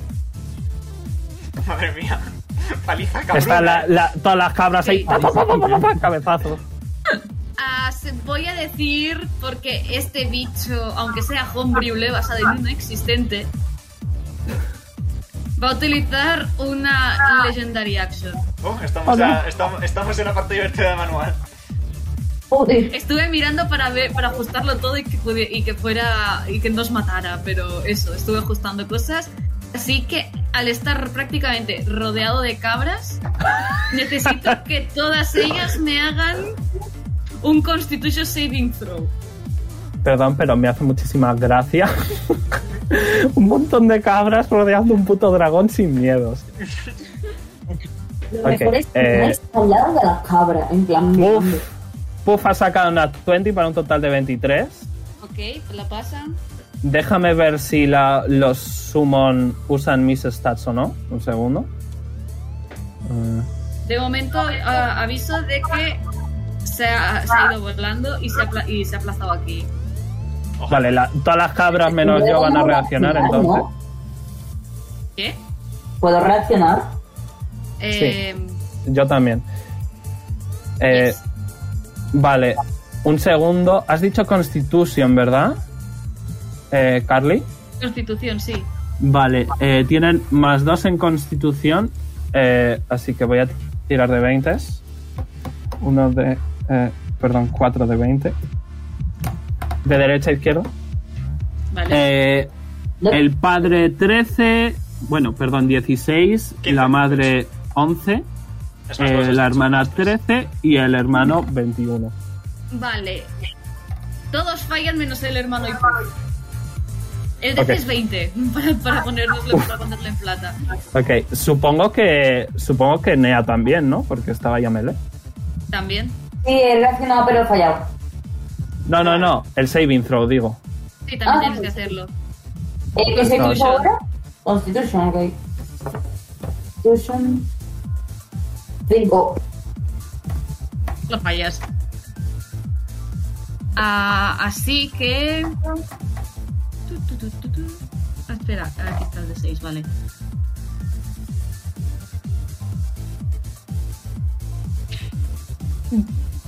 A: Madre mía. Paliza, cabrón.
C: Está la- la- todas las cabras ahí.
E: Sí.
C: pa, pa, pa, pa, pa, pa, Cabezazos.
E: Ah, se- voy a decir, porque este bicho, aunque sea homebrew basado en uno existente, va a utilizar
C: Ah.
E: una Legendary Action.
A: Oh, estamos, ya- estamos, estamos en la parte divertida de manual.
D: Joder.
E: Estuve mirando para ver, para ajustarlo todo y que, pudi- y que fuera y que nos matara, pero eso, estuve ajustando cosas. Así que al estar prácticamente rodeado de cabras, necesito que todas ellas me hagan un Constitution Saving Throw.
C: Perdón, pero me hace muchísima gracia. un montón de cabras rodeando un puto dragón sin miedos.
D: Lo
C: Ok,
D: mejor es que
C: eh.
D: no está al lado de las cabras. En plan, mirando.
C: Puff, Puff ha sacado una 20 para un total de 23.
E: Ok, pues la pasa.
C: Déjame ver si la- los summon usan mis stats o no. Un segundo. Eh,
E: De momento ah, aviso de que se ha, se ha ido volando y se ha, pla- y se ha aplazado aquí.
C: Vale, la- todas las cabras menos yo van a reaccionar entonces.
E: ¿Qué?
D: ¿Puedo reaccionar?
E: Eh,
C: Yo también. Eh,
E: yes.
C: Vale, un segundo. Has dicho Constitution, ¿verdad? Eh, Carly.
E: Constitución, sí.
C: Vale, eh, tienen más dos en Constitución, eh, así que voy a tirar de 20. Uno de... eh, perdón, cuatro de 20. De derecha a izquierda.
E: Vale.
C: Eh, el padre 13, bueno, perdón, 16,
A: Quince.
C: la madre 11,
A: Es más,
C: eh,
A: dos,
C: la
A: es-
C: hermana 13 y el hermano 21.
E: Vale. Todos fallan menos el hermano y tú. El DC
C: Ok.
E: es 20 para, para ponernoslo- para ponerlo en plata.
C: Ok, supongo que supongo que Nea también, ¿no? Porque estaba ya melee.
E: También.
D: Sí, he reaccionado, pero he fallado.
C: No, no, no, el saving throw, digo.
E: Sí, también
D: Ah.
E: tienes que hacerlo.
D: ¿El que se
C: No.
D: puso ahora? Constitution, ok. Constitution. 5.
E: Lo fallas. Ah, así que. Tu, tu, tu, tu, tu. Espera, espera, aquí está el de 6, vale.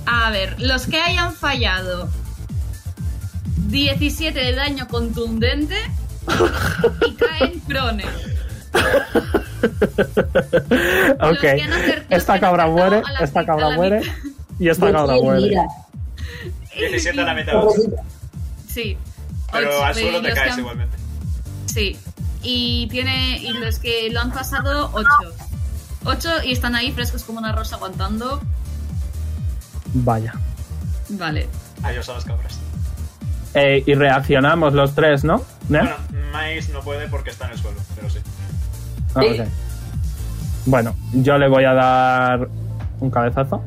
E: A ver, los que hayan fallado 17 de daño contundente y caen prone.
C: ok.
E: que han acer- los que
C: Esta
E: han
C: cabra
E: acertado
C: muere,
E: a la mitad,
C: esta
E: a
C: cabra
E: la
C: muere.
E: mitad.
C: Y esta cabra muere.
D: Mira,
A: 17 a la mitad.
D: pobrecita.
E: Sí.
A: Pero
E: Ocho,
A: al
E: eh,
A: suelo te
E: los que
A: caes
E: han-
A: igualmente.
E: Sí. Y tiene. Y los que lo han pasado, 8. 8 y están ahí frescos como una rosa aguantando.
C: Vaya.
E: Vale.
A: Adiós a las Ah, cabras.
C: Eh, y reaccionamos los tres, ¿no? ¿Ne?
A: Bueno, Mais no puede porque está en el suelo, pero sí.
C: Ah,
D: sí.
C: ok. Bueno, yo le voy a dar un cabezazo.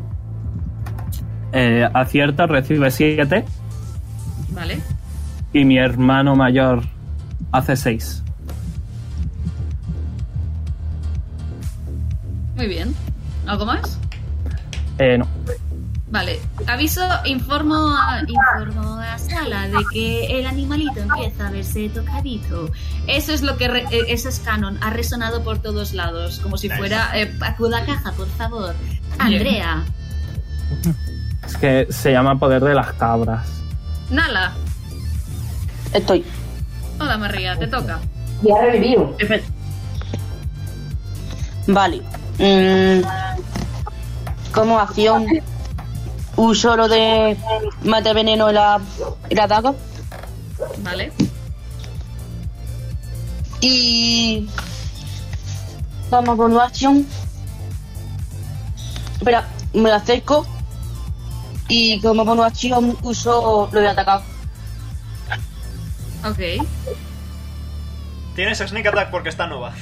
C: Eh, acierta, recibe 7
E: Vale.
C: y mi hermano mayor hace 6.
E: Muy bien. ¿Algo más?
C: Eh, no.
E: Vale. Aviso, informo a, informo a Sala de que el animalito empieza a verse tocadito. Eso es lo que. re- eh, eso es canon. Ha resonado por todos lados. Como si
A: Nice.
E: fuera. Eh, acuda a caja, por favor. Andrea.
C: Es que se llama poder de las cabras.
E: Nala.
F: Estoy.
E: Hola, María. Te toca.
D: Ya ha revivido.
B: Espera,
F: Vale. Mm, como acción, uso lo de mate veneno en la, en la daga.
E: Vale.
F: Y. Vamos con una acción. Espera, me la acerco. Y como bonus acción uso lo de atacar.
E: Ok.
A: Tienes sneak attack porque está nova.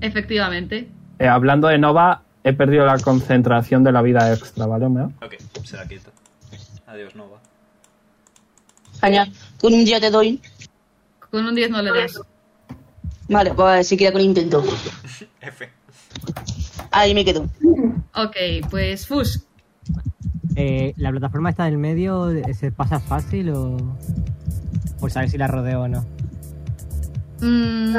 E: Efectivamente.
C: Eh, hablando de Nova, he perdido la concentración de la vida extra, ¿vale, Homero?
A: Ok, se la quito. Adiós, nova.
F: Genial. Con un día te doy.
E: Con un 10 no le das.
F: Vale, pues se queda con el intento.
A: F.
F: Ahí me quedo.
E: Ok, pues Fush.
G: Eh, ¿La plataforma está en el medio? ¿Se pasa fácil o.? Por saber si la rodeo o no.
E: Mm.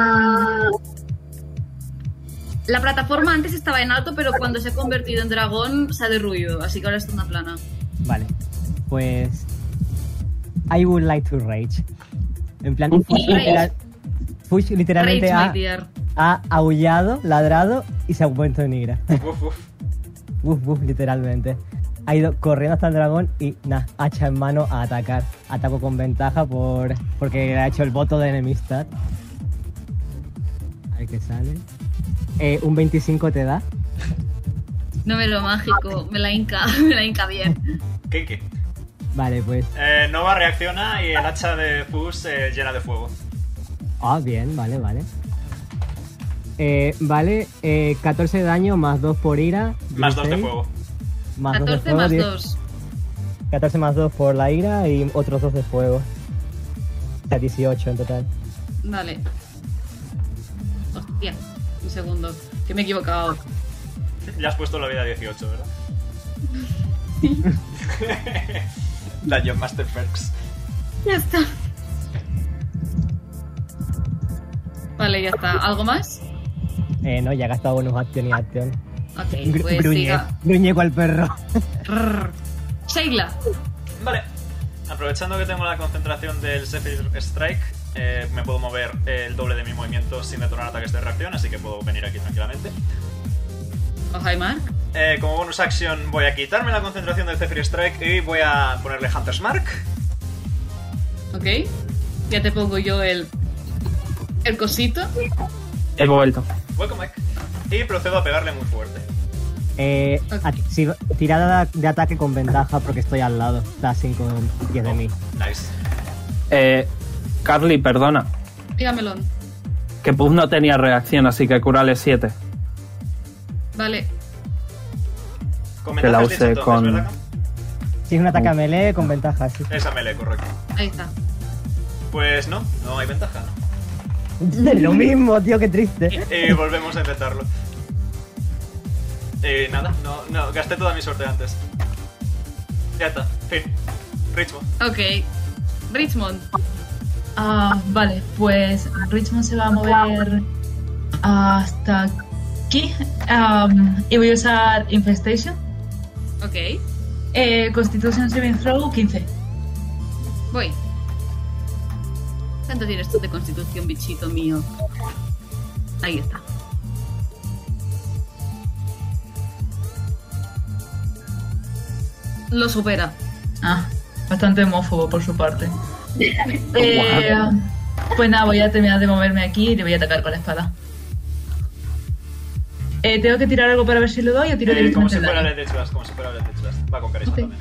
E: La plataforma antes estaba en alto, pero cuando se ha convertido en dragón se ha derruido, así que ahora está en una plana.
G: Vale. Pues. I would like to rage. En plan. Fush, literal- Fush
E: Rage,
G: literalmente
E: my
G: ha,
E: dear.
G: ha aullado, ladrado y se ha vuelto negra.
A: Uf, uf.
G: Wuf, wuf, literalmente. Ha ido corriendo hasta el dragón y, nah, hacha en mano a atacar. Ataco con ventaja por porque ha hecho el voto de enemistad. A ver qué sale. Eh, un 25 te da.
E: Número mágico, me la hinca, me la hinca bien.
A: Kinky.
G: Vale, pues.
A: Eh, Nova reacciona y el hacha de Fus eh, llena de fuego.
G: Ah, bien, vale, vale. Eh, vale, eh, 14 de daño más 2 por ira.
A: Más dos de
G: 16,
A: fuego.
G: Más 2 de
E: 14
G: fuego.
E: más
G: 10,
E: 2.
G: 14 más 2 por la ira y otros 2 de fuego. O sea, 18 en total.
E: Vale. Hostia, un segundo, que me he equivocado.
A: Ya has puesto la vida 18, ¿verdad? la Job Master Perks.
E: Ya está. Vale, ya está. ¿Algo más?
G: Eh, no, ya ha gastado bonus acción y acción.
E: Ok,
G: Gru-
E: pues
G: gruñe,
E: siga.
G: gruñe cual perro.
E: Rrr. Sheila.
A: Vale. Aprovechando que tengo la concentración del Zephyr Strike, eh, me puedo mover el doble de mi movimiento sin detonar ataques de reacción, así que puedo venir aquí tranquilamente.
E: O Jaimar.
A: Eh, como bonus action voy a quitarme la concentración del Zephyr Strike y voy a ponerle Hunter's Mark.
E: Ok. Ya te pongo yo el. El cosito.
C: He vuelto.
A: Welcome back. Y procedo a pegarle muy fuerte.
G: Eh,
E: Ok.
G: at- si- tirada de ataque con ventaja porque estoy al lado. Está 5 10 de mí.
A: Nice.
C: Eh, Carly, perdona.
E: Dígamelo.
C: Que Puff no tenía reacción, así que curale 7.
E: Vale.
A: Con
C: Que la
A: ventaja has dicho
C: use
A: entonces,
C: con-
A: ¿verdad?
G: Si es un ataque a melee, con ventaja, sí.
A: Esa melee, correcto.
E: Ahí está.
A: Pues no, no hay ventaja.
G: Lo mismo, tío, qué triste.
A: Y volvemos a intentarlo. Y nada, no, no, gasté toda mi suerte antes. Ya está, fin. Ritmo.
E: Ok. Richmond.
B: Ah, vale, pues Richmond se va a mover hasta aquí. Am, y voy a usar Infestation.
E: Ok,
B: Eh, Constitution Saving Throw 15.
E: voy. ¿Cuánto tienes tú de constitución, bichito mío? Ahí está. Lo supera.
B: Ah, bastante homófobo por su parte. Eh, pues nada, voy a terminar de moverme aquí y le voy a atacar con la espada. Eh, ¿Tengo que tirar algo para ver si lo doy o tiro
A: Eh, como
B: directamente
A: si
B: el
A: fuera
B: daño?
A: el de Chubas, como si fuera el de Chubas. Va con carisma
B: Ok.
A: también.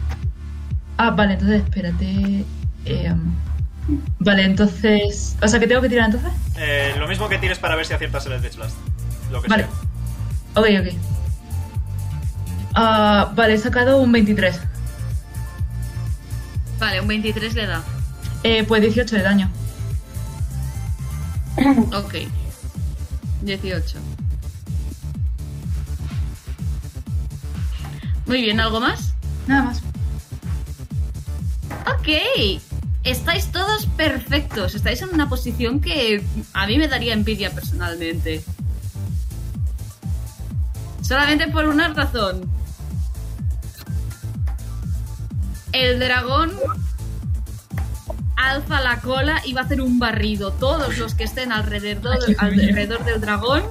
B: Ah, vale, entonces espérate. Eh, vale, entonces. O sea, ¿qué tengo que tirar entonces?
A: Eh, lo mismo que tires para ver si aciertas el Death Blast. Lo que
B: Vale.
A: sea.
B: Ok, ok. Ah, vale, he sacado un 23.
E: Vale, un 23 le da.
B: Eh, pues 18 de daño.
E: Ok. 18. Muy bien, ¿algo más?
B: Nada más.
E: Ok. Estáis todos perfectos. Estáis en una posición que a mí me daría envidia personalmente. Solamente por una razón. El dragón alza la cola y va a hacer un barrido. Todos los que estén alrededor,
B: Ay, qué
E: alrededor del dragón.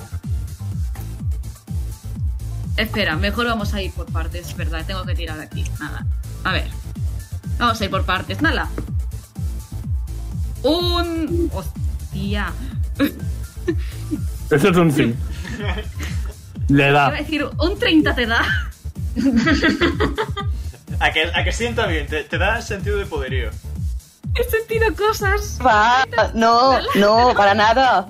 E: Espera, mejor vamos a ir por partes, es verdad. Tengo que tirar aquí. Nada. A ver. Vamos a ir por partes, Nala. Un. Hostia.
B: Ah.
C: Eso es un sí. Le
E: Iba a
C: da.
E: decir, un 30 te da.
A: A que, a que sienta bien, te, te da sentido de poderío.
E: He sentido cosas.
F: Va, no, no, para nada.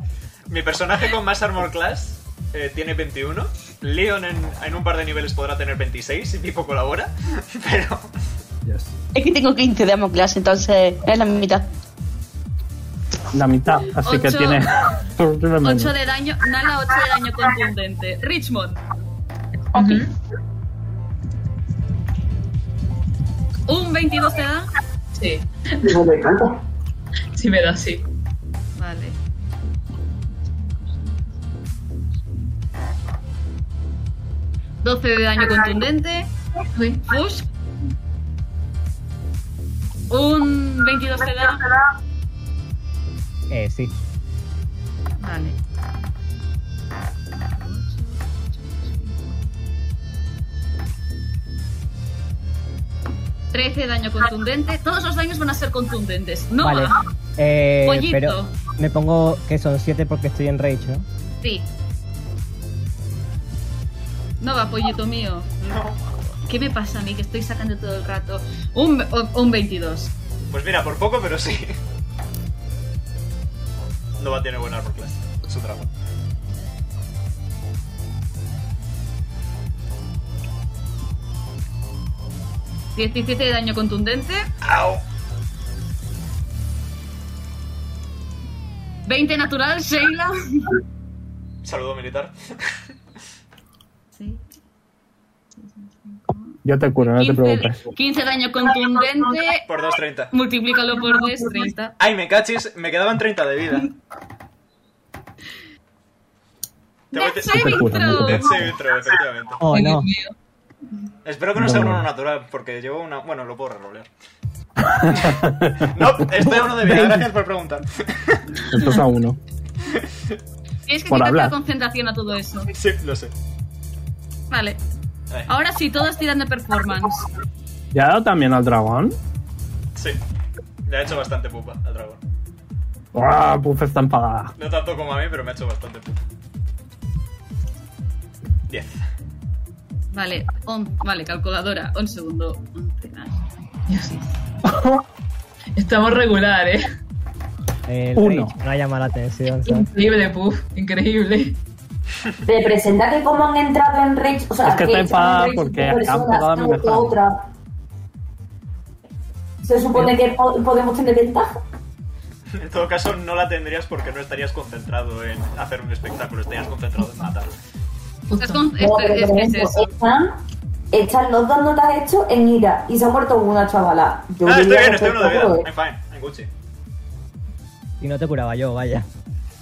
A: Mi personaje con más armor class eh, tiene 21. Leon en, en un par de niveles podrá tener 26 si tipo colabora. Pero
C: Yes.
F: Es que tengo 15 de amo clase, entonces es la mitad.
C: La mitad, así que
E: Ocho.
C: tiene.
E: 8 de daño. Nala, 8 de daño contundente. Richmond.
B: Ujú.
E: Un 22 te da.
B: Sí,
D: Digo, me encanta.
B: sí me da, sí.
E: Vale. ¿12 de daño contundente?
B: Uy.
E: Push. Un 22 te da.
G: Eh, sí.
E: Vale. Trece de daño contundente. Todos los daños van a ser contundentes. No
G: vale.
E: va.
G: Eh,
E: Pollito.
G: pero me pongo que son 7 porque estoy en rage, ¿no?
E: Sí. No va, pollito mío. ¿Qué me pasa a mí que estoy sacando todo el rato? Un, o- un 22.
A: Pues mira, por poco, pero sí. No va a tener buen armor class. Su dragón.
E: Diecisiete de daño contundente.
A: ¡Au!
E: 20 natural, Sheila.
A: Saludo militar.
E: Sí.
C: Yo te curo, no te
E: 15
C: preocupes.
E: 15 daño contundente.
A: Por 2.30.
E: Multiplícalo por 2, 30.
A: ¡Ay, me cachis! Me quedaban 30 de vida. Te voy a
E: Death
A: te-
C: Super
E: saving
C: bueno.
E: throw.
A: Death saving throw, efectivamente.
G: Oh,
B: Ay,
G: no.
B: Dios mío.
A: Espero que no sea
C: No.
A: uno natural, porque llevo una. Bueno, lo puedo rerolear. no, este uno de vida. Gracias por preguntar.
C: Esto es a uno.
E: Tienes que
C: Por
E: quitarle
C: hablar.
E: concentración a todo eso.
A: Sí, lo sé.
E: Vale.
A: Ay,
E: Ahora sí, todos tiran de performance.
C: ¿Ya ha dado también al dragón?
A: sí. Le ha hecho bastante pupa al dragón.
C: ¡Buah! Puff está enfadada.
A: No tanto como a mí, pero me ha hecho bastante pupa. 10.
E: Vale, on- vale, calculadora. Un segundo. Once más.
B: Estamos regular, eh.
G: El
C: Uno.
G: rage no llama la atención, ¿sabes?
B: Increíble, puff. Increíble.
D: Representa que como han entrado en Rage. O sea,
C: Es que está
D: son
C: enfadada
D: Rage
C: porque
D: dos
C: han pegado a mi
D: no
C: mejor amigo.
D: otra. Se supone que po- podemos tener ventaja.
A: En todo caso, no la tendrías porque no estarías concentrado en hacer un espectáculo, estarías concentrado en matar.
E: Estás con-
D: No, pero,
E: es, es-
D: por
E: es
D: ejemplo,
E: eso.
D: están, están los dos no las hecho en ira y se ha muerto una chavala. Yo
A: Ah, estoy
D: diría
A: bien,
D: que
A: estoy uno de vida. I'm
D: espectáculo
A: fine, I'm Gucci.
G: Y no te curaba yo, vaya.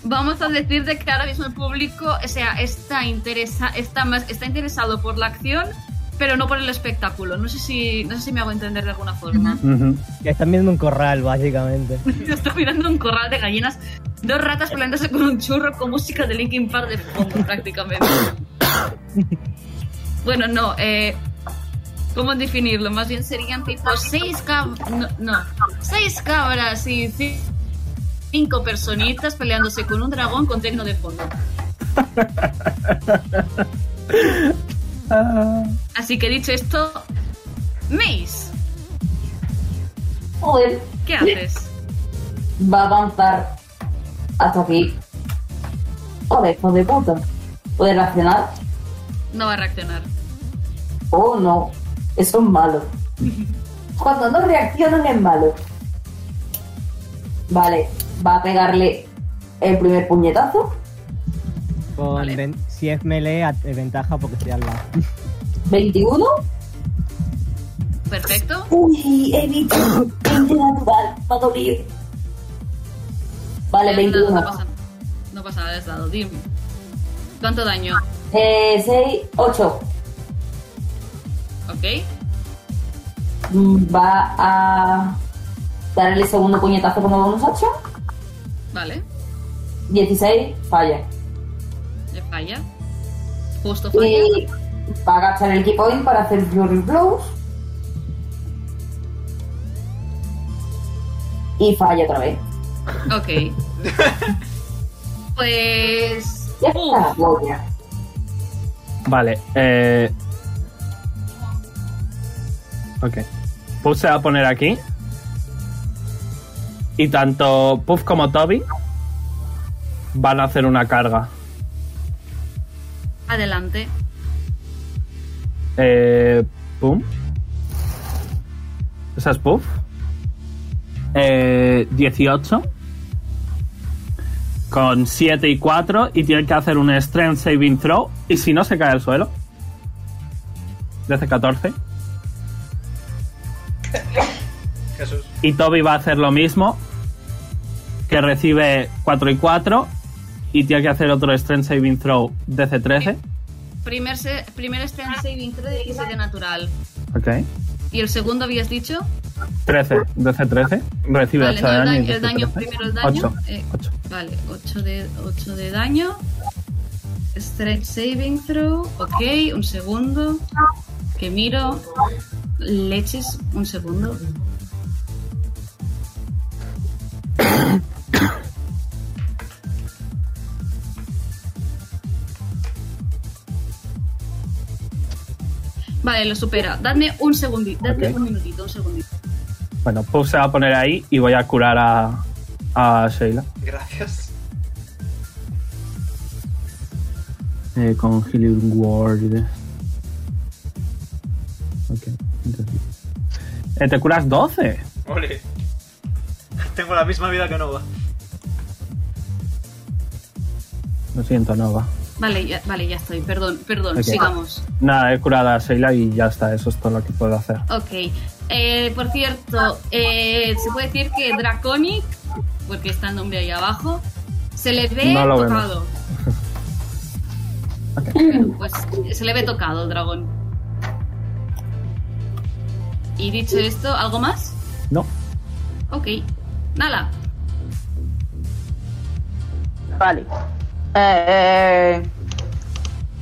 E: Vamos a decir de que ahora mismo el público, o sea, está, interesa, está, más, está interesado por la acción, pero no por el espectáculo. No sé si, no sé si me hago entender de alguna forma.
C: Ujú.
G: Que están viendo un corral, básicamente.
E: Está mirando un corral de gallinas, dos ratas peleándose con un churro con música de Linkin Park de fondo, prácticamente. bueno, no, eh, ¿cómo definirlo? Más bien serían tipo Pues seis cabras, no, no, seis cabras y ci- cinco personitas peleándose con un dragón con tecno de fondo. Así que dicho esto, Mace,
D: Joder,
E: ¿qué haces?
D: va a avanzar hasta aquí. Joder, hijo de puta. ¿Puede reaccionar?
E: No va a reaccionar.
D: Oh no, eso es malo. Cuando no reaccionan es malo. Vale, va a pegarle el primer puñetazo.
G: Con
E: Vale.
G: ven- si es melee, a- eh, ventaja porque estoy al lado.
D: 21.
E: Perfecto.
D: Uy, he visto 20 natural, va a doler. Vale,
E: Eh, no,
D: 21.
E: No, pasa, no pasa nada, es dado, dime. ¿Cuánto daño?
D: Eh, 6, 8.
E: ¿Ok?
D: Mm, Va a darle el segundo puñetazo como bonus action.
E: Vale,
D: 16, falla.
E: le falla. Justo falla.
D: Y va a agachar el equipo in para hacer Fury Blows. Y falla otra vez.
E: Ok. pues.
D: Ya está,
E: Uf,
D: gloria.
C: Vale, eh. Ok. Puff se va a poner aquí. Y tanto Puff como Toby van a hacer una carga.
E: adelante.
C: Eh. Pum. Esa es Puff. Eh. 18. Con 7 y 4. Y tiene que hacer un Strength Saving Throw. Y si no, se cae al suelo. Desde 14.
A: Jesús.
C: Y Toby va a hacer lo mismo. Que recibe 4 y 4. Y tiene que hacer otro Strength Saving Throw DC 13.
E: Primer, se, primer strength saving throw de 17 natural.
C: Ok.
E: ¿Y el segundo habías dicho?
C: 13. DC 13. Recibe
E: Vale,
C: 8
E: no,
C: de
E: el
C: daño.
E: daño,
C: y
E: el daño,
C: 13.
E: primero el daño.
C: Ocho.
E: Eh,
C: Ocho.
E: vale, 8 de, 8 de daño. Strength saving throw. Ok, un segundo. Que miro. Leches, un segundo. Vale, lo supera. Dadme un segundito, dadme
C: Ok.
E: un minutito, un segundito.
C: Bueno, Puff se va a poner ahí y voy a curar a, a Sheila.
A: Gracias.
C: Eh, con Healing Word. Ok. entonces- Eh, te curas 12.
A: Ole. Tengo la misma vida que Nova.
C: Lo siento, no va.
E: Vale, ya, vale, ya estoy. Perdón, perdón,
C: Ok.
E: Pues sigamos.
C: Nada, he curado a Sheila y ya está. Eso es todo lo que puedo hacer.
E: Ok. Eh, por cierto, eh, se puede decir que Draconic, porque está el nombre ahí abajo, se le ve
C: No lo
E: tocado.
C: Ok.
E: Bueno, pues se le ve tocado el dragón. Y dicho esto, ¿algo más?
C: No.
E: Ok. Nala,
F: Vale. Eh,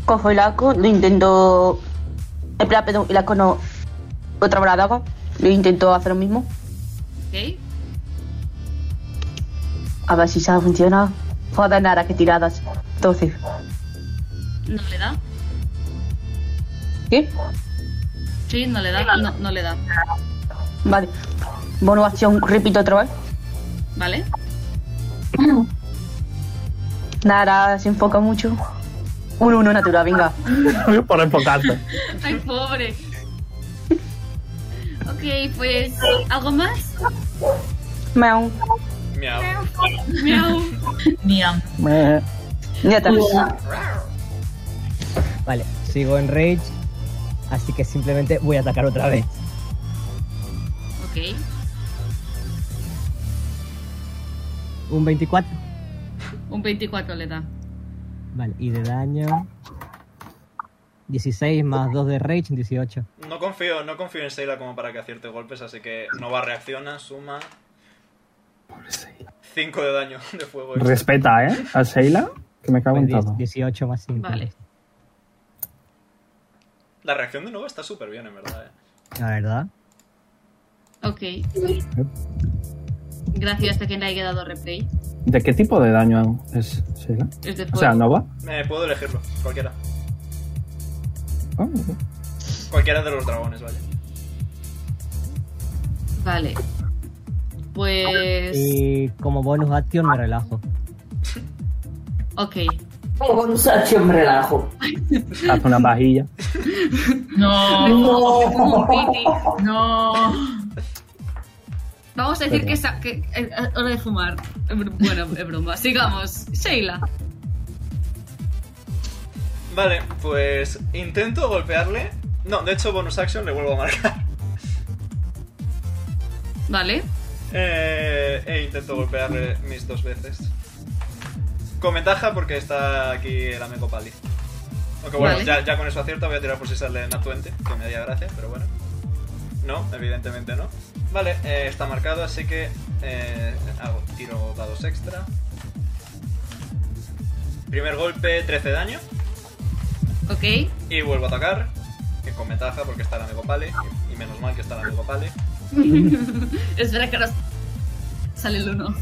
F: cojo el arco, lo intento. Espera, perdón, el arco no. Otra bola de agua. Lo intento hacer lo mismo.
E: ok.
F: A ver si se funciona. Joder, nada, que tiradas. 12.
E: No le da.
F: ¿Qué?
E: Sí, no le da. No, no le da.
F: Vale. Bono acción, repito otra vez.
E: ¿Vale?
F: Nada, se enfoca mucho. Un 1 natural, venga.
C: Por enfocarte.
E: Ay, pobre. Ok, pues. ¿Algo más?
F: Meow.
A: Miau.
E: Miau.
B: Niam.
C: Meh.
F: Ya está.
G: Vale, sigo en Rage. Así que simplemente voy a atacar otra vez.
E: Ok.
G: Un 24.
E: Un 24 le da.
G: Vale, y de daño. 16 más 2 de Rage, 18.
A: No confío, no confío en Seila como para que acierte golpes, así que Nova reacciona, suma. 5 de daño de fuego. extra.
C: Respeta, ¿eh? A Sheila, que me cago en
G: Pues
C: todo.
G: 18 más 5.
E: Vale.
A: La reacción de Nova está súper bien, en verdad. ¿eh?
G: La verdad.
E: Ok. Gracias a quien le haya dado replay.
C: ¿De qué tipo de daño es Sheila?
E: Es de
C: O sea,
E: fuego.
C: Nova.
A: Eh, puedo elegirlo, cualquiera.
C: Oh, ok.
A: Cualquiera de los dragones, vale.
E: Vale. Pues.
G: Y como bonus action me relajo.
E: Ok.
D: Con un sacho me relajo.
C: Haz una vajilla.
B: No,
E: Como un piti.
B: no.
E: Vamos a decir que, esa- que eh, eh, hora de fumar. Eh, br- Bueno, es broma. Sigamos. Sheila.
A: Vale, pues intento golpearle. No, de hecho, bonus action le vuelvo a marcar.
E: Vale.
A: Eh, e intento golpearle mis dos veces. Con ventaja porque está aquí el Ameco Pali. Aunque bueno,
E: Vale.
A: ya, ya con eso acierta, voy a tirar por si sale Nat 20, que me haría gracia, pero bueno. No, evidentemente no. Vale, eh, está marcado, así que eh, hago, tiro dados extra. Primer golpe, 13 daño.
E: Ok.
A: Y vuelvo a atacar, que con ventaja porque está el Ameco Pali. Y menos mal que está el Ameco Pali.
E: Espera que nos sale el uno.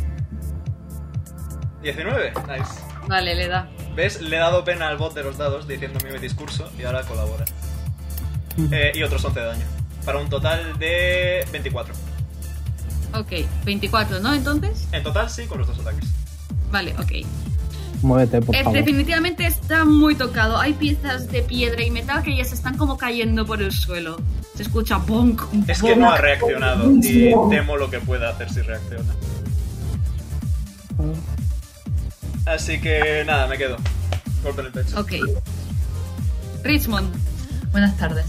A: 19, nice.
E: Vale, le da.
A: ¿Ves? Le he dado pena al bot de los dados diciéndome mi discurso y ahora colabora. Eh, y otros 11 de daño. Para un total de 24.
E: Ok. 24, ¿no? Entonces.
A: En total, sí, con los dos ataques.
E: Vale, ok.
C: Muévete, por
E: Eh,
C: favor.
E: definitivamente está muy tocado. Hay piezas de piedra y metal que ya se están como cayendo por el suelo. Se escucha bonk.
A: Es que no ha reaccionado y temo lo que pueda hacer si reacciona. Así que nada, me quedo. Golpe en el pecho.
E: Ok. Richmond.
B: Buenas tardes.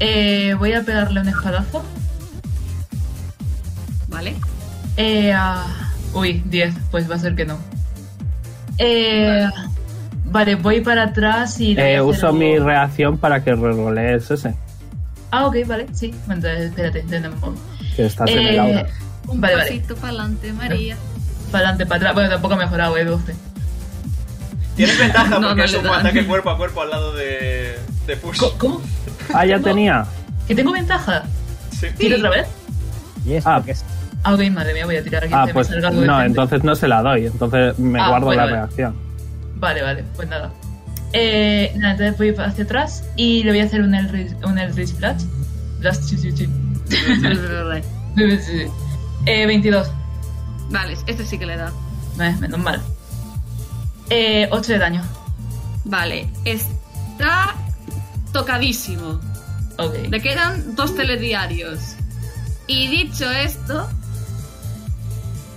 B: Eh, voy a pegarle un espadazo.
E: Vale.
B: Eh, ah, uy, 10, pues va a ser que no. Eh, vale, voy para atrás y... le voy a
C: Eh,
B: hacer
C: uso
B: algo.
C: mi reacción para que rerolees ese,
B: Ah, ok, vale, sí. Bueno, Entonces, espérate, tenemos...
C: que estás en el
B: Eh,
C: aura.
E: Un
B: Vale, vale.
E: pasito para adelante, María.
B: Para adelante, para atrás. Bueno, tampoco ha mejorado, eh, 12.
A: Tienes ventaja porque
E: No, no
A: es
E: le
A: un
E: da.
A: ataque cuerpo a cuerpo al lado de, de Push.
B: Co- ¿Cómo?
C: Ah, ya tenía.
B: ¿Que tengo ventaja?
A: Sí.
B: ¿Tiro otra vez?
G: Y es
C: Ah.
G: porque es
B: Ah, ok, madre mía, voy a tirar aquí.
C: Ah,
B: se me
C: pues
B: salga algo de
C: no,
B: frente.
C: entonces no se la doy. Entonces me
B: Ah,
C: guardo
B: bueno,
C: la
B: vale.
C: reacción.
B: Vale, vale, pues nada. Eh, nada, entonces voy hacia atrás y le voy a hacer un Eldritch, un Eldritch Blast. Blast, sí, sí, sí. Sí, sí, sí. Eh, 22.
E: vale, este sí que le da.
B: No es menos mal. Eh, 8 de daño.
E: Vale, está tocadísimo.
B: Ok.
E: Le quedan dos telediarios. Y dicho esto,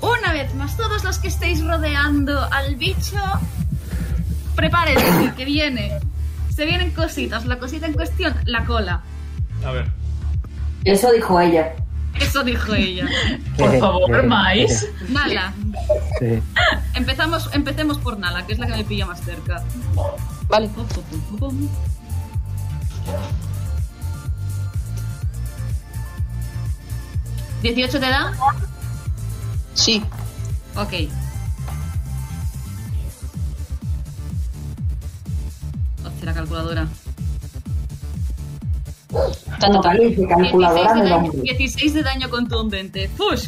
E: una vez más, todos los que estéis rodeando al bicho, prepárense, que viene. Se vienen cositas. La cosita en cuestión, la cola.
A: A ver.
D: Eso dijo ella.
E: Eso dijo ella.
B: Por favor, Mais.
E: Nala.
C: Sí.
E: Empezamos, empecemos por Nala, que es la que me pilla más cerca.
F: Vale.
E: Pum, pum, pum, pum, pum. ¿18 te da?
F: Sí.
E: Ok. Hostia, la calculadora.
D: Como caliente, calculadora
E: 16 de,
D: me da un
E: daño,
D: brillo.
E: 16 de daño contundente. ¡Push!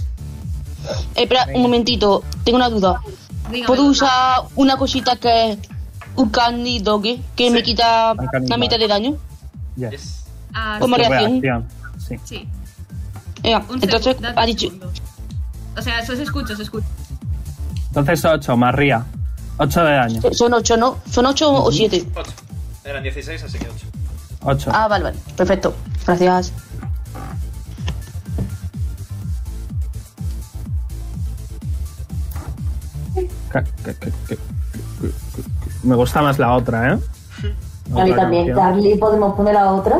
F: Eh, espera, un momentito. Tengo una duda.
E: Dígame, ah,
F: ¿Puedo
E: Nala.
F: usar una cosita que es un candy doge que me quita
C: Uncanny
F: la mitad
C: dog.
F: de daño?
C: Ya.
A: Yes.
E: Ah,
F: ¿Cómo
C: Tu
E: sí,
F: reacción?
C: reacción, Sí.
E: sí.
F: Venga,
E: Un
F: entonces
E: segu- date
F: ha
E: un
F: dicho.
E: segundo. O sea, eso se escucha, se escucha.
C: Entonces 8, más ría. 8 de daño.
F: Son 8, ¿no? ¿Son 8 o 7?
A: 8. Eran 16, así que 8.
C: 8.
F: Ah, vale, vale. Perfecto. Gracias.
C: Me gusta más la otra, ¿eh?
D: A mí
C: Otra
D: también.
C: canción.
D: Darly, ¿podemos poner la otra?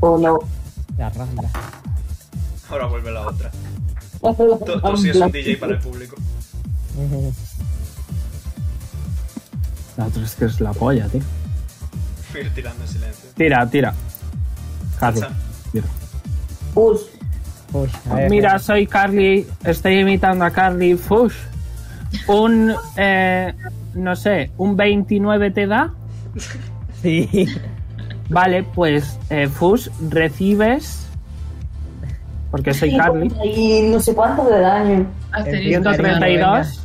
D: ¿O no?
G: la randa.
A: Ahora vuelve la otra. To- Tosi es un DJ para el público.
C: La otra es que es la polla, tío.
A: Voy a ir tirando en silencio.
C: Tira, tira. Carly.
A: Hacha.
C: Tira.
D: Ush.
G: Uy, a ver,
C: Mira, soy Carly. Estoy imitando a Carly Fush. Un. eh, no sé, un 29 te da.
G: Sí.
C: Vale, pues eh, Fush, recibes. Porque soy Carly.
D: Y no sé cuánto de daño.
B: Asterisco.
G: Entiendo,
B: claro.
C: 132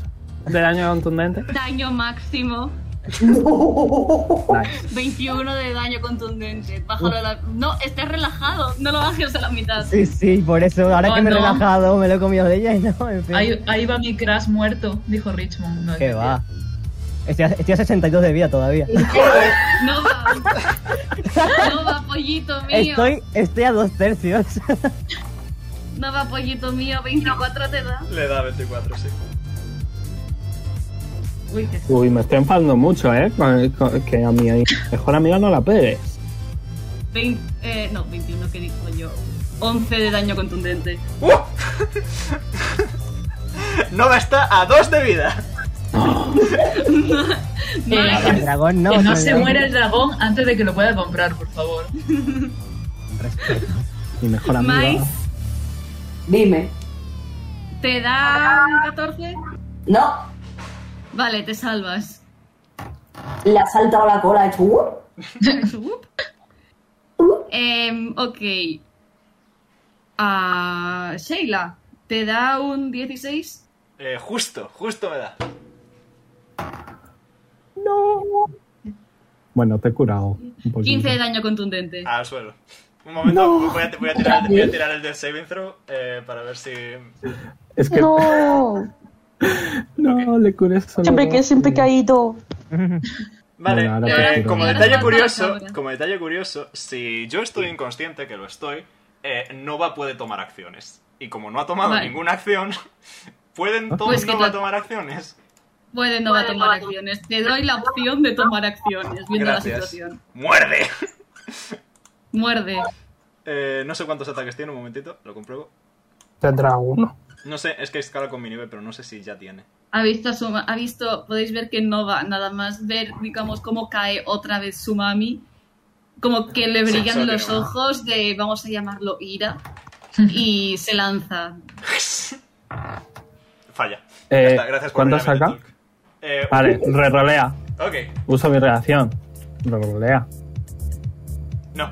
C: de daño contundente.
E: Daño máximo.
C: Nice.
E: 21 de daño contundente. Bájalo a la. No, estés relajado. No lo bajes a la mitad.
G: Sí, sí, por eso, ahora
B: Oh,
G: que me he
B: no.
G: relajado, me lo he comido de ella y no, en fin.
B: Ahí, ahí va mi crash muerto, dijo Richmond. No,
G: Que va. Estoy a, estoy a 62 de vida todavía.
E: No va. No va, pollito mío.
G: Estoy, estoy a dos tercios.
E: No va, pollito mío. 24 te da.
A: Le da 24, sí.
B: Uy, qué-
C: Uy, me estoy enfadando mucho, ¿eh? Con- con- Que a mi mejor amiga no la pegues.
E: 20, eh, no, 21 que digo yo. 11 de daño contundente.
A: ¡Uh! Nova está a 2 de vida.
E: No,
B: Eh,
G: El dragón no.
B: que no
G: soy
B: se
G: yo.
B: muera el dragón antes de que lo pueda comprar, por favor.
C: Mi mejor amiga.
E: Mais
D: Dime.
E: te da 14.
D: No,
E: Vale, te salvas.
D: le ha saltado la cola, ha hecho, "Uh".
E: Em, ok. Ah, Sheila, ¿te da un 16?
A: Eh, justo, justo me da.
C: Bueno, te he curado. Un poquito.
E: 15 de daño contundente.
A: Al suelo. Un momento, voy, a, voy a tirar, el- voy a tirar el Death Saving Throw eh, para ver si.
C: Es que no,
F: No,
C: le curé solo.
F: siempre que
C: dos.
F: siempre he caído.
A: Vale,
C: Bueno, ahora
A: eh,
C: prefiero.
A: como,
E: Ahora
A: detalle
E: falta la
A: curioso,
E: cámara.
A: como detalle curioso, si yo estoy inconsciente, que lo estoy, eh, Nova puede tomar acciones. Y como no ha tomado
E: Vale.
A: ninguna acción,
C: Ah.
A: ¿pueden todos
E: Pues que
A: Nova
E: no-
A: tomar acciones?
E: Puede no va a tomar acciones. Te doy la opción de tomar acciones, viendo la
A: Gracias.
E: situación.
A: ¡Muerde!
E: Muerde.
A: Eh, no sé cuántos ataques tiene, un momentito, lo compruebo.
C: Tendrá uno.
A: No sé, es que escala con mi nivel, pero no sé si ya tiene.
E: Ha visto, a Suma- ha visto, podéis ver que no va nada más ver, digamos, cómo cae otra vez su mami. Como que le
A: Sí,
E: brillan
A: solo
E: los
A: tiene una.
E: ojos de, vamos a llamarlo, ira. Y se lanza.
A: Falla.
C: Eh,
A: Ya está, gracias por
C: ¿cuánto
A: arreglarme
C: saca?
A: el talk. Eh,
C: Vale, rerolea.
A: Ok,
C: Uso mi reacción. Rerolea.
A: no.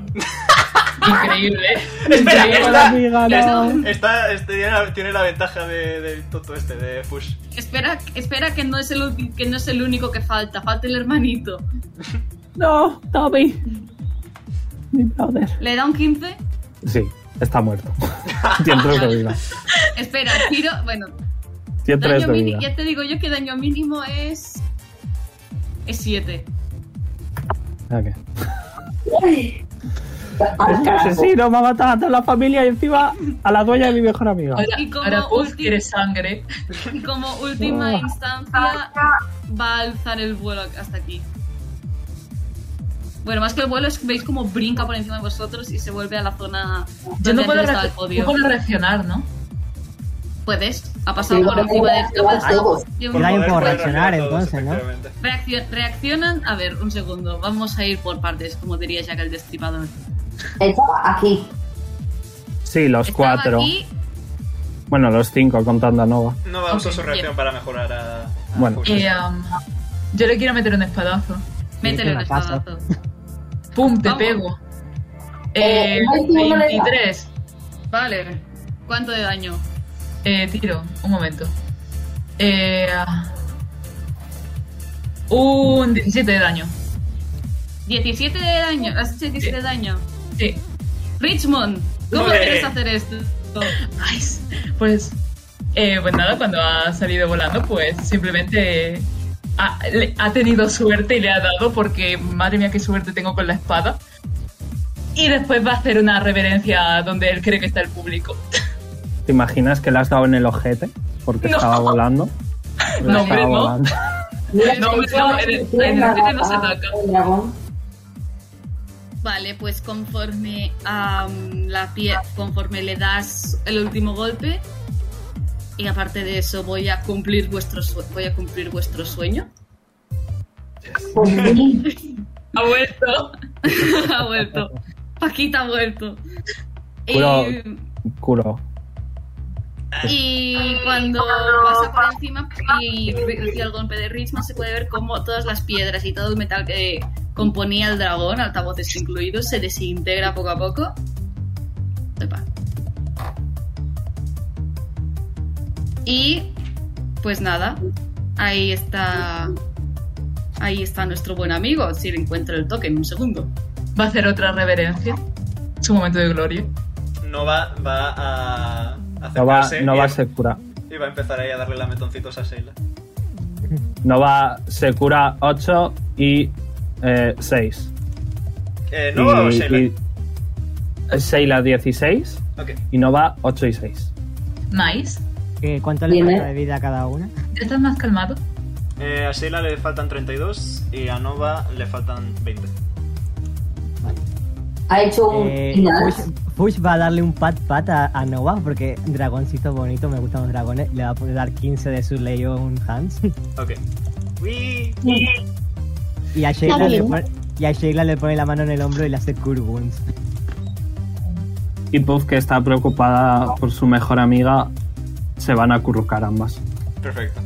B: Increíble, ¿eh?
A: Espera,
B: Increíble.
A: está,
C: amiga, no.
A: está, está- este tiene, la, tiene la ventaja de- del toto este, de push.
E: Espera, espera que, no es el, ulti- que no es el único que falta, falta el hermanito.
C: No, Toby. Mi brother.
E: ¿Le da un 15?
C: Sí, está muerto. Tiene tres de vida.
E: Espera, tiro. Bueno,
C: Tiene tres
E: daño
C: de
E: mínimo.
C: vida.
E: Ya te digo yo que daño mínimo es. Es 7.
C: Ok.
D: Al
C: Es que
D: carajo.
C: asesino, me ha matado a toda la familia y encima a la dueña de mi mejor amiga.
B: Ahora,
E: Y como
B: ahora Puff
E: ulti-
B: quiere sangre.
E: Y como última instancia, va a alzar el vuelo hasta aquí. Bueno, más que el vuelo, es que veis como brinca por encima de vosotros y se vuelve a la zona
B: Yo
E: donde
B: no puedo,
E: antes estaba
B: re-
E: el
B: no
E: podio.
B: puedo reaccionar, ¿no?
E: Puedes, ha pasado
D: Sí,
E: por
D: no
E: encima de.
D: puedo,
E: ha pasado
D: todos.
E: de
A: Por
E: un-
G: daño
A: poder
G: por
A: poder
G: reaccionar,
A: reaccionar todos,
G: entonces, ¿no?
A: efectivamente.
E: Reaccio- reaccionan. A ver, un segundo. Vamos a ir por partes, como diría Jack el Destripador.
D: Estaba aquí.
C: Sí, los
E: Estaba
C: cuatro.
E: aquí,
C: Bueno, los cinco contando a Nova.
A: No va a usar
E: Ok,
A: su reacción para mejorar a. a
C: Bueno.
A: push.
B: Eh, um, yo le quiero meter un espadazo.
E: métele
G: que
E: un
G: la pasa.
E: espadazo.
B: ¡Pum! Te
E: Vamos.
B: pego. Eh,
D: Eh, no le da.
B: 23.
E: Vale. ¿Cuánto de daño?
B: Eh, tiro, un momento. Eh, un 17 de daño.
E: 17 de daño. Has hecho 17 de daño.
B: Sí.
E: Richmond, ¿cómo
A: Ole.
E: quieres hacer esto?
B: Nice. Pues, eh, pues nada, cuando ha salido volando, pues simplemente ha, le- ha tenido suerte y le ha dado porque, madre mía, qué suerte tengo con la espada. Y después va a hacer una reverencia donde él cree que está el público.
C: ¿Te imaginas que le has dado en el ojete? Porque
B: No.
C: estaba volando.
B: No, hombre, no.
D: Mira,
B: No,
D: que
B: no, en el-
D: estoy
B: en el
D: la-
B: frente no se
D: ah,
B: ataca.
D: el dragón.
E: Vale, pues conforme a mm, la pie, conforme le das el último golpe, Y aparte de eso, voy a cumplir vuestro, sue- voy a cumplir vuestro sueño.
D: Pues
E: Ha vuelto. ha vuelto. Paquita ha vuelto. Y,
C: Cuidado. Curo.
E: y cuando pasa por encima pues, y recibe el golpe de Richman, se puede ver cómo todas las piedras y todo el metal que componía el dragón, altavoces incluidos, se desintegra poco a poco. Epa. Y pues nada, ahí está. Ahí está nuestro buen amigo, si le encuentro el toque en un segundo.
B: Va a hacer otra reverencia. Su momento de gloria.
A: No va, va a
C: No va,
A: acercarse
C: no
A: y,
C: va Sekura.
A: y va a empezar ahí a darle lametoncitos a Sheila.
C: No va Sekura 8 y eh, 6.
A: Eh, no va
C: y,
A: Sheila.
C: y- eh, Sheila 16
A: Ok.
C: y no va 8 y 6.
B: Nice.
G: Eh, ¿Cuánto le
D: Bien,
G: falta
D: ¿eh?
G: de vida a cada una?
B: ¿Ya estás más calmado?
A: Eh, a Sheila le faltan 32 y a Nova le faltan 20.
D: Ha hecho un
G: Eh,
D: Inas.
C: pues,
G: Fush, Fush va a darle un pat pat a, a Nova porque dragoncito bonito, me gustan los dragones. Le va a poder dar 15 de su Leon Hans.
A: Ok. Uy.
G: Y a Sheila,
D: Está
G: le
D: bien.
G: pone, y a Sheila le pone la mano en el hombro y le hace curbuns.
C: Y Puff, que está preocupada por su mejor amiga, se van a currucar ambas.
A: Perfecto.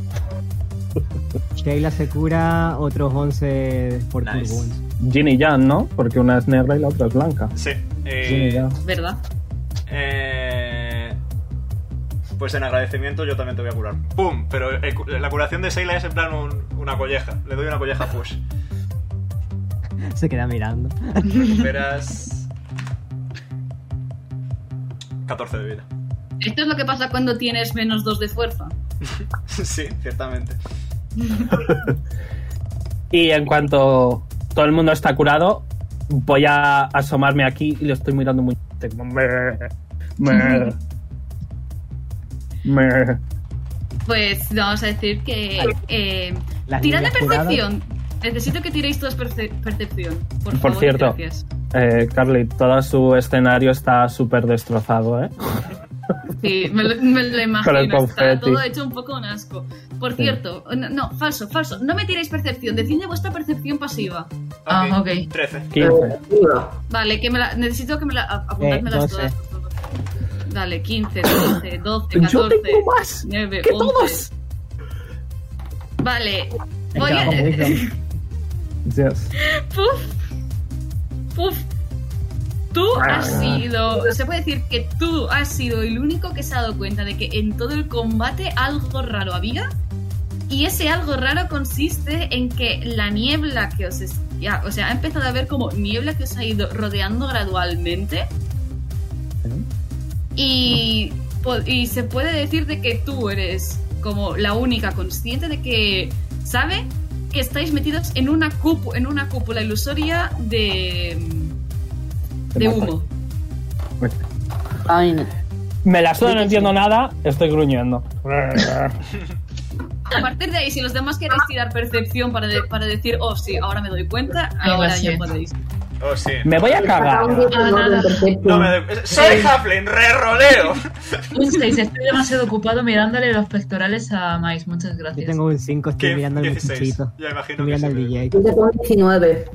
G: Sheila se cura otros 11 por
A: Nice.
G: curbuns.
C: Jin y Jan, ¿no? Porque una es negra y la otra es blanca.
A: Sí.
C: Jin y
A: Eh,
C: Jan.
E: ¿Verdad?
A: eh, pues en agradecimiento yo también te voy a curar. ¡Pum! Pero el cu- la curación de Sheila es en plan un- una colleja. Le doy una colleja a Push.
G: Se queda mirando.
A: Recuperas... 14 de vida.
E: Esto es lo que pasa cuando tienes menos dos de fuerza.
A: sí, ciertamente.
C: Y en cuanto todo el mundo está curado, voy a asomarme aquí y lo estoy mirando muy. como, "Meh, meh, meh".
E: Pues vamos a decir que. Eh,
G: Las
E: tirad de
G: niñas curadas.
E: percepción. Necesito que tiréis todos perce- percepción. Por,
C: Por
E: favor,
C: cierto.
E: Gracias.
C: Eh, Carly, todo su escenario está súper destrozado, ¿eh?
E: Sí, me lo, me lo
C: Con el
E: imagino. Está
C: confeti.
E: todo hecho un poco un asco. Por cierto, no, no, falso, falso. No me tiréis percepción. Decidme vuestra percepción pasiva.
B: Ah,
A: Ok.
B: ok.
A: 13.
C: 15.
E: Vale, que me la, necesito que me la. a- Apuntádmelas
G: Eh,
E: todas,
G: doce.
E: por favor. Dale, 15, 12, 12, 14, 9, 11. Vale, voy a.
C: Yes.
E: Puf. Puf. Tú has sido. Se puede decir que tú has sido el único que se ha dado cuenta de que en todo el combate algo raro había. Y ese algo raro consiste en que la niebla que os. es- ya, o sea, ha empezado a ver como niebla que os ha ido rodeando gradualmente. Y, po- y se puede decir de que tú eres como la única consciente de que sabe que estáis metidos en una, cúpu- en una cúpula ilusoria de, de humo.
F: Ay, no.
C: Me la suda, no entiendo nada, estoy gruñendo.
E: A partir de ahí, si los demás queréis tirar percepción para, de- para decir, oh sí, ahora me doy cuenta,
B: Algo
E: ahora
B: así.
E: ya podéis.
A: Oh, sí.
C: Me voy a
D: Saca un
B: Ah,
C: cagar.
D: 19 en percepción.
A: No me doy- Soy Halfling, re roleo.
B: Un 6. Estoy demasiado ocupado mirándole los pectorales a Mais. Muchas
G: Yo
B: gracias.
G: tengo un 5, estoy mirando al
A: 16.
G: muchachito.
A: Ya imagino
G: Estoy
A: que sí
G: mirando al
A: me-
G: DJ.
D: Yo tengo un 19.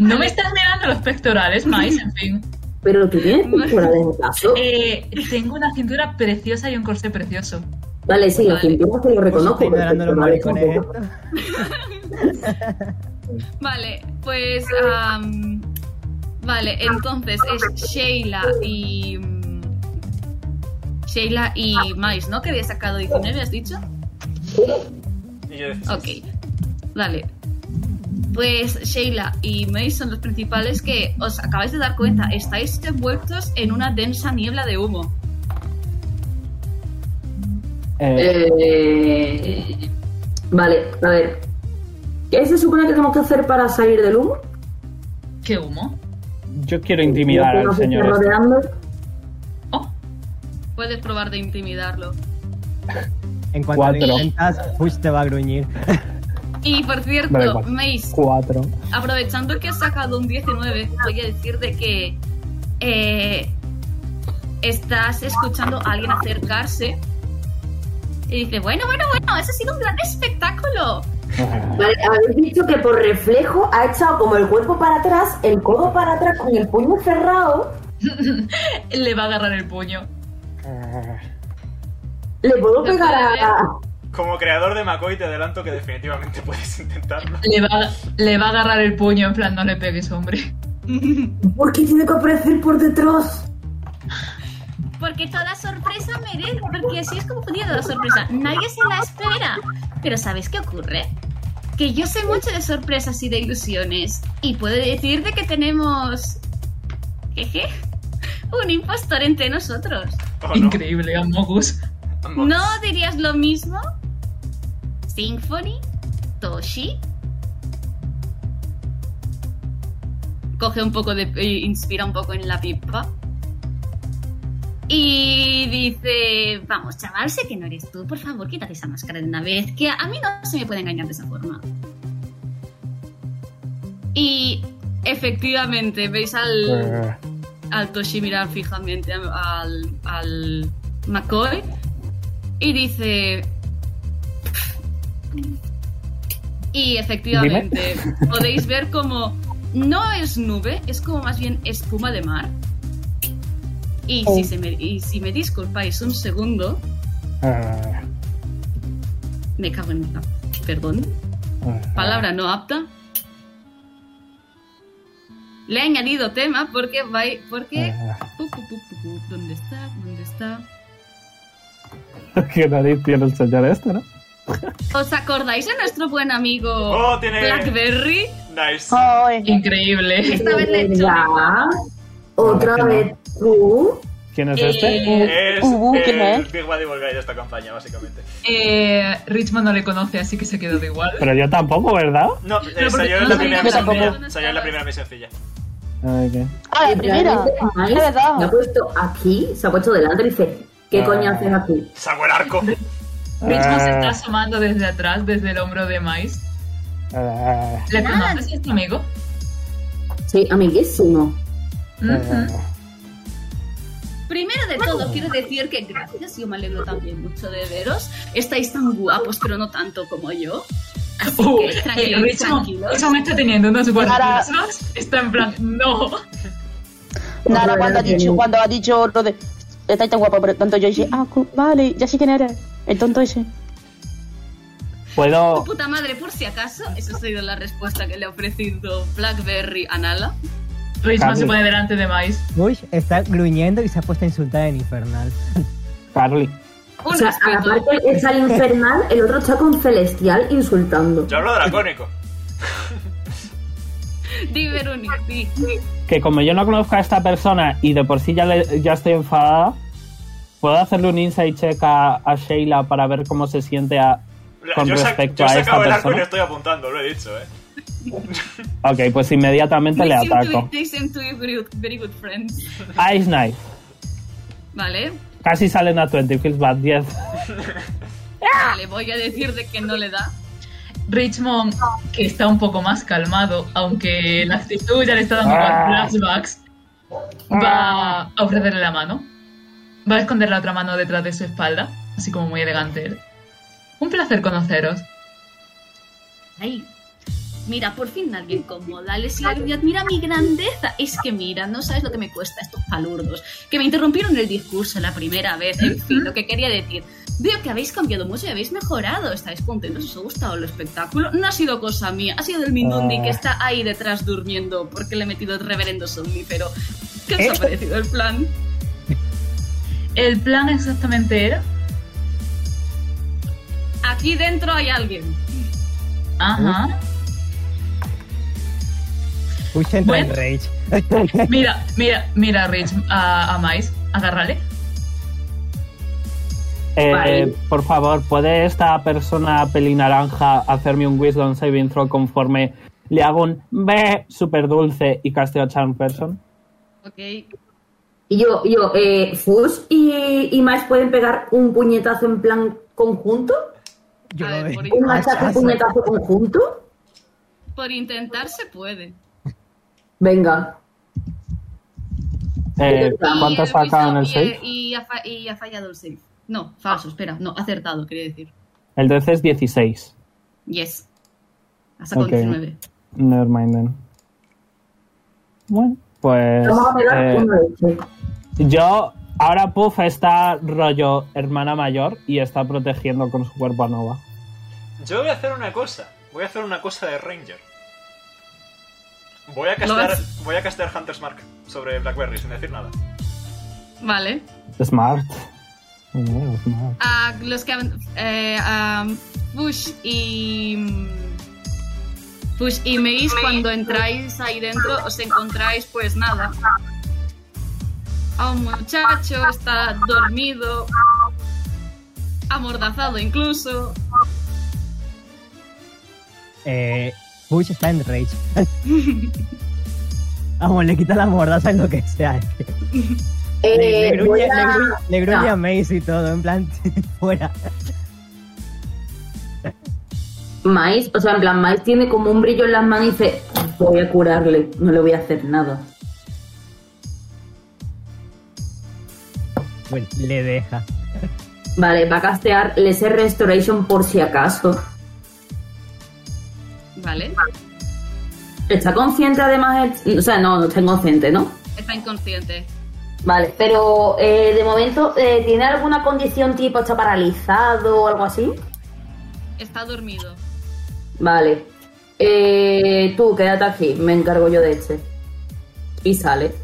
B: No me estás mirando los pectorales, Mais, en fin.
D: Pero tú tienes pintura de mi caso.
B: Eh, tengo una cintura preciosa y un corsé precioso.
D: Vale, sí, los
E: Vale.
D: cinturones te lo reconozco.
G: Estoy
D: pero
G: mirando los
D: pectorales
G: maricones.
D: tampoco.
G: estos.
E: Vale, pues. am, vale, entonces es Sheila y. mm, Sheila y Mais, ¿no? Que había sacado 19, has dicho.
A: Y yo decía,
E: Ok, vale. Pues Sheila y May son los principales que os acabáis de dar cuenta. Estáis envueltos en una densa niebla de humo.
C: Eh,
D: Eh, vale, a ver. ¿Qué se supone que tenemos que hacer para salir del humo?
B: ¿Qué humo?
C: yo quiero intimidar al
D: Nos está
C: señor. este.
D: rodeando.
B: Oh,
E: Puedes probar de intimidarlo.
G: En cuanto lo
C: Cuatro.
G: intentas, Fush te va a gruñir.
E: Y por
C: Vale,
E: cierto,
C: igual.
E: Mace,
C: este. Cuatro.
E: aprovechando que has sacado un 19, voy a decir de que eh, estás escuchando a alguien acercarse Y dice, bueno, bueno, bueno, eso ha sido un gran espectáculo.
C: Ah.
D: Vale, habéis dicho que por reflejo ha echado como el cuerpo para atrás, el codo para atrás con el puño cerrado.
B: Le va a agarrar el puño.
D: Le puedo
B: Lo
D: pegar
B: puedo
D: a.
A: Como creador de McCoy te adelanto que definitivamente puedes intentarlo.
B: Le va, le va a agarrar el puño, en plan, no le pegues, hombre.
D: ¿Por qué tiene que aparecer por detrás?
E: Porque toda sorpresa merece. Porque así es como podía toda sorpresa. Nadie se la espera. Pero ¿sabes qué ocurre? Que yo sé mucho de sorpresas y de ilusiones. Y puedo decirte que tenemos. Jeje. Un impostor entre nosotros.
A: ¿O Oh, no?
B: Increíble, Amogus.
A: Ambos.
E: ¿No dirías lo mismo? Symphony, Toshi. Coge un poco de. eh, inspira un poco en la pipa. Y dice: Vamos, chaval, sé que no eres tú, por favor, quítate esa máscara de una vez, que a mí no se me puede engañar de esa forma. Y efectivamente, veis al,
C: Eh,
E: al Toshi mirar fijamente a- al, al McCoy y dice... Y efectivamente, podéis ver como no es nube, es como más bien espuma de mar. Y, si, se me, y si me disculpáis un segundo,
C: eh,
E: me cago en... ah, Perdón,
C: eh.
E: palabra no apta. Le he añadido tema porque, vai- porque
C: Eh,
E: Pu, pu, pu, pu, pu. ¿Dónde está? ¿Dónde está?
C: ¿Qué nariz tiene el señor este, no?
E: ¿Os acordáis de nuestro buen amigo
A: Oh, tiene-
E: Blackberry?
A: Nice.
F: Ay,
B: Increíble.
E: Esta vez le he hecho
D: Ya.
C: No,
D: Otra
C: que no.
D: vez tú.
C: ¿Quién es
B: Eh,
C: este?
A: Es
F: Ubu, ¿quién
A: el
F: es?
A: Big Bad Evil Guy de esta campaña, básicamente.
B: Eh, Richmond no le conoce, así que se quedó de igual.
C: Pero yo tampoco, ¿verdad?
A: No, eh,
B: porque
A: salió
B: no
A: en la
B: sabía
A: primera
F: que
A: misión
F: tampoco.
A: sencilla. Salió en la primera misión sencilla.
C: Ay, qué-
F: a Ah, la
D: Y
F: primera.
D: realmente Miles
F: Es
D: Me ha
F: verdad.
D: puesto aquí, se ha puesto delante y dice, ¿qué
C: Ah.
D: coño haces aquí?
A: Sacó el arco.
B: Richmond se
C: Ah.
B: está asomando desde atrás, desde el hombro de Mais.
C: eh,
B: ¿Le conoces, es tu amigo?
D: Sí, amiguísimo.
B: Ujú.
E: Primero de todo, quiero decir que gracias, yo me alegro también mucho de veros. Estáis tan guapos, pero no tanto como yo. Así
B: Uh,
E: que
B: eh,
E: tranquilos,
B: Richmond
E: tranquilos.
B: Richmond está teniendo unos
F: Para-
B: guardazos. Está en plan, no.
F: Nada, cuando ha
D: Otra vez
F: dicho,
D: tiene-
F: cuando ha dicho lo de. Está tan guapo, pero tanto yo dije, ah, cu- vale, ya sé quién eres. El tonto ese.
E: Oh,
C: Puedo.
E: puta madre, por si acaso. Esa ha sido la respuesta que le ha ofrecido Blackberry a Nala.
B: Richmond se
C: Carly.
B: pone delante de Mais.
G: Bush está gruñendo y se ha puesto a insultar en infernal.
C: Carly.
E: Un
D: o sea, a la
E: respeto.
D: parte que está el infernal, el otro está con Celestial insultando.
A: Yo hablo dracónico.
E: Di, Verónica, di.
C: Que como yo no conozco a esta persona y de por sí ya, le- ya estoy enfadada, ¿puedo hacerle un insight check a, a Sheila para ver cómo se siente a. Con
A: yo he sac- yo
C: respecto
A: he
C: a esta
A: sacado el arco y
C: persona.
A: le estoy apuntando, lo he dicho, eh.
C: Ok, pues inmediatamente le
E: They seem to
C: ataco.
E: be- They seem to be very good- very good friends.
C: Ice Knife.
E: Vale,
C: Casi salen a 20, feels bad 10.
E: le voy a decir de que no le da.
B: Richmond, que está un poco más calmado, aunque la actitud ya le está dando
C: Ah.
B: flashbacks, va a ofrecerle la mano. Va a esconder la otra mano detrás de su espalda, así como muy elegante él. Un placer conoceros.
E: Ay, mira, por fin alguien con modales y dignidad. Mira mi grandeza. Es que mira, no sabes lo que me cuesta estos palurdos. Que me interrumpieron el discurso la primera vez. En fin, lo que quería decir. Veo que habéis cambiado mucho y habéis mejorado. ¿Estáis contentos? ¿Os ha gustado el espectáculo? No ha sido cosa mía. Ha sido el Minundi
C: Ah.
E: que está ahí detrás durmiendo porque le he metido el reverendo somnífero. ¿Qué os
G: ¿Eh?
E: ha parecido el plan?
B: El plan exactamente era...
E: Aquí dentro hay alguien.
B: Ajá.
G: Bush entra
B: Bueno.
G: en rage.
B: Mira, mira, mira, Rich, a, a Mais, agárrale.
C: Eh,
D: Vale.
C: eh, por favor, ¿puede esta persona pelinaranja hacerme un Wisdom Saving Throw conforme le hago un B super dulce y casteo Charm Person?
E: Ok,
D: Y yo, y yo, eh, Fus y, y Miles pueden pegar un puñetazo en plan conjunto.
G: Yo
E: A
G: lo
E: ver,
G: veo.
E: por
D: Un
E: Ah,
D: ataque puñetazo conjunto.
E: por intentar se puede.
D: Venga.
C: Eh,
D: Y
C: ¿Cuánto
E: Y, eh,
C: saca en el
E: y, eh,
C: 6?
E: Y ha, fa- y ha fallado el save. No, falso, espera. No, acertado, quería decir.
C: El 13 es 16.
E: Yes. Hasta con
C: Ok.
E: 19.
C: Nevermind then. Bueno, pues.
D: Vamos a pegar
C: eh,
D: uno de este. ocho.
C: yo. Ahora Puff está rollo hermana mayor y está protegiendo con su cuerpo a Nova.
A: Yo voy a hacer una cosa. Voy a hacer una cosa de Ranger. Voy a
E: Lo
A: castear, voy a castear Hunter's Mark sobre Blackberry sin decir nada.
E: Vale.
C: Smart. Bueno, smart.
E: A los que han. Eh, a Push y. Push y Maze, cuando entráis ahí dentro, os encontráis, pues nada. A un muchacho, está dormido. Amordazado incluso.
G: Eh, Bush está en rage. Vamos, le quita la mordaza en lo que sea. es que
D: Eh,
G: le, le
D: voy
G: gruñe,
D: a-
G: le gruñe- le gruñe a Mace y todo, en plan, fuera.
D: Mais, o sea, en plan, Mais tiene como un brillo en las manos y dice, voy a curarle, no le voy a hacer nada.
G: Bueno, le deja.
D: Vale, va a castear Lesser Restoration por si acaso.
E: Vale.
D: ¿Está consciente además? el- O sea, no, no está inconsciente, ¿no?
E: Está inconsciente.
D: Vale, pero eh, de momento, eh, ¿tiene alguna condición tipo está paralizado o algo así?
E: Está dormido.
D: Vale. Eh, tú, quédate aquí, me encargo yo de este. Y sale.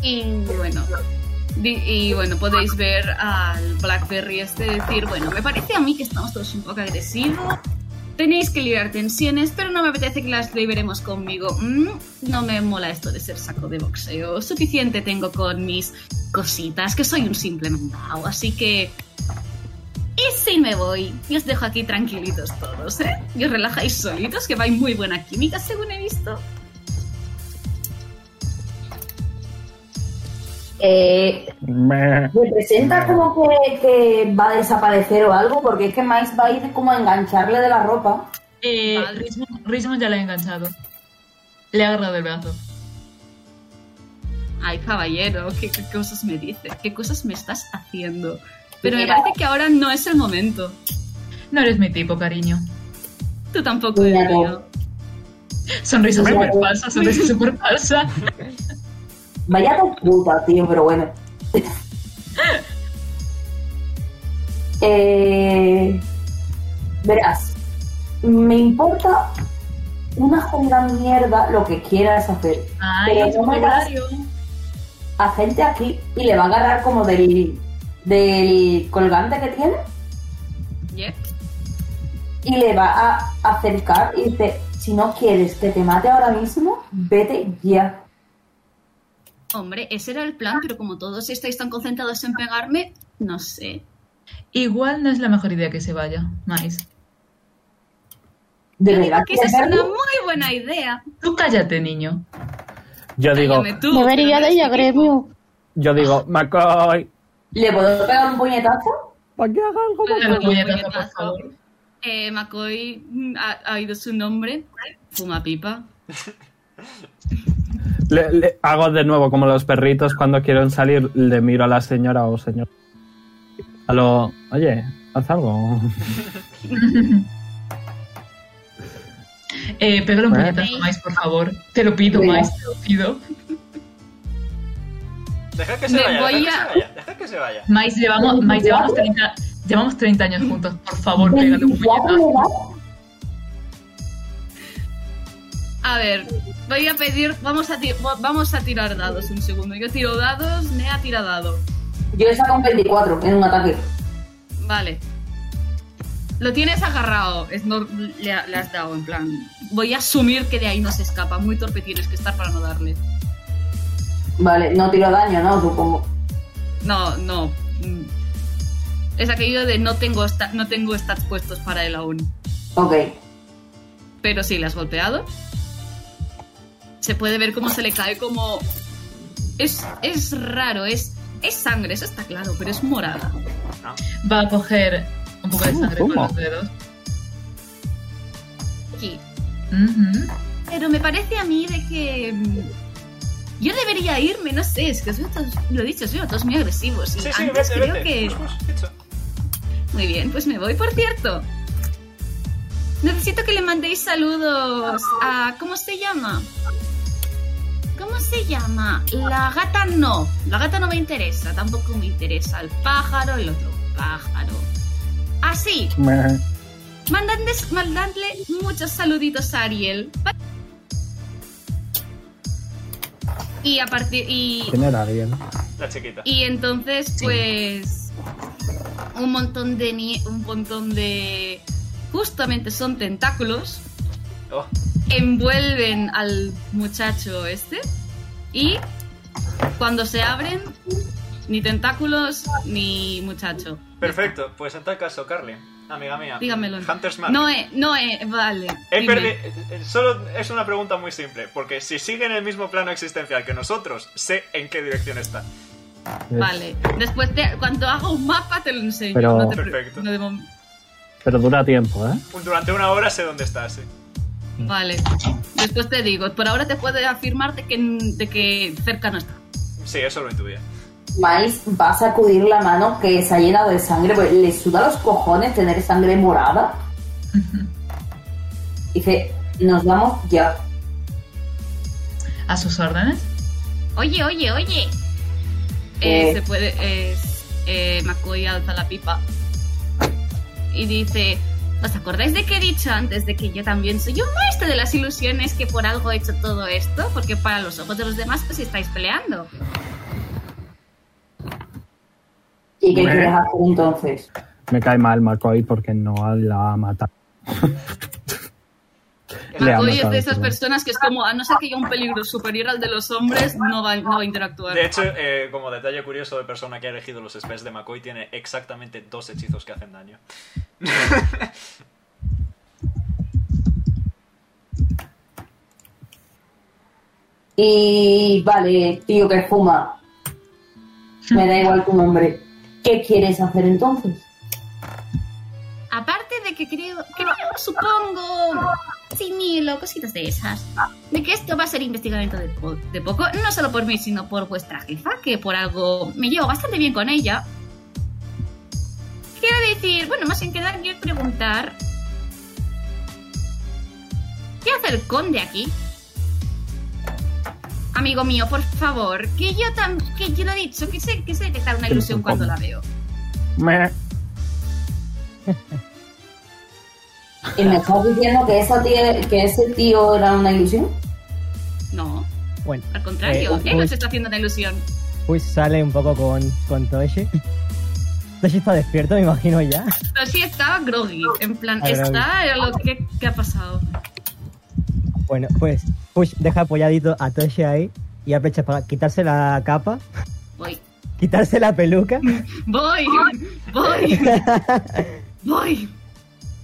E: Y bueno, di- y bueno, podéis ver al Blackberry este decir, bueno, me parece a mí que estamos todos un poco agresivos. Tenéis que liberar tensiones, pero no me apetece que las liberemos conmigo. Mm, no me mola esto de ser saco de boxeo. Suficiente tengo con mis cositas, que soy un simple mandao, así que... Y si me voy, y os dejo aquí tranquilitos todos, ¿eh? Y os relajáis solitos, que va muy buena química, según he visto.
D: Eh,
C: Meh.
D: ¿Representa como que, que va a desaparecer o algo? Porque es que Mais va a ir como a engancharle de la ropa.
B: Eh,
E: Vale.
B: Rizmo- Rizmo ya le ha enganchado. Le ha agarrado el brazo.
E: Ay, caballero, ¿qué, qué cosas me dices? ¿Qué cosas me estás haciendo? Pero
D: Pues Mira.
E: me parece que ahora no es el momento.
B: No eres mi tipo, cariño.
E: Tú tampoco,
D: Mira.
E: Emilio.
B: Sonrisa
D: Hombre.
B: súper falsa, sonrisa súper falsa.
D: Vaya dos puta, tío, pero bueno. Eh, verás, me importa una jodida mierda lo que quieras hacer.
B: Ay,
D: Pero
B: es
D: no me das
B: contrario.
D: a gente aquí y le va a agarrar como del, del colgante que tiene
E: Yeah.
D: y le va a acercar y dice, si no quieres que te mate ahora mismo, vete ya.
E: Hombre, ese era el plan, pero como todos estáis tan concentrados en pegarme, no sé.
B: Igual no es la mejor idea que se vaya, Mais.
D: De
E: Yo digo
D: verdad,
E: que esa es
D: ¿quieres
E: una
D: verlo?
E: muy buena idea.
B: Tú cállate, niño.
C: Yo digo,
E: Cállame tú,
F: Debería
E: pero no
F: de
E: eres
F: ir a
E: mi tipo.
F: gremio.
C: yo digo, McCoy,
D: ¿Le puedo pegar un puñetazo?
C: ¿para qué haga algo?
E: Pero
B: Dale un
E: no,
B: puñetazo, por
E: puñetazo.
B: favor.
E: Eh, McCoy mm, ha, ha oído su nombre. Fuma pipa.
C: Le, le- hago de nuevo como los perritos cuando quieren salir, le miro a la señora o señor. A lo, oye, haz algo.
B: Eh, pégale un
C: Bueno.
B: puñetazo, Mais, por favor. Te lo pido,
D: Venga.
B: Mais, te lo pido.
A: Deja que se
E: Me
A: vaya, deja
E: voy
A: que
E: a-
A: se vaya, deja que se vaya.
B: Mais, llevamos, Mais, llevamos 30, llevamos 30 años juntos. Por favor, pégale un
D: ¿24
B: puñetazo.
D: le das?
E: A ver, voy a pedir. Vamos a, ti- vamos a tirar dados un segundo. Yo tiro dados, Nea tira dado.
D: Yo he sacado un 24 en un ataque.
E: Vale. Lo tienes agarrado. Es nor- le, ha- le has dado, en plan. Voy a asumir que de ahí no se escapa. Muy torpe tienes que estar para no darle.
D: Vale, no tiro daño, ¿no? Supongo.
E: No, no. mm. Es aquello de no tengo, sta- no tengo stats puestos para él aún.
D: Ok.
E: Pero sí, le has golpeado. Se puede ver cómo se le cae como... Es, es raro, es, es sangre, eso está claro, pero es morada.
B: Va a coger un poco de
C: Uh,
B: sangre con
C: toma.
B: los dedos.
E: Aquí.
B: Ujú.
E: Pero me parece a mí de que mm, Yo debería irme, no sé, es que os veo todos, lo he dicho, os veo todos muy agresivos. Y
A: Sí, sí,
E: antes
A: vete,
E: creo
A: vete.
E: que.
A: Pues, pues, hecho.
E: Muy bien, pues me voy, por cierto. Necesito que le mandéis saludos a. ¿Cómo se llama? ¿Cómo se llama? La gata no. La gata no me interesa, tampoco me interesa. El pájaro, el otro pájaro. Así,
C: Me-
E: mandadles- mandadle muchos saluditos a Ariel. ¿vale? Y a partir. Y
C: ¿Quién era alguien?
A: La chiquita.
E: y entonces, pues. Un montón de. nie- Un montón de. Justamente son tentáculos.
A: Oh,
E: Envuelven al muchacho este. Y. Cuando se abren. Ni tentáculos ni muchacho.
A: perfecto, pues en tal caso, Carly, amiga mía.
E: Dígamelo.
A: Hunter's Mark.
E: No, eh, no, eh, vale.
A: He
E: dime.
A: perdi- eh, eh, Solo es una pregunta muy simple, porque si sigue en el mismo plano existencial que nosotros, sé en qué dirección está.
E: Vale. Después, te- cuando haga un mapa, te lo enseño.
C: Pero-
E: no te pre-
A: Perfecto.
E: no debo-
C: Pero dura tiempo, ¿eh?
A: Durante una hora sé dónde está, sí.
E: Vale. Después te digo. Por ahora te puedo afirmar de que, de que cerca no está.
A: Sí, eso lo intuía.
D: Miles va a sacudir la mano que se ha llenado de sangre, pues le suda los cojones tener sangre morada. Dice, nos vamos ya.
B: ¿A sus órdenes?
E: Oye, oye, oye. Eh,
D: Eh.
E: Se puede. es- eh, McCoy alza la pipa. Y dice: ¿Os acordáis de que he dicho antes de que yo también soy un maestro de las ilusiones que por algo he hecho todo esto? Porque para los ojos de los demás os estáis peleando.
D: ¿Y qué
C: Bueno.
D: quieres hacer entonces?
C: Me cae mal McCoy porque no la ha matado. Le ha
E: McCoy es
C: matado,
E: de esas
C: perdón.
E: personas que es como: a no ser que haya un peligro superior al de los hombres, no va, no va a interactuar.
A: De hecho, eh, como detalle curioso de persona que ha elegido los spells de McCoy, tiene exactamente dos hechizos que hacen daño.
D: Y vale, tío que fuma. Me da igual tu nombre. ¿Qué quieres hacer entonces?
E: Aparte de que creo, creo, supongo, sin hilo, cositas de esas, de que esto va a ser investigamiento de, po- de poco, no solo por mí, sino por vuestra jefa, que por algo me llevo bastante bien con ella. Quiero decir, bueno, más en que dar, quiero preguntar, ¿qué hace el conde aquí? Amigo mío, por favor, que yo tam que yo lo he dicho, que sé, que sé detectar una
C: Que no
E: ilusión
C: soy
E: cuando la
C: conde.
E: veo.
C: Me-
D: ¿Y me estás diciendo que, esa tía- que ese tío era una ilusión?
E: No,
G: Bueno,
E: al contrario,
G: Eh, un-
E: él
G: un-
E: nos está haciendo una ilusión.
G: Uy sale un poco con, con Toshi. Toshi está despierto, me imagino ya.
E: Pero sí estaba groggy, en plan,
G: Ah, groggy.
E: está era lo que, que ha pasado.
G: Bueno, pues Push deja apoyadito a Toshi ahí y aprovecha para quitarse la capa,
E: Voy,
G: quitarse la peluca
E: voy, voy, voy.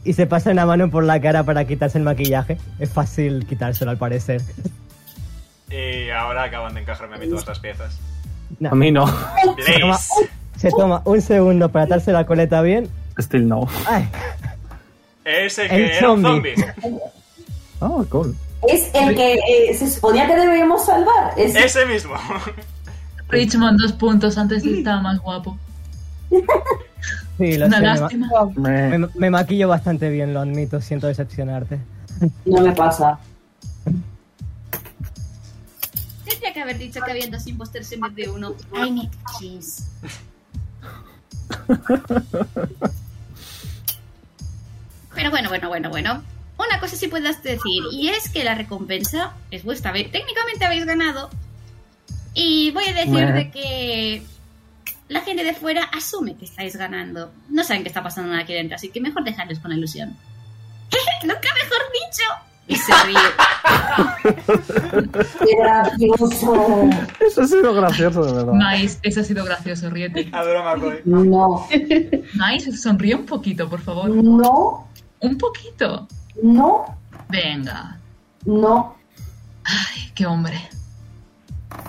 G: y se pasa una mano por la cara para quitarse el maquillaje. Es fácil quitárselo al parecer.
A: Y ahora acaban de encajarme a mí todas las piezas.
C: A mí no.
A: Blaze.
G: Se toma un segundo para atarse la coleta bien.
C: Still no.
G: ¡Ay!
A: Ese
G: El
A: que era un zombie.
G: zombie.
C: Oh, cool.
D: Es el que eh, se suponía que debíamos salvar. Es,
A: Ese mismo.
B: Richmond, dos puntos. Antes estaba más guapo.
G: Sí, lo
B: Una
G: sé, me ma-
B: lástima.
C: Me-
G: Me, me maquillo bastante bien, lo admito, siento decepcionarte.
D: No me pasa.
E: Tendría que haber dicho que había dos imposters en vez de uno. I need cheese. Pero bueno, bueno, bueno, bueno. Una cosa sí puedas decir, y es que la recompensa es vuestra. A ver, Técnicamente habéis ganado. Y voy a decir
C: Bueno.
E: de que la gente de fuera asume que estáis ganando. No saben qué está pasando aquí dentro, así que mejor dejarles con la ilusión. ¡Nunca mejor dicho! Y se ríe.
D: Qué gracioso.
C: Eso ha sido gracioso, de verdad.
B: Nice, eso ha sido gracioso, ríete.
A: Adoro a McCoy.
D: No,
B: Nice, sonríe un poquito, por favor.
D: no,
B: Un poquito.
D: no,
B: Venga.
D: no.
B: Ay, qué hombre.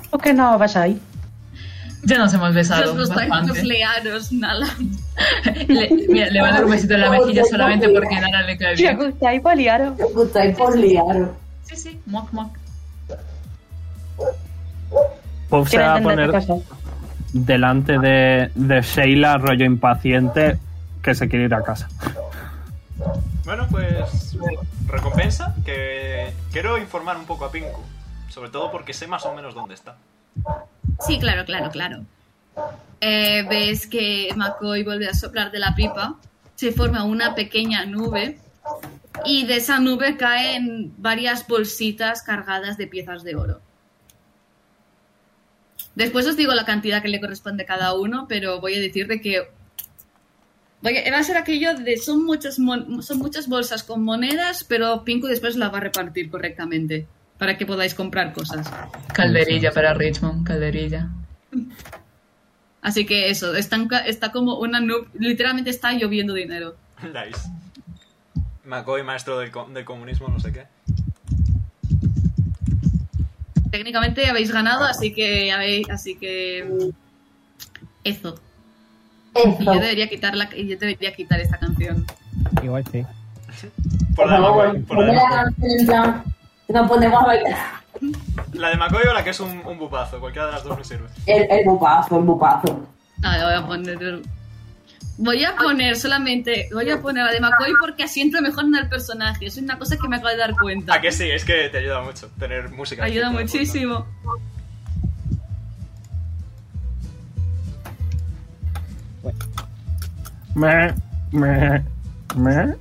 F: ¿Por qué no vas ahí?
B: Ya nos hemos besado.
E: Los dos
B: bastante.
E: tacos leanos, nada.
B: Le, mira, le va a dar un besito en la mejilla solamente porque Nara le cae bien.
F: gusta ir liaros.
D: Me gusta ir por liar.
B: Sí, sí, mock mock.
C: Pop se
F: Quiero
C: va a
F: entender
C: poner
F: qué cosa es.
C: delante de, de Sheila, rollo impaciente, que se quiere ir a casa.
A: Bueno, pues recompensa que quiero informar un poco a Pinku, sobre todo porque sé más o menos dónde está.
E: Sí, claro, claro, claro. Eh, ves que McCoy vuelve a soplar de la pipa, se forma una pequeña nube y de esa nube caen varias bolsitas cargadas de piezas de oro. Después os digo la cantidad que le corresponde a cada uno, pero voy a decir de que Vaya, va a ser aquello de son muchas mon- son muchas bolsas con monedas, pero Pinku después la va a repartir correctamente para que podáis comprar cosas.
B: Calderilla para Richmond, calderilla.
E: Así que eso, están ca- está como una nube, literalmente está lloviendo dinero.
A: Nice. McCoy, maestro del, co- del comunismo, no sé qué.
E: Técnicamente habéis ganado, así que habéis, así que eso. Y
D: Eso.
E: yo debería quitar la, y yo debería quitar esta canción.
G: Igual sí.
A: Por la de McCoy. por la de
D: Ponme la
A: McCoy.
D: canción en plan, Nos ponemos a bailar.
A: La de McCoy o la que es un, un bupazo, cualquiera de las dos me sirve.
D: El, el bupazo, el bupazo.
E: Ah, voy a poner. Voy a poner solamente, voy a poner la de McCoy porque así entro mejor en el personaje. Es una cosa que me acabo de dar cuenta.
A: Ah, que sí, es que te ayuda mucho tener música.
E: Ayuda
A: de fondo.
E: muchísimo.
C: Meh, meh, meh.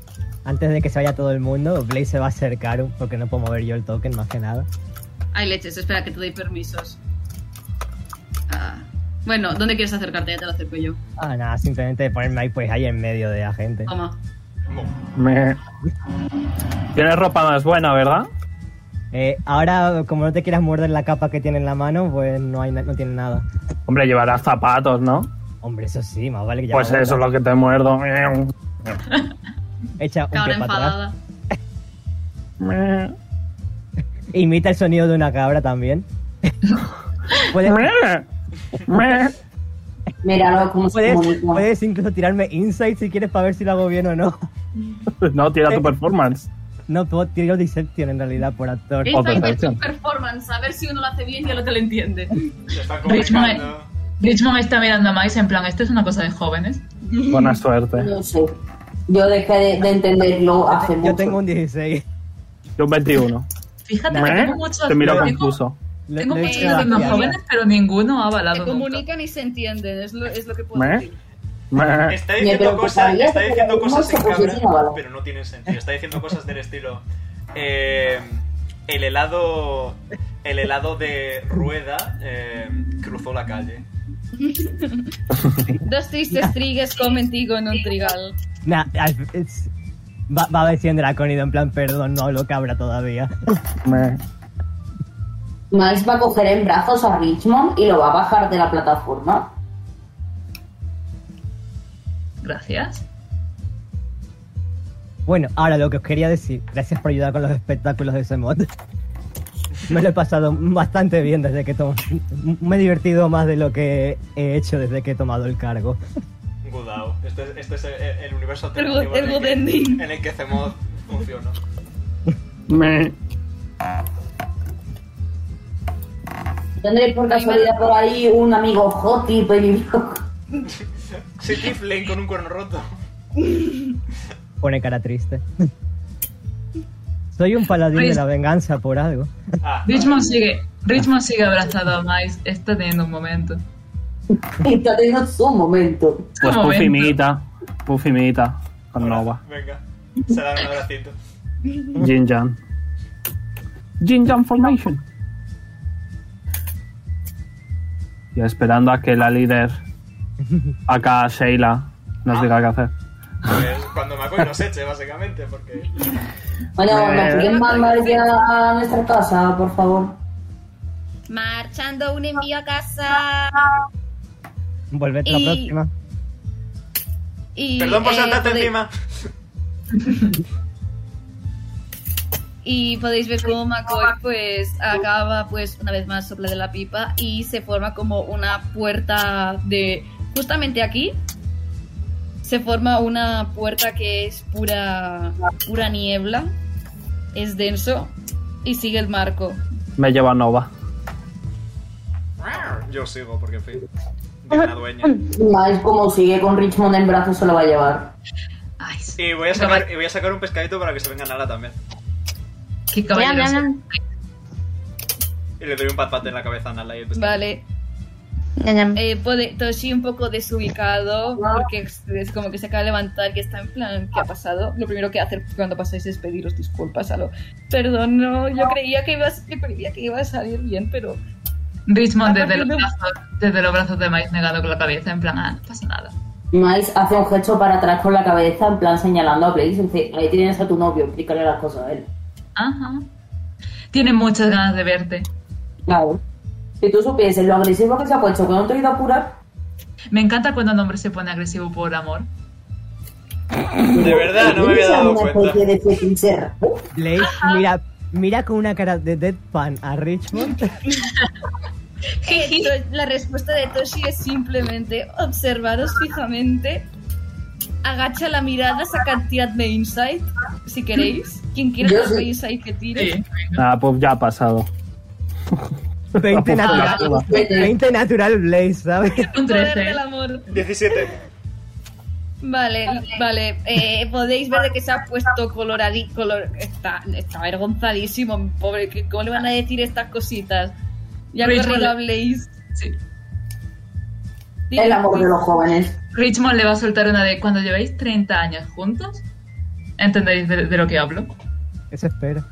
G: Antes de que se vaya todo el mundo, Blaze se va a acercar un- porque no puedo mover yo el token más que nada.
E: Hay leches, espera que te doy permisos. Ah, bueno, ¿dónde quieres acercarte? Ya te lo acerco yo.
G: Ah, nada, simplemente ponerme ahí pues ahí en medio de la gente.
E: Toma.
A: Mo-
C: Me... Tienes ropa más buena, ¿verdad?
G: Eh, ahora, como no te quieras morder la capa que tiene en la mano, pues no hay na- no tiene nada.
C: Hombre, llevarás zapatos, ¿no?
G: Hombre, eso sí, más vale que ya.
C: pues
G: me
C: eso es
G: muerda.
C: lo que te muerdo. Meh,
G: Echa un
E: Cabra
G: pie para atrás.
E: enfadada.
C: meh,
G: E Imita el sonido de una cabra también. puedes,
C: meh, meh.
D: Míralo cómo se
G: puedes-
D: comunica.
G: puedes incluso tirarme insight si quieres para ver si lo hago bien o no.
C: No, tira tu performance.
G: No, puedo tirar Deception en realidad por actor.
C: Oh,
E: Insight de
C: perfecto.
E: tu performance, a ver si uno lo hace bien y el otro lo entiende.
A: Se están
B: Richmond, eh.
A: comunicando.
B: Richmond me está mirando a Miles en plan, esto es una cosa de jóvenes.
C: Buena suerte.
D: No sé. Yo dejé de, de entenderlo hace mucho.
G: Yo tengo un 16.
C: Yo un 21.
B: Fíjate que
C: Meh.
B: tengo muchos...
C: ¿Eh? Te miro
B: tengo-
C: confuso.
G: Le-
B: Tengo
G: le-
B: muchos
E: eh,
B: alumnos
E: ya, ya.
B: jóvenes, pero ninguno ha
E: Se
B: avalado nunca.
E: comunican y se entienden, es lo, es lo que puedo
C: ¿Eh?
E: decir.
C: Meh.
A: Está
D: Ah, Me
A: diciendo
D: preocuparía
A: cosas,
D: que
A: está
D: te
A: diciendo
D: preocupas
A: cosas en
D: porque
A: cabra,
D: sí, no vale.
A: pero no tienen sentido. Está diciendo cosas del estilo. eh, el helado. El helado de rueda eh, cruzó la calle.
E: Dos tristes trigues comen trigo en un trigal.
G: Nah, al- es- va, va a decir Draconido en plan, perdón, no hablo cabra todavía.
C: Meh.
D: Miles va a coger en brazos a Richmond y lo va a bajar de la plataforma.
B: Gracias.
G: Bueno, ahora lo que os quería decir, gracias por ayudar con los espectáculos de ese mod. Me lo he pasado bastante bien desde que tomo. Me he divertido más de lo que he hecho desde que he tomado el cargo.
A: Gudao. Este, este es el, el universo
E: El good-
A: alternativo
E: el
A: en, el
E: good
A: que-
E: ending.
A: en el que Zemod funciona.
C: Meh.
D: ¿Tendréis por casualidad por ahí un amigo Joti peligroso?
A: Sí, Tiflin con un cuerno roto.
G: Pone cara triste. Soy un paladín de la venganza por algo.
A: Ah,
B: Richmond sigue, Richmond sigue abrazado a Miles. Está teniendo un momento.
D: Está teniendo su momento.
B: Es
C: Pues
B: un momento.
C: Pufimita. Pufimita. Con Nova.
A: venga. Se dan un abracito.
C: Jinjan. Jinjan Formation. Y esperando a que la líder, acá Sheila, nos diga qué hacer.
A: Pues cuando McCoy nos eche, básicamente, porque.
D: Bueno,
C: Eh.
D: ¿nos pueden mandar ya a nuestra casa, por favor?
H: Marchando un envío a casa.
G: Volved la
E: Y-
G: próxima.
E: Y,
A: Perdón por
E: eh,
A: saltarte
E: podéis-
A: encima.
E: Y podéis ver cómo McCoy pues acaba pues una vez más sopla de la pipa y se forma como una puerta de justamente aquí se forma una puerta que es pura pura niebla es denso y sigue el marco
C: Me lleva Nova.
A: Yo sigo, porque en fin. tiene una dueña.
D: Miles, como sigue con Richmond en brazos, se lo va a llevar.
B: Ay, sí.
A: Y voy a sacar, y voy a sacar un pescadito para que se venga Nala también.
B: qué caballeroso.
A: Y le doy un pat pat en la cabeza a Nala y el pescadito.
E: Vale. Eh, puede, Toshi un poco desubicado porque es- es como que se acaba de levantar y está en plan, ¿qué ha pasado? Lo primero que hacer cuando pasáis es pediros disculpas a lo... Perdón, no, yo creía que, ibas, yo creía que iba a salir bien, pero...
B: Richmond
E: A
B: desde los,
E: partir de-
B: brazos, desde los brazos de Miles negado con la cabeza, en plan, ah, no pasa nada.
D: Miles hace un gesto para atrás con la cabeza, en plan señalando a Blaze. y Dice: Ahí tienes a tu novio, explícale las cosas a él.
B: Ajá. Tiene muchas ganas de verte.
D: Claro. Si tú supieses lo agresivo que se ha puesto, que no te he ido a curar,
B: Me encanta cuando un hombre se pone agresivo por amor.
A: De verdad, no me había dado
D: Una
A: cuenta.
D: especie de fetiche.
G: Blaze mira, mira con una cara de deadpan a Richmond.
E: Eh, to- la respuesta de Toshi es simplemente observaros fijamente, agacha la mirada, saca tirad de insight, si queréis. Quien quiera
D: Yo
E: tirad de
D: sí.
E: insight que tire.
B: Sí.
C: Ah, pues ya ha pasado.
G: 20 natural.
D: Ah,
G: 20 natural Blaze, ¿sabes?
B: Un
E: Poder
B: 13.
E: del amor.
A: 17.
E: Vale, vale. Eh, podéis ver de que se ha puesto coloradi, color, está, está avergonzadísimo, pobre. que- ¿Cómo le van a decir estas cositas? Ya
B: Rachel.
E: corrido a Blaze.
B: Sí.
D: El amor de los jóvenes.
B: Richmond le va a soltar una de cuando llevéis 30 años juntos. ¿Entenderéis de, de lo que hablo?
G: Eso espero.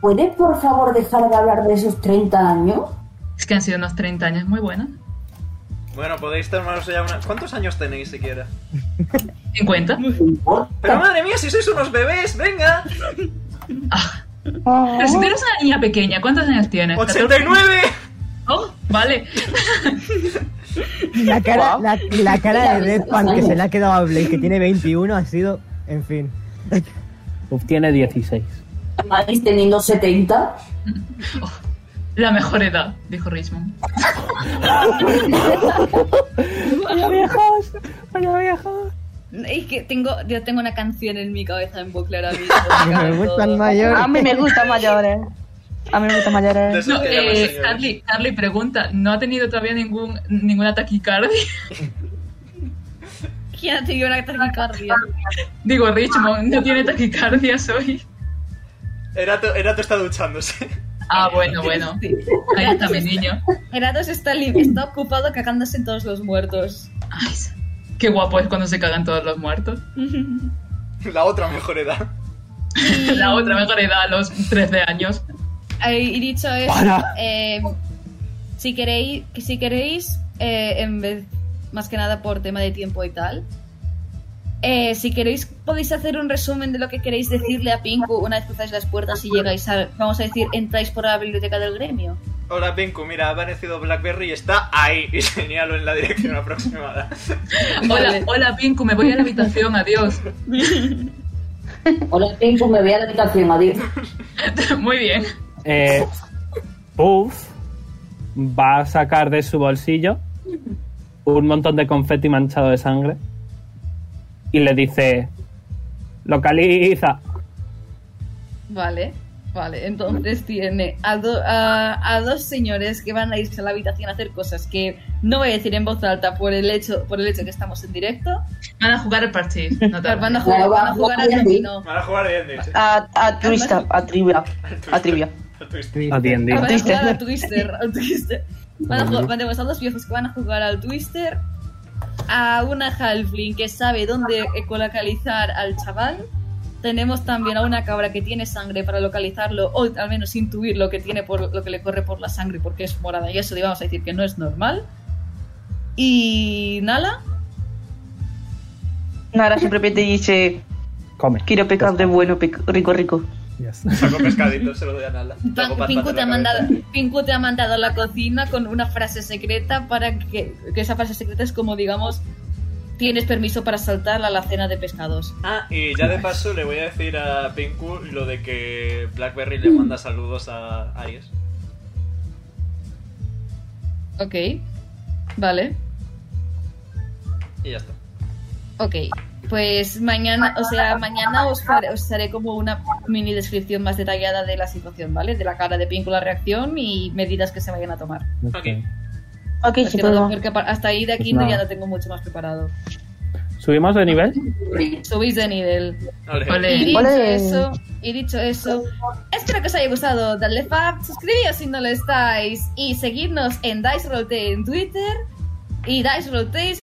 D: ¿Puedes por favor dejar de hablar de esos 30 años?
B: Es que han sido unos 30 años muy buenos.
A: Bueno, podéis tomaros ya una. ¿Cuántos años tenéis siquiera?
B: 50.
D: No importa.
A: Pero madre mía, si sois unos bebés, venga.
B: Pero si tú eres una niña pequeña, ¿cuántos años tienes?
A: 89.
B: Oh, vale.
G: La cara, la, la cara de Deadpan que
D: Años.
G: se le ha quedado a Blaze, que tiene 21, ha sido. En fin.
C: Obtiene 16.
D: Miles teniendo 70.
B: La mejor edad, dijo Richmond.
C: ¡Vaya viejos! ¡Vaya viejos!
E: Es que tengo, yo tengo una canción en mi cabeza en bucle ahora mismo.
G: Me gustan
F: A mí
G: mayores.
F: me gustan mayores. A mí me gustan
A: De
F: mayores.
A: esos
B: No,
A: que llaman
B: eh,
A: señores.
B: Charlie, Charlie pregunta, ¿no ha tenido todavía ningún ninguna taquicardia?
E: ¿Quién ha tenido una taquicardia?
B: Digo, Richmond, no tiene taquicardia hoy.
A: Erato, Erato está duchándose.
B: Ah, bueno, bueno.
E: Sí.
B: Ahí está mi niño.
E: Heratos está, libre, está ocupado cagándose en todos los muertos.
B: Ay, qué guapo es cuando se cagan todos los muertos.
A: La otra mejor edad.
B: La otra mejor edad, a los 13 años.
E: Eh, Y dicho eso,
C: Para.
E: eh, si queréis, que si queréis eh, en vez, más que nada por tema de tiempo y tal, eh, si queréis podéis hacer un resumen de lo que queréis decirle a Pinku una vez cruzáis las puertas y llegáis a, vamos a decir, entráis por la biblioteca del gremio.
A: Hola, Pinku. Mira, ha aparecido Blackberry y está ahí. Y señalo en la dirección aproximada.
B: Hola, hola, Pinku, me voy a la habitación, adiós.
D: Hola, Pinku, me voy a la habitación, adiós.
B: Muy bien.
C: Eh, Puff va a sacar de su bolsillo un montón de confeti manchado de sangre y le dice: Localiza.
E: Vale, vale. Entonces tiene a, do- a- a dos señores que van a irse a la habitación a hacer cosas que no voy a decir en voz alta por el hecho, por el hecho que estamos en directo.
B: Van a jugar el partido. No te
E: Van a
B: arruines.
E: jugar, van a
D: Claro,
E: jugar al
D: vamos a
E: dominó.
A: Van a jugar bien, dice.
F: A, a Trista, a Trivia. A Trivia.
A: Al twist.
C: A
E: Van
C: D&D.
E: a jugar
F: Twister.
E: al Twister. Al Twister. Van a jugar, van a pasar dos viejos que van a jugar al Twister. A una Halfling que sabe dónde ecolocalizar al chaval. Tenemos también a una cabra que tiene sangre para localizarlo o al menos intuir lo que tiene por lo que le corre por la sangre porque es morada y eso le vamos a decir que no es normal. Y Nala,
F: Nara simplemente dice:
C: Come.
F: Quiero pecar de bueno, pec- rico, rico.
A: Saco pescadito, se lo doy a Nala. Saco pat, pat
E: Pinku
A: en
E: te,
A: la
E: ha mandado,
A: cabeza.
E: Pinku te ha mandado a la cocina con una frase secreta para que, que esa frase secreta es como digamos tienes permiso para saltar la alacena de pescados.
A: Ah, y ya de paso le voy a decir a Pinku lo de que Blackberry le manda saludos a Aries.
E: Ok, vale,
A: Y ya está.
E: ok. Pues mañana, o sea, mañana os, fare- os haré como una mini descripción más detallada de la situación, ¿vale? De la cara de Pinku, la reacción y medidas que se vayan a tomar.
A: Ok.
F: Ok,
B: Es que no,
F: chicos.
B: porque pa- hasta ahí de aquí
C: Pues
B: no, ya
C: nada.
B: lo tengo mucho más preparado.
C: ¿Subimos de nivel?
B: Subís de nivel.
A: Ole.
E: Ole.
B: Y dicho
F: Ole.
B: eso, y dicho eso, espero que os haya gustado. Dadle fab, suscribíos si no lo estáis y seguidnos en Dice Roll Day en Twitter y Dice Roll Day